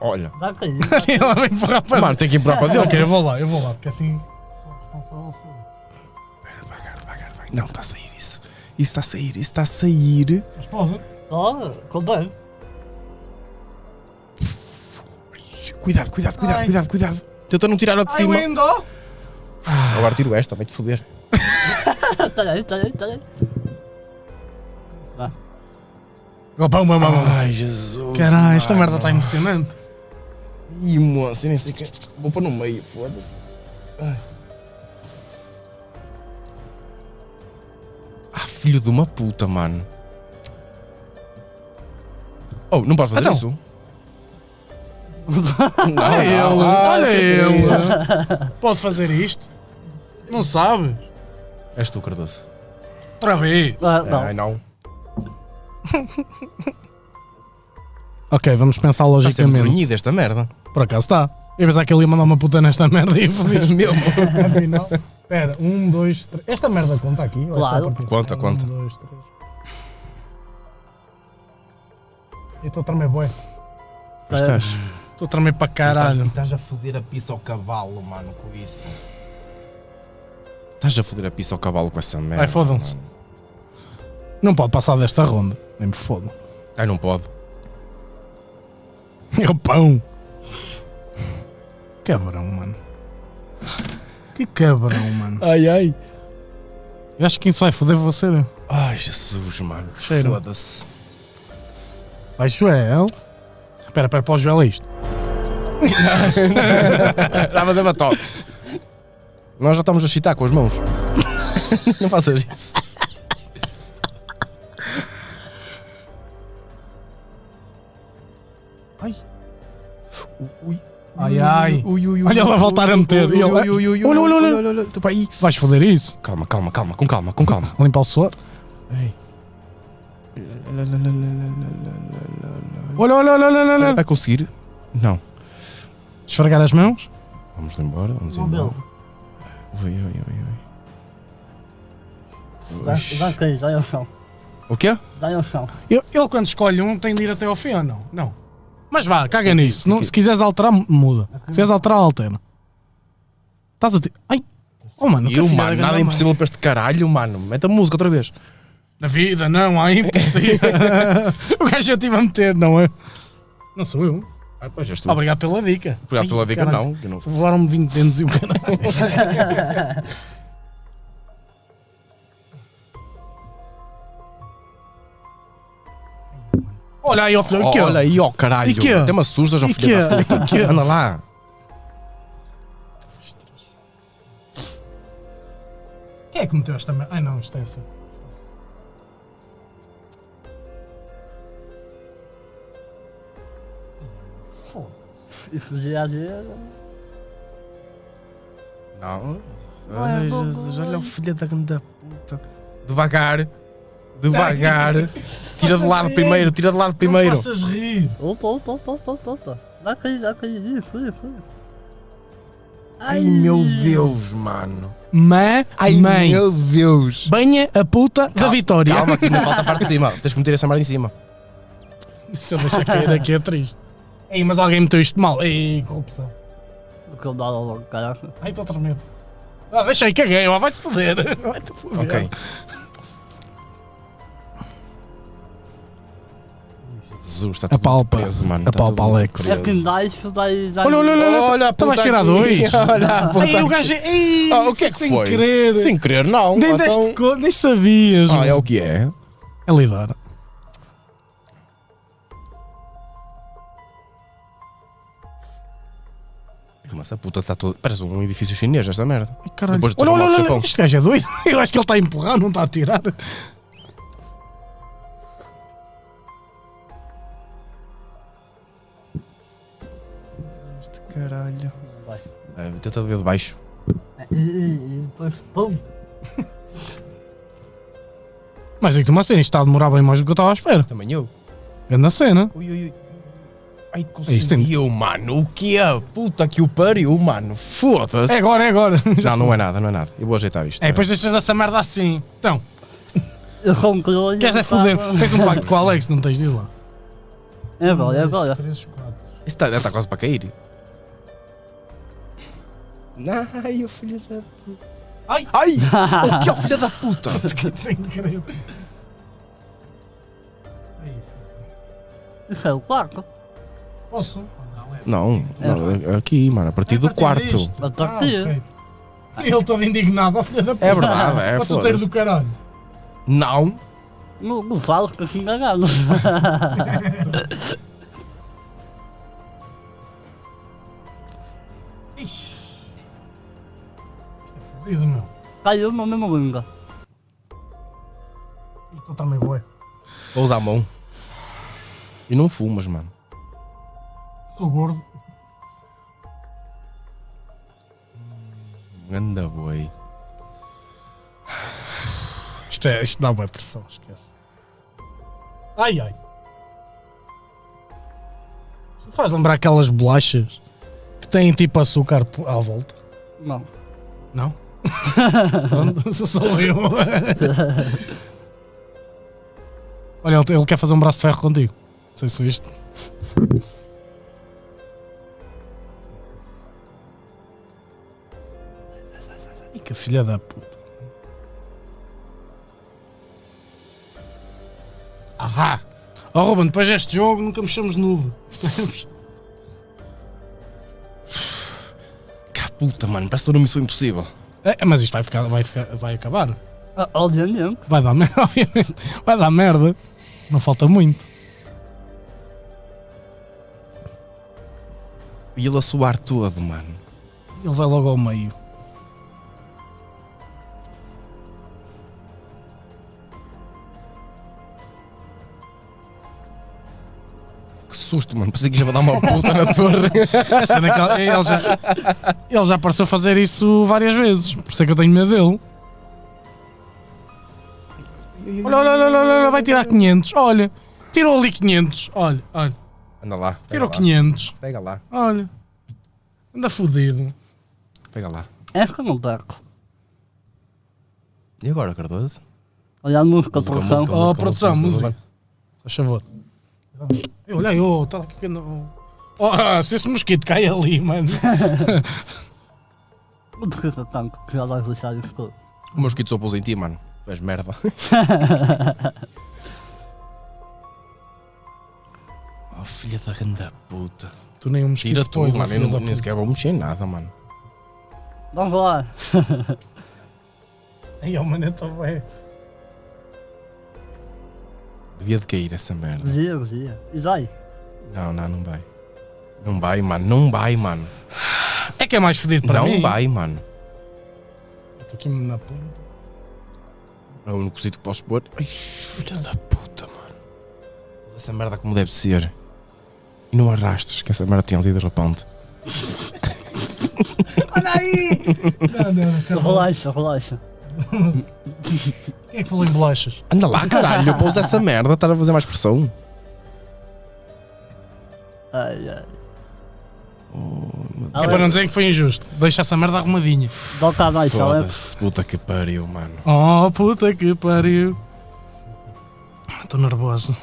Speaker 2: Olha.
Speaker 3: Dá aqui.
Speaker 1: Ela vem empurrar para
Speaker 2: Mano, tem que ir para para dentro.
Speaker 1: Ok, eu vou lá, eu vou lá, porque assim sou responsável sou.
Speaker 2: Devagar, devagar, devagar. Não, está a sair isso. Isso está a sair, isso está a sair.
Speaker 1: Mas pode.
Speaker 3: Ó, contei.
Speaker 2: Cuidado, cuidado, cuidado,
Speaker 1: Ai.
Speaker 2: cuidado, cuidado. Tenta não tirar a de cima. Agora tiro esta, vai-te foder.
Speaker 3: Peraí, peraí, peraí.
Speaker 1: Opa, uma mamãe.
Speaker 2: Ai, Jesus.
Speaker 1: Caralho, esta
Speaker 2: mano.
Speaker 1: merda está emocionante.
Speaker 2: Ih, moça, eu nem sei que. Vou pôr no meio, foda-se. Ai. Ah, filho de uma puta, mano. Oh, não podes fazer
Speaker 1: Então.
Speaker 2: isso? Não, não,
Speaker 1: ele,
Speaker 2: ah,
Speaker 1: olha
Speaker 2: eu
Speaker 1: ele.
Speaker 2: queria.
Speaker 1: Pode fazer isto? Não sabes?
Speaker 2: És tu, Cardoso.
Speaker 1: Outra vez.
Speaker 3: Ah, não.
Speaker 2: Ai, não.
Speaker 1: Ok, vamos pensar
Speaker 2: Está a ser muito
Speaker 1: logicamente.
Speaker 2: renhida esta um merda.
Speaker 1: Por acaso está. Eu pensava que ele ia mandar uma puta nesta merda e fodido.
Speaker 2: Mesmo.
Speaker 1: Afinal. Espera, um, dois, três. Esta merda conta aqui? ou é só
Speaker 3: Claro.
Speaker 1: para ti?
Speaker 2: Conta,
Speaker 1: Um,
Speaker 2: conta.
Speaker 1: dois, três. Eu estou a tremer bué. É.
Speaker 2: Mas estás.
Speaker 1: Estou a tremer para caralho.
Speaker 2: Estás a foder a pista ao cavalo, mano, com isso. Estás a foder a pista ao cavalo com essa merda.
Speaker 1: Ai, fodam-se.
Speaker 2: mano.
Speaker 1: Não pode passar desta ronda. Nem me fodo.
Speaker 2: Ai, não pode.
Speaker 1: Meu É pão. Cabrão, mano. Que cabrão, mano.
Speaker 2: Ai, ai.
Speaker 1: Eu acho que quem se vai foder é você. né?
Speaker 2: Ai, Jesus, mano.
Speaker 1: Cheiro.
Speaker 2: Foda-se.
Speaker 1: Vai, Joel. Espera, espera, para o Joel é isto.
Speaker 2: Dá fazer uma top. Nós já estamos a chitar com as mãos. não faças isso.
Speaker 1: Ai.
Speaker 2: Ui.
Speaker 1: Ai, ai.
Speaker 2: Ui, ui, ui,
Speaker 1: Olha
Speaker 2: ui,
Speaker 1: ela a voltar a meter.
Speaker 2: Ui,
Speaker 1: E ela-
Speaker 2: ui, ui, ui,
Speaker 1: Olha,
Speaker 2: ui,
Speaker 1: olha, olha.
Speaker 2: olha, olha. Tu para aí.
Speaker 1: Vais foder isso?
Speaker 2: Calma, calma, calma, com calma, com calma.
Speaker 1: Limpar o suor? Olha, olha, olha, olha, olha. olha.
Speaker 2: Vai conseguir? Não.
Speaker 1: Esfregar as mãos?
Speaker 2: Vamos embora, vamos
Speaker 3: Não
Speaker 2: embora.
Speaker 3: deu.
Speaker 2: Ui, ui, ui, ui.
Speaker 3: Dá, dá
Speaker 2: Oxi.
Speaker 3: aqui, dá ao chão.
Speaker 2: O quê?
Speaker 3: Dá ao chão.
Speaker 1: Eu- Ele quando escolhe um tem de ir até ao fim ou não? Não. Mas vá, caga nisso. Não, se quiseres alterar, muda.
Speaker 2: Ah,
Speaker 1: Se quiseres alterar, altera. Estás a ti. Ai! Oh mano, que
Speaker 2: Eu,
Speaker 1: filha da
Speaker 2: mano, nada é
Speaker 1: grande
Speaker 2: impossível para este caralho, mano. Mete a música outra vez.
Speaker 1: mãe. Na vida, não, há impossível. o gajo eu estive a meter, não é? Não sou eu.
Speaker 2: Ah, pois, és tu.
Speaker 1: Obrigado pela dica.
Speaker 2: Obrigado pela
Speaker 1: Ai,
Speaker 2: dica,
Speaker 1: caralho.
Speaker 2: não. que não-
Speaker 1: Voaram-me 20 dentes e um o cara. Olha aí, ó filho.
Speaker 2: Oh,
Speaker 1: que é?
Speaker 2: Olha aí, ó caralho.
Speaker 1: E que é?
Speaker 2: Até me assustas, ó
Speaker 1: E
Speaker 2: filho
Speaker 1: que
Speaker 2: da
Speaker 1: é?
Speaker 2: puta.
Speaker 1: E que é?
Speaker 2: Anda lá.
Speaker 1: Quem é que meteu esta merda? Ai não, isto é assim.
Speaker 3: Isso dia a dia.
Speaker 2: Não.
Speaker 3: Olha,
Speaker 2: Olha,
Speaker 3: vou-
Speaker 2: Jesus,
Speaker 3: vou-
Speaker 2: olha o filho da grande puta. Devagar. Devagar. Tira de lado
Speaker 1: rir.
Speaker 2: primeiro, tira de lado primeiro.
Speaker 1: faças rir.
Speaker 3: Opa, opa, opa, opa, opa, opa. Dá aqui, dá aqui. Isso, isso, isso.
Speaker 2: Ai meu Deus, mano.
Speaker 1: Mãe,
Speaker 2: Ai
Speaker 1: mãe,
Speaker 2: meu Deus.
Speaker 1: banha a puta da vitória.
Speaker 2: Calma, que não falta a parte de cima. Tens que meter essa merda em cima.
Speaker 1: Se eu deixar cair aqui é triste. Ei, mas alguém meteu isto mal. Ei, corrupção.
Speaker 3: Porque eu dava logo, caraca. É
Speaker 1: Ai, estou tremendo. tá Ah, deixa aí, caguei, ó, vai-se foder. Vai-te foder.
Speaker 2: Ok. Jesus, está tudo
Speaker 1: Apalpa.
Speaker 2: muito preso, mano. Está
Speaker 1: Apalpa,
Speaker 2: tudo muito
Speaker 1: Alex.
Speaker 2: preso.
Speaker 3: É que dá isso, dá dá-
Speaker 1: Olha, olha, olha, tá olha.
Speaker 2: Olha,
Speaker 1: Estava a
Speaker 2: puta
Speaker 1: cheirar
Speaker 2: aqui.
Speaker 1: dois.
Speaker 2: Olha, puta
Speaker 1: Ei, o
Speaker 2: aqui.
Speaker 1: gajo. Ei,
Speaker 2: Ah, o que é que
Speaker 1: sem
Speaker 2: foi?
Speaker 1: querer.
Speaker 2: Sem querer, não.
Speaker 1: Nem
Speaker 2: Então-
Speaker 1: deste co- nem sabias.
Speaker 2: Ah, é
Speaker 1: mano.
Speaker 2: o que é.
Speaker 1: É lidar.
Speaker 2: Mas a puta está toda. Parece um edifício chinês esta merda.
Speaker 1: Ai, Caralho.
Speaker 2: Depois de
Speaker 1: Olha, olha,
Speaker 2: tomar o
Speaker 1: olha,
Speaker 2: chapéu.
Speaker 1: este gajo é doido. Eu acho que ele está a empurrar, não está a tirar.
Speaker 2: Este caralho.
Speaker 3: Vai.
Speaker 2: É, tenta ver de baixo.
Speaker 3: E, e, e depois, pum.
Speaker 1: Mas digo-te uma cena, isto está a demorar bem mais do que eu estava à espera.
Speaker 2: Também eu.
Speaker 1: Grande cena.
Speaker 2: Ui, ui, ui. Ai,
Speaker 1: É isso, tem-
Speaker 2: consegui eu, mano. O que é? Puta que o pariu, mano. Foda-se.
Speaker 1: É agora, é agora.
Speaker 2: Não, não é nada, não é nada. Eu vou ajeitar isto.
Speaker 1: É, depois deixas essa merda assim. Então,
Speaker 3: Eu sou um clone.
Speaker 1: queres é
Speaker 3: eu tava-
Speaker 1: foder. Tens um pacto com o Alex, não tens? Diz lá.
Speaker 3: É bom, é bom. é.
Speaker 2: Isso está tá quase para cair. Ai, o filho da puta.
Speaker 1: Ai.
Speaker 2: Ai! o que é o filho da puta?
Speaker 1: Sem querer.
Speaker 3: Isso é o quarto.
Speaker 1: Posso? é.
Speaker 2: Não, não, é aqui, mano, a partir do quarto.
Speaker 3: A partir.
Speaker 1: Ah, Ele todo indignado, ó filha da puta.
Speaker 2: É verdade, é foda-se.
Speaker 1: caralho.
Speaker 2: Não.
Speaker 3: Não, não falo que se enganaram.
Speaker 1: Diz o é meu.
Speaker 3: Caiu na mesma língua.
Speaker 1: Estou também boi.
Speaker 2: Vou usar a mão. E não fumas, mano.
Speaker 1: Sou gordo.
Speaker 2: Anda boi.
Speaker 1: Isto, é, isto dá boa pressão, esquece. Ai ai. Isto Faz lembrar aquelas bolachas que têm tipo açúcar po- à volta.
Speaker 3: Não.
Speaker 1: Não? Pronto, só eu. Olha, ele- ele quer fazer um braço de ferro contigo. Não sei se viste. E que filha da puta. Ahá! Ó Ruben, depois deste jogo nunca mexemos nulo. Percebes?
Speaker 2: Cá puta, mano, parece toda uma missão impossível.
Speaker 1: É, mas isto vai, ficar, vai, ficar, vai acabar.
Speaker 3: Ah, Obviamente.
Speaker 1: Vai dar merda, obviamente. Vai dar merda. Não falta muito.
Speaker 2: E ele a suar todo, mano.
Speaker 1: Ele vai logo ao meio.
Speaker 2: Que susto, mano. Pensei que já vou dar uma puta na torre.
Speaker 1: A cena é que ele, ele já, ele já pareceu fazer isso várias vezes. Por isso é que eu tenho medo dele. Olha, olha, olha, olha, olha, vai tirar 500. Olha, tirou ali 500. Olha, olha,
Speaker 2: Anda lá. Pega
Speaker 1: tirou
Speaker 2: lá.
Speaker 1: 500.
Speaker 2: Pega lá,
Speaker 1: Olha, anda fodido.
Speaker 2: pega lá.
Speaker 3: Esta é não perco.
Speaker 2: E agora, Cardoso?
Speaker 3: Olha a música,
Speaker 2: Música,
Speaker 3: produção.
Speaker 2: música.
Speaker 1: Oh, produção,
Speaker 2: música,
Speaker 1: música. Faz favor. Eu olhei, oh, está aqui que não. Oh, ah, se esse mosquito cai ali, mano.
Speaker 3: Não precisa tanto, que já vais deixar isto tudo.
Speaker 2: O mosquito só pôs em ti, mano. Tu és merda. oh, filha da grande puta.
Speaker 1: Tu nem um mosquito
Speaker 2: Tira tudo,
Speaker 1: pôs,
Speaker 2: mano.
Speaker 1: oh,
Speaker 2: Eu
Speaker 1: filho
Speaker 2: não-
Speaker 1: da
Speaker 2: nem
Speaker 1: puta.
Speaker 2: sequer vou mexer em nada, mano.
Speaker 3: Vamos lá.
Speaker 1: Ai, oh, mano, eu tô bem.
Speaker 2: Devia de cair essa merda.
Speaker 3: Vigia, vigia. E vai.
Speaker 2: Não, não, não vai. Não vai, mano. Não vai, mano.
Speaker 1: É que é mais fodido para
Speaker 2: não
Speaker 1: mim.
Speaker 2: vai, mano.
Speaker 1: Estou aqui na ponta.
Speaker 2: É o único sítio que posso pôr. Ai, filha da puta, mano. Essa merda como deve ser. E não arrastes, que essa merda tinha ali de repente.
Speaker 1: Olha aí! não, não, calma.
Speaker 3: Relaxa, relaxa.
Speaker 1: Quem é que falou em bolachas?
Speaker 2: Anda lá, caralho, eu pouso essa merda, estar a fazer mais pressão.
Speaker 3: Ai, ai.
Speaker 2: Oh, Ah,
Speaker 1: É para não dizer que foi injusto. Deixa essa merda arrumadinha.
Speaker 3: Volta abaixo, Alex.
Speaker 2: Foda-se, puta que pariu, mano.
Speaker 1: Oh, puta que pariu. Estou nervoso.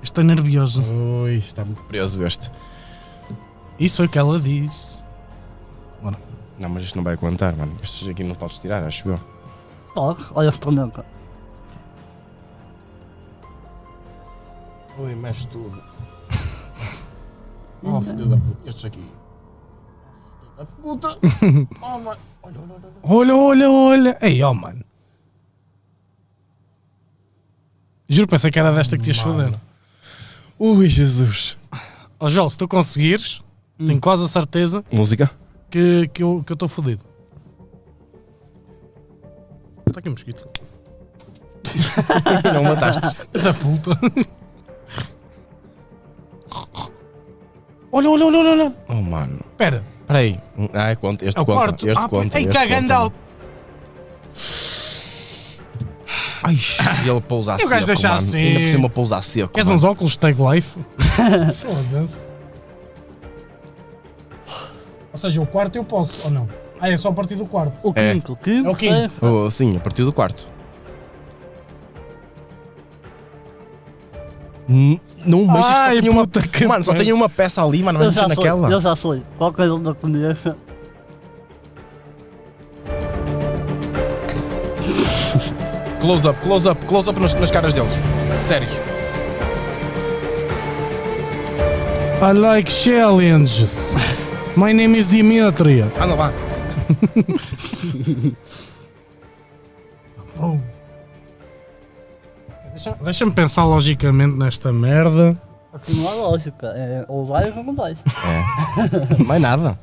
Speaker 1: Estou nervioso.
Speaker 2: Ui, está muito preso este.
Speaker 1: Isso é o que ela disse.
Speaker 2: Não, mas isto não vai aguentar, mano. Estes aqui não podes tirar, acho eu.
Speaker 3: Toque, olha a torneira.
Speaker 2: Ui, mexe tudo. Oh, filho da puta, estes aqui. Da puta! Oh, mano. Olha, olha, olha.
Speaker 1: Olha, olha, olha. Ei, oh, mano. Juro, pensei que era desta que te ias foder.
Speaker 2: Ui, Jesus.
Speaker 1: Ó, Joel, se tu conseguires, tenho quase a certeza
Speaker 2: Música?
Speaker 1: que, que eu que eu estou fodido. Está aqui um mosquito.
Speaker 2: Não mataste.
Speaker 1: Da puta. olha, olha, olha, olha, olha.
Speaker 2: Oh, mano.
Speaker 1: Espera.
Speaker 2: Espera aí. Ah, é conta. Este
Speaker 1: É o
Speaker 2: conta.
Speaker 1: quarto.
Speaker 2: Este
Speaker 1: Ah,
Speaker 2: conta.
Speaker 1: Ei,
Speaker 2: este
Speaker 1: cagando
Speaker 2: conta.
Speaker 1: ao.
Speaker 2: Ai, e ele pousa
Speaker 1: E
Speaker 2: seco,
Speaker 1: o gajo deixa
Speaker 2: mano.
Speaker 1: assim.
Speaker 2: Ainda por cima pousa seco.
Speaker 1: Queres
Speaker 2: mano.
Speaker 1: uns óculos de Tag Life? Foda-se. Ou seja, o quarto eu posso, ou não? Ah, é só a partir do quarto.
Speaker 3: O
Speaker 2: É.
Speaker 3: quinto, quinto,
Speaker 1: É o quinto.
Speaker 3: sexto.
Speaker 2: Oh, sim, a partir do quarto. N- Não mexas, só
Speaker 1: Ai,
Speaker 2: tenho uma...
Speaker 1: puta que
Speaker 2: Mano, só
Speaker 1: pariu.
Speaker 2: tenho uma peça ali, mano, vai
Speaker 3: Eu
Speaker 2: mexer
Speaker 3: já
Speaker 2: é naquela.
Speaker 3: fui, eu já fui. Qualquer um da conheça.
Speaker 2: Close up, close up, close up nas, nas caras deles. Sérios.
Speaker 1: I like challenges. My name is Dimitria.
Speaker 2: Anda lá.
Speaker 1: Oh. Deixa- Deixa-me pensar logicamente nesta merda.
Speaker 3: Aqui assim, não há lógica. É ou vais ou não vais.
Speaker 2: É. Mais nada.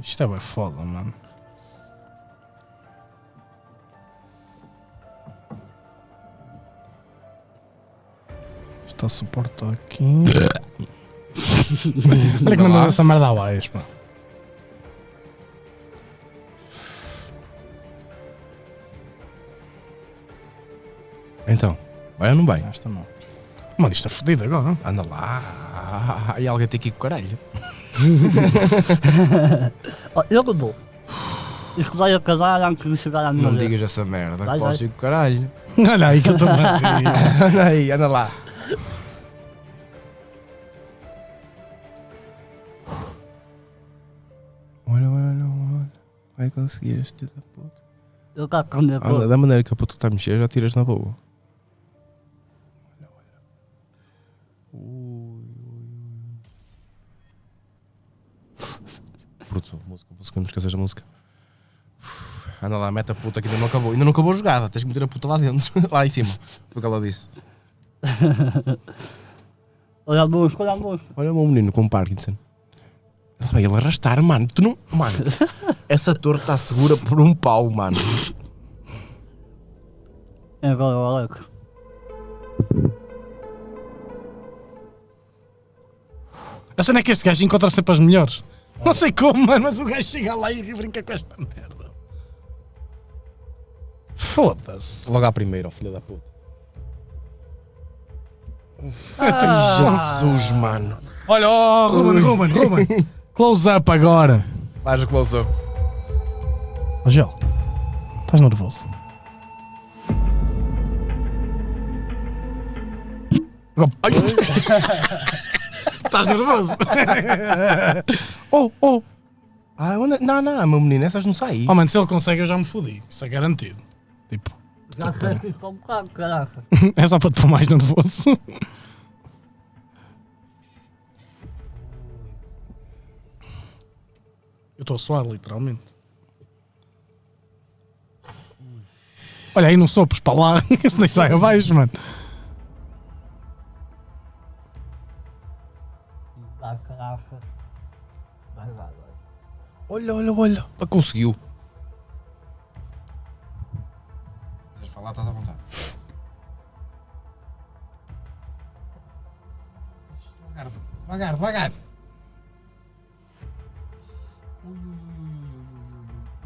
Speaker 1: Isto é bem foda, mano. Está a suportar aqui. Olha
Speaker 2: Anda
Speaker 1: que
Speaker 2: lá.
Speaker 1: mandas essa merda abaixo, pá.
Speaker 2: Então, vai ou não vai?
Speaker 1: Esta não. Mano, isto é fodido agora. não?
Speaker 2: Anda lá. E alguém tem que ir com o caralho.
Speaker 3: Ó, Eu não dou. Isto vai acabar antes de chegar à minha
Speaker 2: Não
Speaker 3: vez.
Speaker 2: digas essa merda,
Speaker 3: Vai,
Speaker 2: que podes ir com o caralho.
Speaker 1: Olha aí que eu também ri.
Speaker 2: anda aí, anda lá. Olha, olha, olha. Vai conseguir este da puta.
Speaker 3: Ele está
Speaker 2: Ah,
Speaker 3: com medo.
Speaker 2: Anda, da maneira que a puta está a mexer, já tiras na boa. Produtor, música, música, não esqueças da música. Uf, Anda lá, mete a puta que ainda não acabou. Ainda não acabou a jogada, tens que meter a puta lá dentro, lá em cima. Foi o que ela disse.
Speaker 3: Olha a música, olha a música.
Speaker 2: Olha o meu menino com Parkinson. Ele vai ele arrastar, mano. Tu não. Mano, essa torre está segura por um pau, mano.
Speaker 3: É agora o Alex.
Speaker 1: A cena é que este gajo encontra sempre as melhores. Não sei como, mano, mas o gajo chega lá e brinca com esta merda. Foda-se.
Speaker 2: Logo à primeira, ó, filho da puta.
Speaker 1: Eu tenho
Speaker 2: Jesus, mano.
Speaker 1: Olha, oh, Ruben, Ruben, Ruben. Close up agora.
Speaker 2: Mais o close-up.
Speaker 1: Ó, Gel, estás nervoso? Agora- Estás nervoso?
Speaker 2: Oh, oh. Ah, onde... Não, não, meu menino, essas não saem.
Speaker 1: Oh, mano, se ele consegue, eu já me fodi. Isso é garantido. Tipo,
Speaker 3: Já fez isso há um bocado, caraca.
Speaker 1: é só para te pôr mais nervoso. Eu estou a suar, literalmente. Olha aí, não sopros para lá. Isso nem sai abaixo, mano.
Speaker 3: Vai, caraca. Vai, vai, vai.
Speaker 2: Olha, olha, olha. Ah, Conseguiu. Se quiseres falar, estás à vontade. Devagar, devagar, devagar. Ui, ui,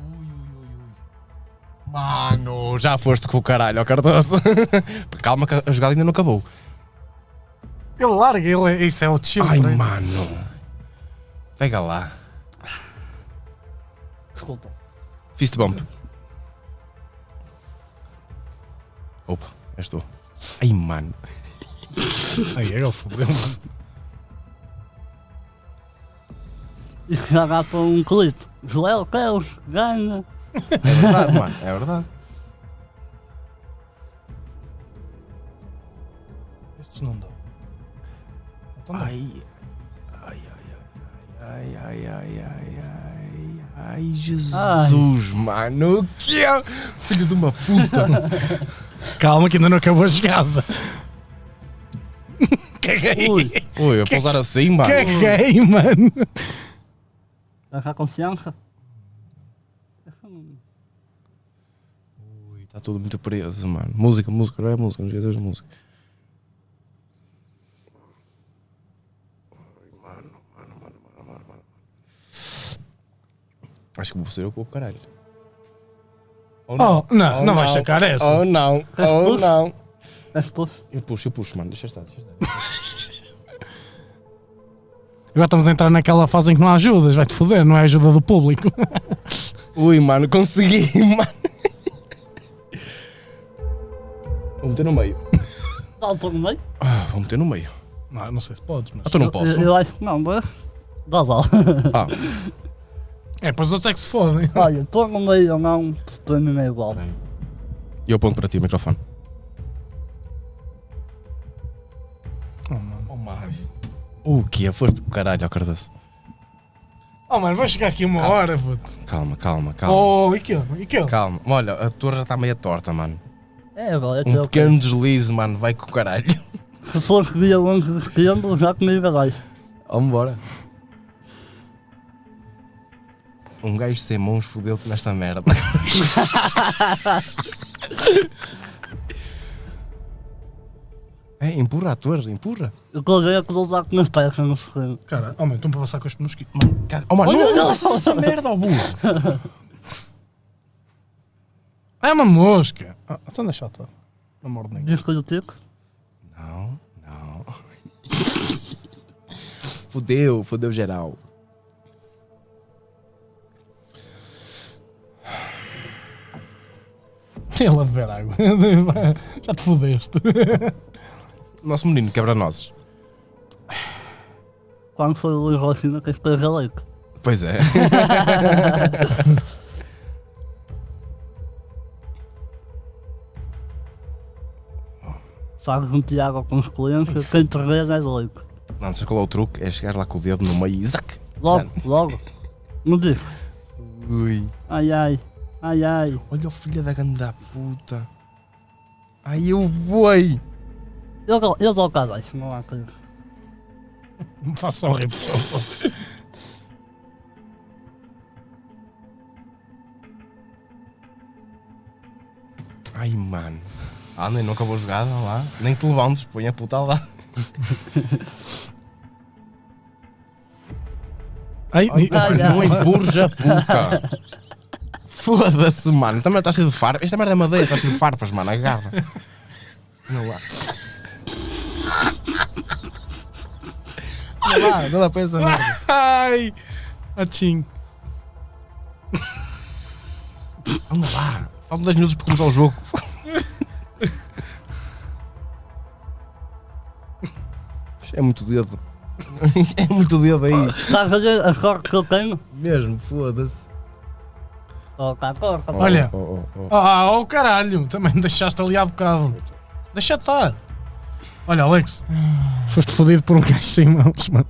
Speaker 2: ui, ui, ui, ui, ui, ui, ui, ui, ui. Mano, já foste com o caralho, ó Cardoso. Calma que a jogada ainda não acabou.
Speaker 1: Ele larga, ele, isso é o chill.
Speaker 2: Ai,
Speaker 1: treino.
Speaker 2: mano. Pega lá.
Speaker 3: Desculpa.
Speaker 2: Fist bump. Opa, és tu. Ai, mano.
Speaker 1: Ai, ele fodeu, mano.
Speaker 3: Isso já dá para um clipe. Joel Peus, ganha.
Speaker 2: É verdade, mano. É verdade.
Speaker 1: Estes não dão. Então dá.
Speaker 2: Ai, ai, ai, ai, ai, ai, ai, ai, ai, Jesus, mano. O que é? Filho de uma puta.
Speaker 1: Calma que ainda não acabou a jogada. Caguei.
Speaker 3: Ui,
Speaker 2: Oi, a pousar assim, mano.
Speaker 1: Caguei, mano.
Speaker 3: vai com confiança? Essa não-
Speaker 2: Ui, Está tá tudo muito preso, mano. Música, música, não é música, não esqueças de música. Acho que vou ser eu com o é caralho. Ou
Speaker 1: Oh, não, não Oh, vais sacar essa.
Speaker 2: Ou não,
Speaker 3: Faz
Speaker 2: ou
Speaker 3: push?
Speaker 2: não.
Speaker 3: És poço?
Speaker 2: Eu puxo, eu puxo, mano, deixa estar, deixa estar.
Speaker 1: Agora estamos a entrar naquela fase em que não há ajudas, vai-te foder, não é ajuda do público.
Speaker 2: Ui, mano, consegui, mano. Vou meter no meio.
Speaker 3: Dá o no meio?
Speaker 2: Ah, vou meter no meio.
Speaker 1: Não, não sei se podes, mas.
Speaker 2: Ah, tu não
Speaker 3: Eu-
Speaker 2: posso.
Speaker 3: Eu, eu acho que não, mas. Dá lá.
Speaker 2: Ah,
Speaker 1: É, pois os outros é que se fodem.
Speaker 3: Olha, estou no meio ou não, para mim é igual.
Speaker 2: e eu aponto para ti o microfone.
Speaker 1: Oh, mano.
Speaker 2: Oh, mano. O que é? Foste do caralho, ó Cardoso.
Speaker 1: Oh, mano, vai chegar aqui uma
Speaker 2: Calma.
Speaker 1: hora, puto.
Speaker 2: Calma, calma, calma.
Speaker 1: Oh, e que e que
Speaker 2: Calma. Olha, a torre já está meia torta, mano.
Speaker 3: É agora, é
Speaker 2: Um
Speaker 3: teu.
Speaker 2: pequeno deslize, mano. Vai com o caralho.
Speaker 3: Se fosse dia 11 de setembro, já é comi verás.
Speaker 2: Vamos embora. Um gajo sem mãos fodeu-te nesta merda. é, empurra a torre, empurra.
Speaker 3: Eu estou a ver é que vou usar com as peças no ferrinho.
Speaker 1: Cara, oh, mano, estão para passar com este mosquito.
Speaker 2: Caga- Oh, mano,
Speaker 3: Olha,
Speaker 2: não,
Speaker 3: olha.
Speaker 2: não faça essa merda, ó burro.
Speaker 1: É uma mosca. Ah, só anda chata. Não morde ninguém.
Speaker 3: Diz que eu tipo, tico.
Speaker 2: Não, não. Fudeu, fudeu geral.
Speaker 1: Ele a beber água. Já te fodeste.
Speaker 2: Nosso menino quebra-nozes.
Speaker 3: Quando foi o Luís Rocina que escreveu leite.
Speaker 2: Pois é.
Speaker 3: Sabes um Tiago com escolência, quem te vê é de leite.
Speaker 2: Não, sei qual é o truque? É chegar lá com o dedo no meio e zac!
Speaker 3: Logo, logo. Não diz.
Speaker 2: Ui.
Speaker 3: Ai ai. Ai ai.
Speaker 2: Olha o filho da ganda puta. Ai, o boi.
Speaker 3: Eu, dou- eu dou cada isso, não há coisa.
Speaker 1: Me faça só rir, por favor.
Speaker 2: Ai, mano. Ah, nem nunca vou jogar, vá lá. Nem te levamos, põe a puta lá.
Speaker 1: Ai, ai,
Speaker 3: Ai,
Speaker 2: Não
Speaker 3: ai.
Speaker 2: empurres a puta. Foda-se, mano. Também estás cheio de farpas. Esta merda é madeira, estás cheio de farpas, mano. Agarra. Não há. Não dá, não dá para essa merda.
Speaker 1: ai. Atchim.
Speaker 2: Anda lá. Faltam 10 minutos para começar o jogo. É muito dedo. É muito dedo aí.
Speaker 3: Estás a ver a sorte que eu tenho?
Speaker 2: Mesmo, foda-se.
Speaker 3: Oh, cá, corta. pá.
Speaker 1: Olha.
Speaker 2: Oh, oh, oh.
Speaker 1: Ah, oh caralho. Também me deixaste ali há bocado. Deixa estar. Olha, Alex. Foste fodido por um gajo sem mãos, mano.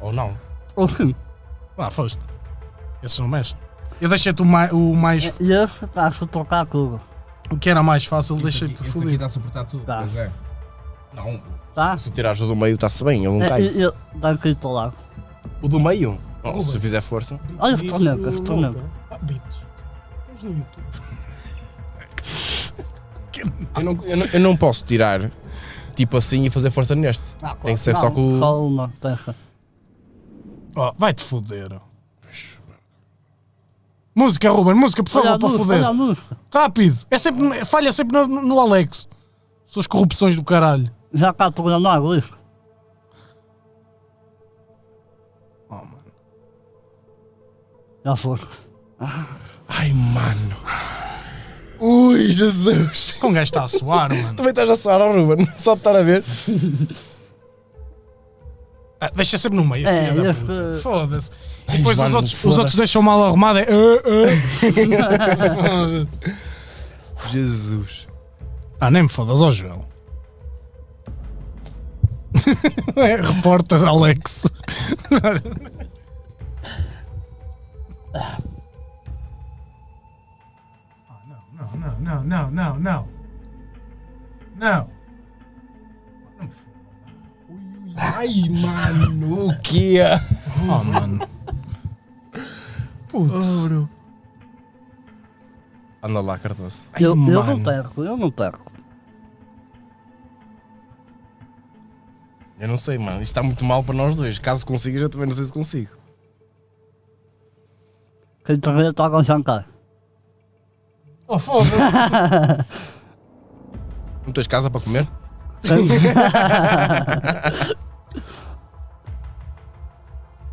Speaker 2: Ou não.
Speaker 3: Ou sim.
Speaker 1: Ah, foste. Esses não mexem. Eu deixei-te o, mai- o mais.
Speaker 3: E esse está-se a trocar tudo.
Speaker 1: O que era mais fácil,
Speaker 5: Este aqui
Speaker 1: deixei-te
Speaker 5: este aqui
Speaker 1: fodido.
Speaker 5: está a suportar tudo,
Speaker 3: Tá.
Speaker 5: pois é. Não,
Speaker 3: Tá?
Speaker 2: Se tirar do meio, está-se bem, eu não
Speaker 3: É,
Speaker 2: caio.
Speaker 3: e eu. Dá-me aqui ao lado.
Speaker 2: O do meio? Oh, se fizer força.
Speaker 3: Olha as torneiras, as torneiras.
Speaker 1: Ah, Bitos. Estamos no YouTube.
Speaker 2: Eu não, eu, não, eu não posso tirar tipo assim e fazer força neste.
Speaker 3: Ah, claro.
Speaker 2: Tem que ser só
Speaker 3: Não,
Speaker 2: com o.
Speaker 3: Só uma, peça.
Speaker 1: Oh, vai-te foder. Música, Ruben, música, por
Speaker 3: Olha
Speaker 1: favor,
Speaker 3: a
Speaker 1: para
Speaker 3: música, olha a
Speaker 1: foder.
Speaker 3: música.
Speaker 1: Rápido. É sempre, falha sempre no, no Alex. Suas corrupções do caralho.
Speaker 3: Já cá estou na água, isso.
Speaker 1: Oh, mano.
Speaker 3: Já foste.
Speaker 2: Ai, mano. Ui, Jesus.
Speaker 1: Com um gajo está a suar, mano.
Speaker 2: Também estás a soar ao Ruben, só de estar a ver.
Speaker 1: Ah, deixa sempre no meio, este
Speaker 3: É,
Speaker 1: filho da
Speaker 3: este-
Speaker 1: puta. Foda-se. E
Speaker 2: Ai,
Speaker 1: depois os
Speaker 2: mano,
Speaker 1: outros, os
Speaker 2: foda-se.
Speaker 1: outros deixam mal arrumado. É. "Ah, ah."
Speaker 2: Jesus.
Speaker 1: ah, nem me fodas, ó Joel. é repórter Alex. Ah, não, não, não, não, não, não. Não.
Speaker 2: Ai, mano, o que é?
Speaker 1: Oh, mano. Putz.
Speaker 2: Oh, Anda lá, Cardoso.
Speaker 3: Eu, eu não
Speaker 2: mano.
Speaker 3: perco, eu não perco.
Speaker 2: Eu não sei, mano. Isto está muito mal para nós dois. Caso consigas, eu também não sei se consigo.
Speaker 3: Quem te vê está a jantar.
Speaker 1: Oh, foda-se.
Speaker 2: Não tens casa para comer?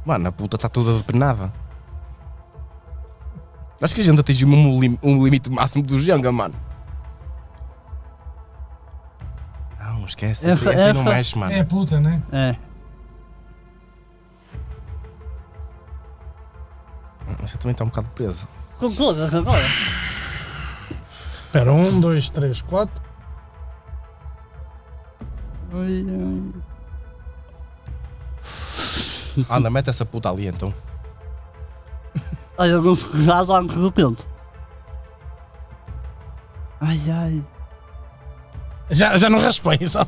Speaker 2: Mano, a puta está toda depenada. Acho que a gente atingiu um, lim- um limite máximo do Jenga, mano. Não, esquece. Essa,
Speaker 3: Essa-
Speaker 2: essa aí não
Speaker 3: essa-
Speaker 2: mexe, mano.
Speaker 1: É puta, né?
Speaker 3: É.
Speaker 2: Essa também está um bocado presa.
Speaker 3: Com todas agora.
Speaker 1: Espera, um, dois, três, quatro.
Speaker 3: Ai, ai.
Speaker 2: Anda, mete essa puta ali então.
Speaker 3: Ai, eu não fui já antes do tempo. Ai, ai.
Speaker 1: Já, já não raspei, só.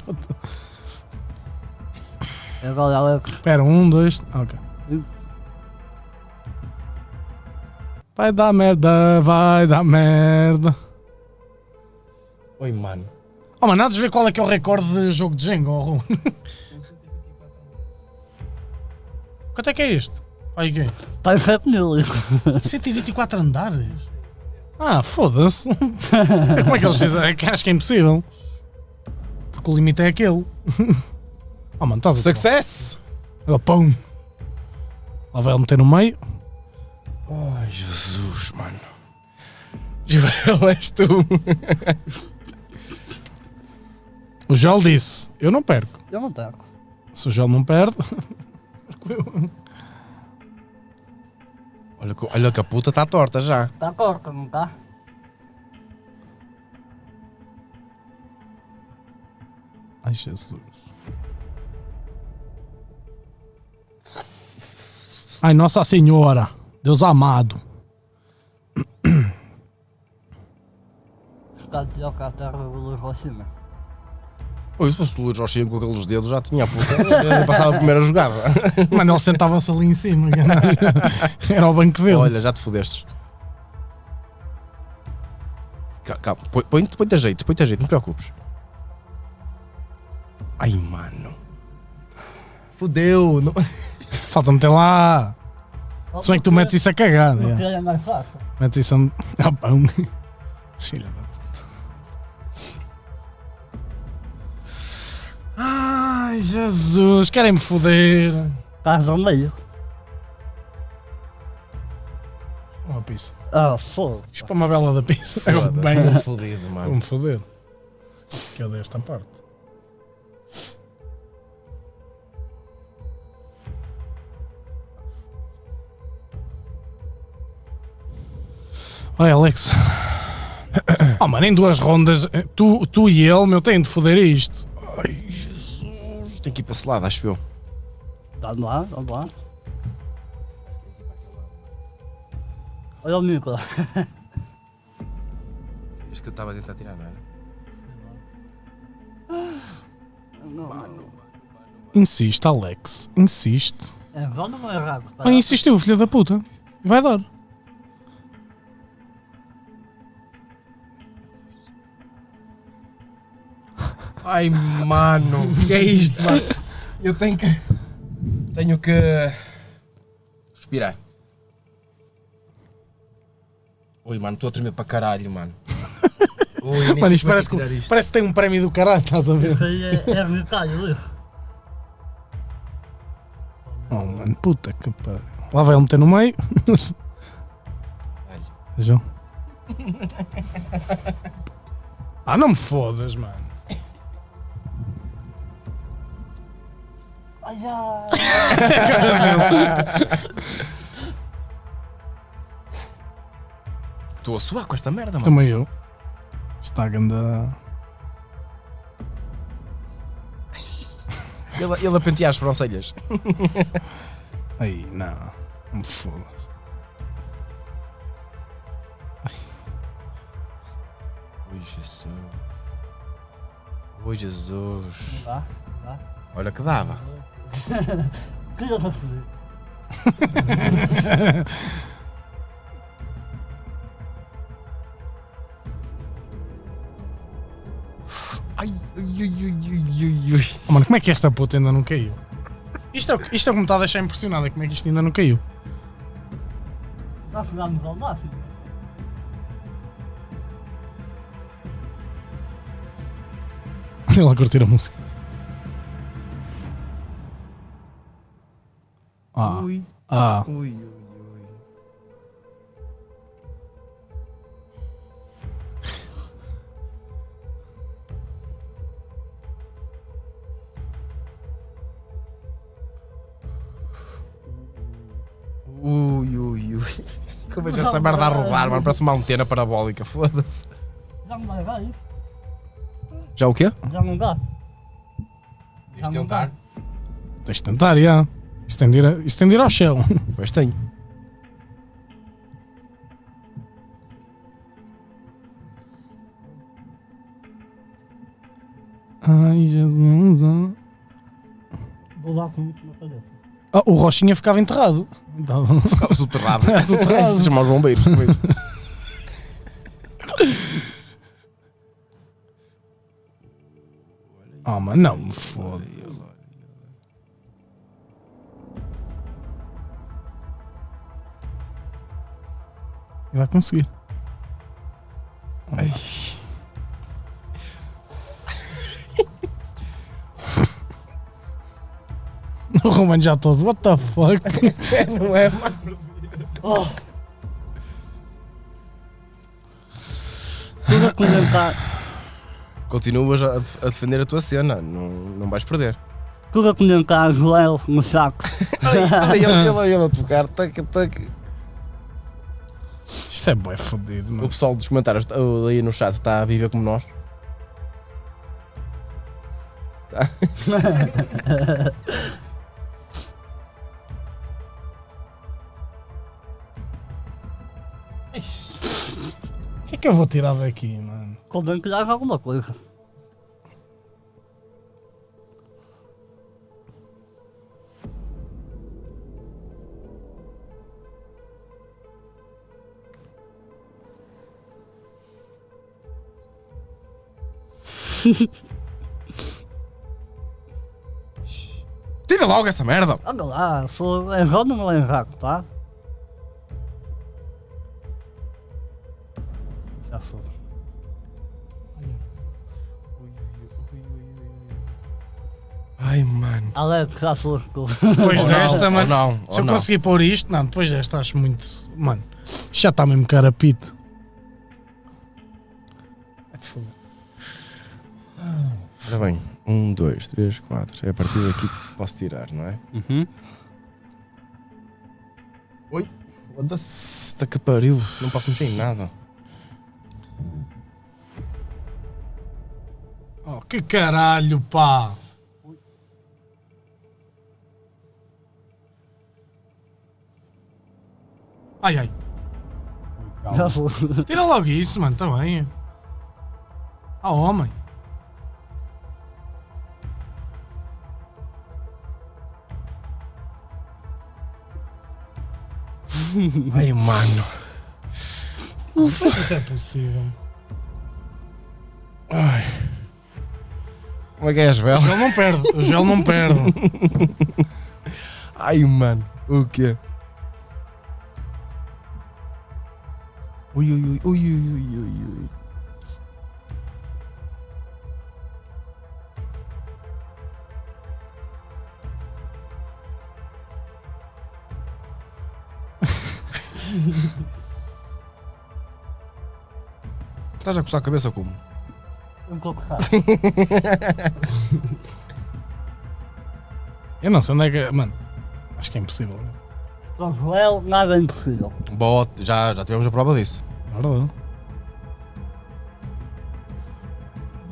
Speaker 3: Agora, Alex.
Speaker 1: Espera, um, dois. Ok. Vai dar merda, vai dar merda.
Speaker 2: Oi, mano.
Speaker 1: Oh, mano, há de ver qual é que é o recorde de jogo de Jenga, oh, Ruben. Quanto é que é este? Olha aqui.
Speaker 3: Tem 7 mil.
Speaker 1: 124 andares? Ah, foda-se. Como é que eles dizem? É que acho que é impossível. Porque o limite é aquele. Oh, mano, estás
Speaker 2: é
Speaker 1: a
Speaker 2: Success!
Speaker 1: Agora, pum. Lá vai ele meter no meio.
Speaker 2: Ai, Jesus, mano. Joel, és tu.
Speaker 1: O Joel disse: Eu não perco.
Speaker 3: Eu não perco.
Speaker 1: Se o Joel não perde, perco eu.
Speaker 2: Olha, que- olha que a puta está torta já.
Speaker 3: Tá torta, não tá?
Speaker 1: Ai Jesus. Ai Nossa Senhora, Deus amado.
Speaker 3: Está Tá de a terra do Hiroshima.
Speaker 2: Oi, se fosse o Luís Rochino com aqueles dedos já tinha a puta. Eu passava a primeira jogada.
Speaker 1: Mano, eles sentavam-se ali em cima. caralho. Era o banco dele.
Speaker 2: Olha, já te fodestes. Ca- Calma, põe- põe-te põe a jeito, põe-te a jeito, não te preocupes. Ai, mano. Fudeu. Não...
Speaker 1: Falta meter lá. Se bem que tu metes isso a cagar,
Speaker 3: Não
Speaker 1: né?
Speaker 3: queria é mais fácil.
Speaker 1: Metes isso a, a é pão. Filha da puta. Ai Jesus, querem-me foder.
Speaker 3: Estás ao meio.
Speaker 1: Uma pizza.
Speaker 3: Ah, foda.
Speaker 1: Isto é uma bela da pizza. É um bem.
Speaker 2: Foda-se, Fudido, mano.
Speaker 1: Vou-me foder. Que eu dei esta parte. Olha, Alex. Oh, mano, em duas rondas, eh, tu, tu e ele, meu, têm de foder isto.
Speaker 2: Ai, Jesus. Tem que ir para esse lado, acho eu.
Speaker 3: Vamos lá, Tá vamos lá. Olha o micro.
Speaker 2: Isto que eu estava a tentar tirar, não é? era?
Speaker 1: Insiste, Alex. Insiste.
Speaker 3: É vão ou não é errado?
Speaker 1: Ah, insistiu, filho da puta. Vai dar.
Speaker 2: Ai, mano. que é isto, mano? Eu tenho que... Tenho que... Respirar. Ui, mano, estou a tremer para caralho, mano. Ui, nem sei
Speaker 1: Mano, isto
Speaker 2: como é
Speaker 1: parece, que,
Speaker 2: que tirar isto.
Speaker 1: parece que tem um prémio do caralho, estás a ver?
Speaker 3: Isso aí é hermitário, isso.
Speaker 1: Oh, mano, puta que pariu. Lá vai ele meter no meio.
Speaker 2: Caralho.
Speaker 1: João. ah, não me fodas, mano.
Speaker 3: Ai, já.
Speaker 2: Estou a suar com esta merda, mano.
Speaker 1: Também eu. Está a ganda.
Speaker 2: Ele, ele a pentear as sobrancelhas.
Speaker 1: Aí, não. Não me fodas.
Speaker 2: Ui, Jesus. Ui, Jesus.
Speaker 3: Não dá, não dá.
Speaker 2: Olha que dava.
Speaker 3: Queria se fazer.
Speaker 2: Ai, ai, ai, ai, ai, ai, ai.
Speaker 1: Oh, mano, como é que esta puta ainda não caiu? Isto é, o que- isto é o que me está a deixar impressionado. é Como é que isto ainda não caiu?
Speaker 3: Já chegámos ao máximo.
Speaker 1: Olha lá curtir a música. Ah,
Speaker 2: Ui,
Speaker 1: ah.
Speaker 2: ui, ui, ui. Ui, ui, ui. Como é que essa merda a rodar, mano? Parece uma antena parabólica, foda-se.
Speaker 3: Já não vai dar isso.
Speaker 2: Já o quê?
Speaker 3: Já não dá. Já não dá.
Speaker 1: Tens de tentar, já. Isto tem de ir a- isto tem de ir ao chão.
Speaker 2: Pois tenho.
Speaker 1: Ai, Jesus. ah.
Speaker 3: Vou dar com isso na cabeça.
Speaker 1: Ah, o Rochinha ficava enterrado. Então,
Speaker 2: Ficava soterrado.
Speaker 1: soterrado.
Speaker 2: Se chamar os bombeiros comigo.
Speaker 1: oh, mano, não me foda. E vai conseguir. Ai. O Romano já todo, what the fuck?
Speaker 2: Não é mais
Speaker 3: Oh! tudo a comentar,
Speaker 2: Continuas a, def- a defender a tua cena, não, não vais perder.
Speaker 3: tudo a comentar Joel no saco.
Speaker 2: Olha ele, ele, ele a tocar, tá tac, tac.
Speaker 1: Isto é bué fodido,
Speaker 2: O
Speaker 1: mano.
Speaker 2: pessoal dos comentários tá- aí no chat está a viver como nós. Tá.
Speaker 1: O que é que eu vou tirar daqui, mano?
Speaker 3: Convém que haja alguma coisa.
Speaker 2: Tira logo essa merda!
Speaker 3: Olha lá, sou é Joel não é Jaco, tá? Já sou.
Speaker 2: Ai, mano.
Speaker 3: Alex, já sou. desculpa.
Speaker 1: Depois
Speaker 2: Ou
Speaker 1: desta,
Speaker 2: não,
Speaker 1: mano.
Speaker 2: ou não,
Speaker 1: se
Speaker 2: ou
Speaker 1: eu
Speaker 2: não.
Speaker 1: conseguir pôr isto, não, depois desta acho muito. Mano, já está mesmo carapito. Vai-te foder.
Speaker 2: Ora bem, um, dois, três, quatro. É a partir daqui que posso tirar, não é?
Speaker 3: Uhum.
Speaker 2: Oi, foda-se, tá que pariu. Não posso mexer em nada.
Speaker 1: Oh, que caralho, pá! Ai ai,
Speaker 3: Já sou.
Speaker 1: tira logo isso, mano, está bem. Ah, homem.
Speaker 2: Ai, mano.
Speaker 1: Como é que isto é possível?
Speaker 2: Como é que é as velas?
Speaker 1: O gel não perde, o gel não perde.
Speaker 2: Ai, mano. O quê? Ui, ui, ui, ui, ui, ui, ui, ui. Estás a coçar a cabeça como?
Speaker 3: Um pouco saco.
Speaker 1: Eu não sei onde é que. Mano, acho que é impossível.
Speaker 3: Com Joel, nada é impossível.
Speaker 2: Bom, já, já tivemos a prova disso.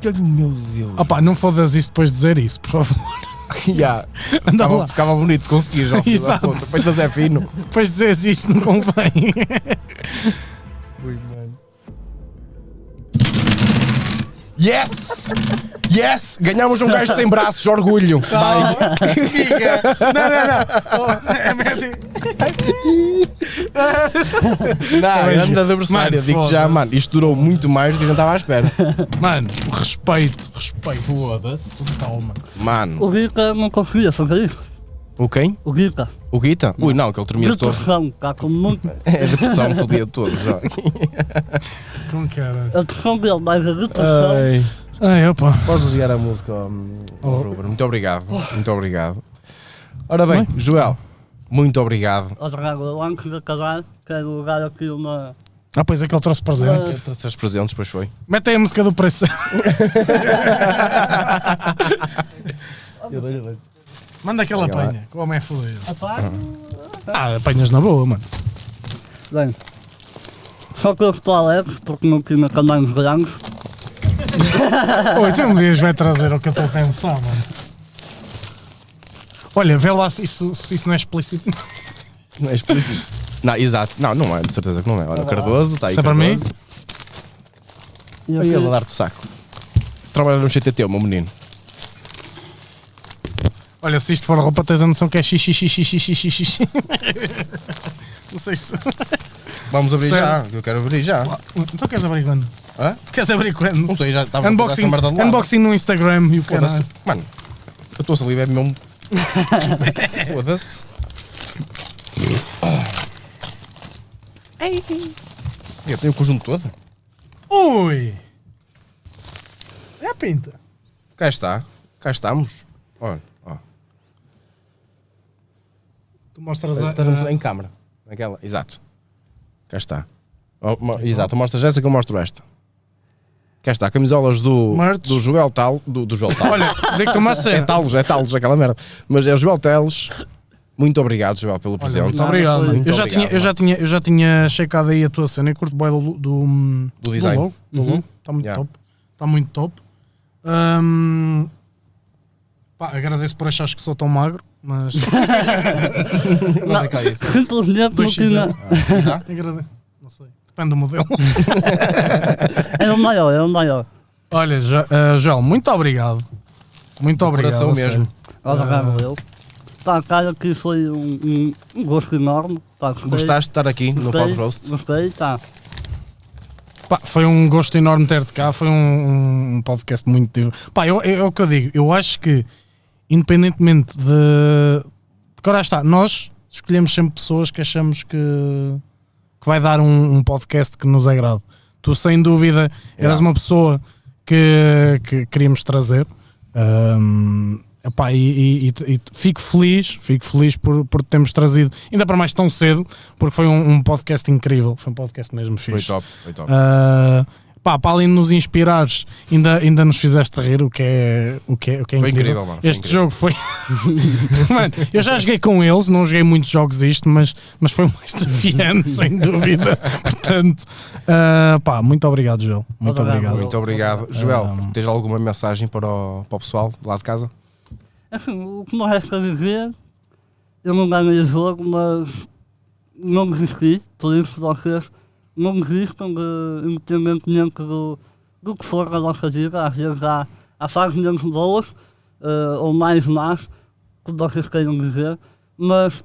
Speaker 1: Verdade.
Speaker 2: Meu Deus.
Speaker 1: Opa, não fodas isso depois de dizer isso, por favor.
Speaker 2: Yeah.
Speaker 1: Anda
Speaker 2: Ficava,
Speaker 1: Então, lá.
Speaker 2: ficava bonito conseguir, já
Speaker 1: Exato.
Speaker 2: O peito mas é fino.
Speaker 1: Depois de dizeres isso não convém.
Speaker 2: Yes! Yes! Ganhámos um gajo sem braços, orgulho! Vai!
Speaker 1: não, não, não. é
Speaker 2: Não,
Speaker 1: Mas,
Speaker 2: grande adversário,
Speaker 1: É mano,
Speaker 2: digo já,
Speaker 1: foda-se.
Speaker 2: mano, isto durou muito mais do que a gente estava à espera.
Speaker 1: Mano, respeito, respeito.
Speaker 2: Foda-se.
Speaker 1: Calma.
Speaker 2: Mano,
Speaker 3: O é Rita não conseguia fazer isso.
Speaker 2: o quem?
Speaker 3: O Rita.
Speaker 2: O Guita? Ui, não, que ele tremia todo.
Speaker 3: Depressão, cá, como muito.
Speaker 2: É depressão, fodia todo já.
Speaker 1: Como que era?
Speaker 3: A depressão dele, mas a depressão.
Speaker 2: Ai.
Speaker 1: Ai, opa.
Speaker 2: Podes ligar a música ao, ao
Speaker 1: Oh.
Speaker 2: Ruben. Muito obrigado, muito obrigado. Ora bem, Joel, muito obrigado.
Speaker 3: Ó Drago, eu antes de acabar, quero é lugar aqui uma.
Speaker 1: Ah, pois é que ele trouxe presente.
Speaker 3: uma-
Speaker 2: Trouxe os presentes, pois foi.
Speaker 1: Mete aí a música do preço. Manda aquela
Speaker 2: Olha lá.
Speaker 1: apanha, que o homem é fodido.
Speaker 3: Apago.
Speaker 1: Ah, apanhas na boa, mano.
Speaker 3: Bem. Só que eu estou alegre porque não tinha canais grandes.
Speaker 1: Oi, tu um dia vai trazer o que eu estou a pensar, mano. Olha, vê lá se isso, se isso não é explícito.
Speaker 2: Não é explícito. não, exato. Não, não é, de certeza que não é. Olha, o Cardoso, está aí.
Speaker 1: Isso é para mim?
Speaker 2: Cardoso.
Speaker 3: E
Speaker 2: Aí ele
Speaker 3: aqui,
Speaker 2: a dar-te o saco. Trabalha no CTT, o meu menino.
Speaker 1: Olha, se isto for roupa, tens a noção que é xixi, xixi, xixi, xixi, xixi. Não sei se...
Speaker 2: Vamos abrir
Speaker 1: Sério?
Speaker 2: já, eu quero abrir já.
Speaker 1: Tu Então queres abrir quando?
Speaker 2: Hã?
Speaker 1: Queres abrir quando?
Speaker 2: Não sei, já estava a fazer
Speaker 1: Unboxing,
Speaker 2: essa merda de lado.
Speaker 1: unboxing no Instagram e o
Speaker 2: Foda-se.
Speaker 1: caralho.
Speaker 2: Mano, eu estou a saliva, é mesmo. Foda-se. Ei. Eu tenho o conjunto todo.
Speaker 1: Ui! É a pinta.
Speaker 2: Cá está. Cá estamos. Olha, ó.
Speaker 1: Tu mostras a...
Speaker 2: Estamos em câmara. Naquela, exato. Cá está. Ó, mo- exato, mostras essa que eu mostro esta. Cá está, camisolas do,
Speaker 1: Merch.
Speaker 2: do Joel Tal. Do, do Joel Tal.
Speaker 1: Olha, digo-te uma
Speaker 2: é
Speaker 1: cena.
Speaker 2: Talos, é Talos, aquela merda. Mas é o Joel Teles. Muito obrigado, Joel, pelo presente.
Speaker 1: Muito
Speaker 3: Nada,
Speaker 1: obrigado.
Speaker 3: foi-
Speaker 1: mano.
Speaker 2: Muito
Speaker 1: eu, já
Speaker 2: obrigado,
Speaker 1: tinha, eu, já tinha, eu já tinha checado aí a tua cena e curto bem do, hum, do,
Speaker 2: Do design.
Speaker 1: logo. Do
Speaker 3: Uhum.
Speaker 1: logo. Está muito
Speaker 2: Yeah.
Speaker 1: top. Está muito top. Hum, pá, agradeço por achares que sou tão magro, mas
Speaker 3: Não, simplesmente não
Speaker 1: Dois X né?
Speaker 3: tinha.
Speaker 1: agradeço. Não sei. Depende do modelo.
Speaker 3: É o maior, é o maior.
Speaker 1: Olha, Jo- eh, Joel, muito obrigado. Muito obrigado.
Speaker 2: coração
Speaker 1: a sério.
Speaker 2: mesmo.
Speaker 3: Olha, já valeu. Está a cara Tá, que foi um, um- um gosto enorme. Tá, gostei,
Speaker 2: Gostaste de estar aqui no
Speaker 3: gostei,
Speaker 2: Pod Roast?
Speaker 3: Gostei, tá.
Speaker 1: Pá, foi um gosto enorme ter-te cá. Foi um, um podcast muito divertido. Pá, eu, eu- é o que eu digo. Eu acho que, independentemente de. Porque ora está, nós escolhemos sempre pessoas que achamos que, que vai dar um, um podcast que nos agrade. Tu, sem dúvida,
Speaker 2: Yeah.
Speaker 1: eras uma pessoa que, que queríamos trazer. Ahm, epá, e, e- e- e fico feliz, fico feliz por, por te termos trazido, ainda para mais tão cedo, porque foi um, um podcast incrível. Foi um podcast mesmo
Speaker 2: Foi
Speaker 1: fixe.
Speaker 2: top, foi top.
Speaker 1: Uh, pá, para além de nos inspirares, ainda, ainda nos fizeste rir, o que é, o que é, o que é
Speaker 2: Foi
Speaker 1: incrível.
Speaker 2: incrível, mano, foi
Speaker 1: este
Speaker 2: incrível.
Speaker 1: jogo foi. mano, eu já joguei com eles, não joguei muitos jogos isto, mas, mas foi o mais desafiante, sem dúvida. Portanto, uh, pá, muito obrigado, Joel. Muito
Speaker 3: Obrigado.
Speaker 1: obrigado.
Speaker 2: Muito obrigado. Joel, tens alguma mensagem para o, para o pessoal lá de casa?
Speaker 3: Assim, o que me resta dizer, eu não ganhei o jogo, mas não desisti. Por isso vocês não desistam, de, independentemente do, do que for a nossa vida. Às vezes há, há fases menos boas, eh, ou mais más, que vocês queiram dizer. Mas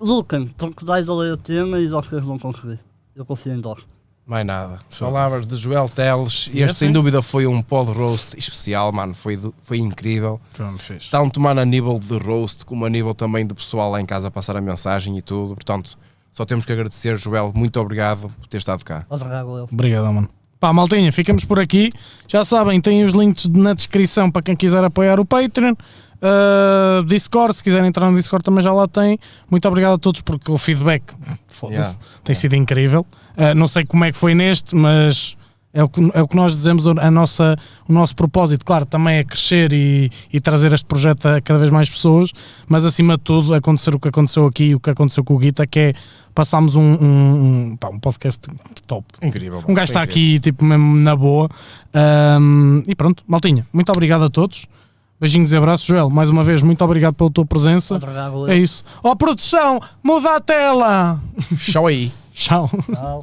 Speaker 3: lutem, porque vai valer a pena e vocês vão conseguir. Eu confio em vós.
Speaker 2: Mais nada. Palavras de Joel Teles. Este, sem dúvida, foi um pod roast especial, mano. Foi, do- foi incrível.
Speaker 1: Joel, fixe.
Speaker 2: Tanto, mano, a nível de roast, como a nível também do pessoal lá em casa a passar a mensagem e tudo. Portanto, só temos que agradecer, Joel. Muito obrigado por ter estado cá.
Speaker 3: Obrigado, eu.
Speaker 1: Obrigado, mano. Pá, maltinha, ficamos por aqui. Já sabem, têm os links na descrição para quem quiser apoiar o Patreon. Uh, Discord, se quiserem entrar no Discord também já lá tem. Muito obrigado a todos porque o feedback foda-se,
Speaker 2: Yeah,
Speaker 1: tem sido incrível. Uh, não sei como é que foi neste, mas é o que, é o que nós dizemos, a nossa, o nosso propósito, claro, também é crescer e, e trazer este projeto a cada vez mais pessoas, mas acima de tudo acontecer o que aconteceu aqui e o que aconteceu com o Guita, que é passarmos um, um, um, pá, um podcast top.
Speaker 2: Incrível. mano.
Speaker 1: Um gajo
Speaker 2: Foi
Speaker 1: está
Speaker 2: incrível.
Speaker 1: aqui, tipo, mesmo na boa. Ahm, e pronto, Maltinha, muito obrigado a todos. Beijinhos e abraços, Joel. Mais uma vez, muito obrigado pela tua presença.
Speaker 3: Obrigado,
Speaker 1: É
Speaker 3: eu.
Speaker 1: isso. Ó, produção, muda a tela!
Speaker 2: Tchau aí.
Speaker 1: Tchau.
Speaker 3: Tchau.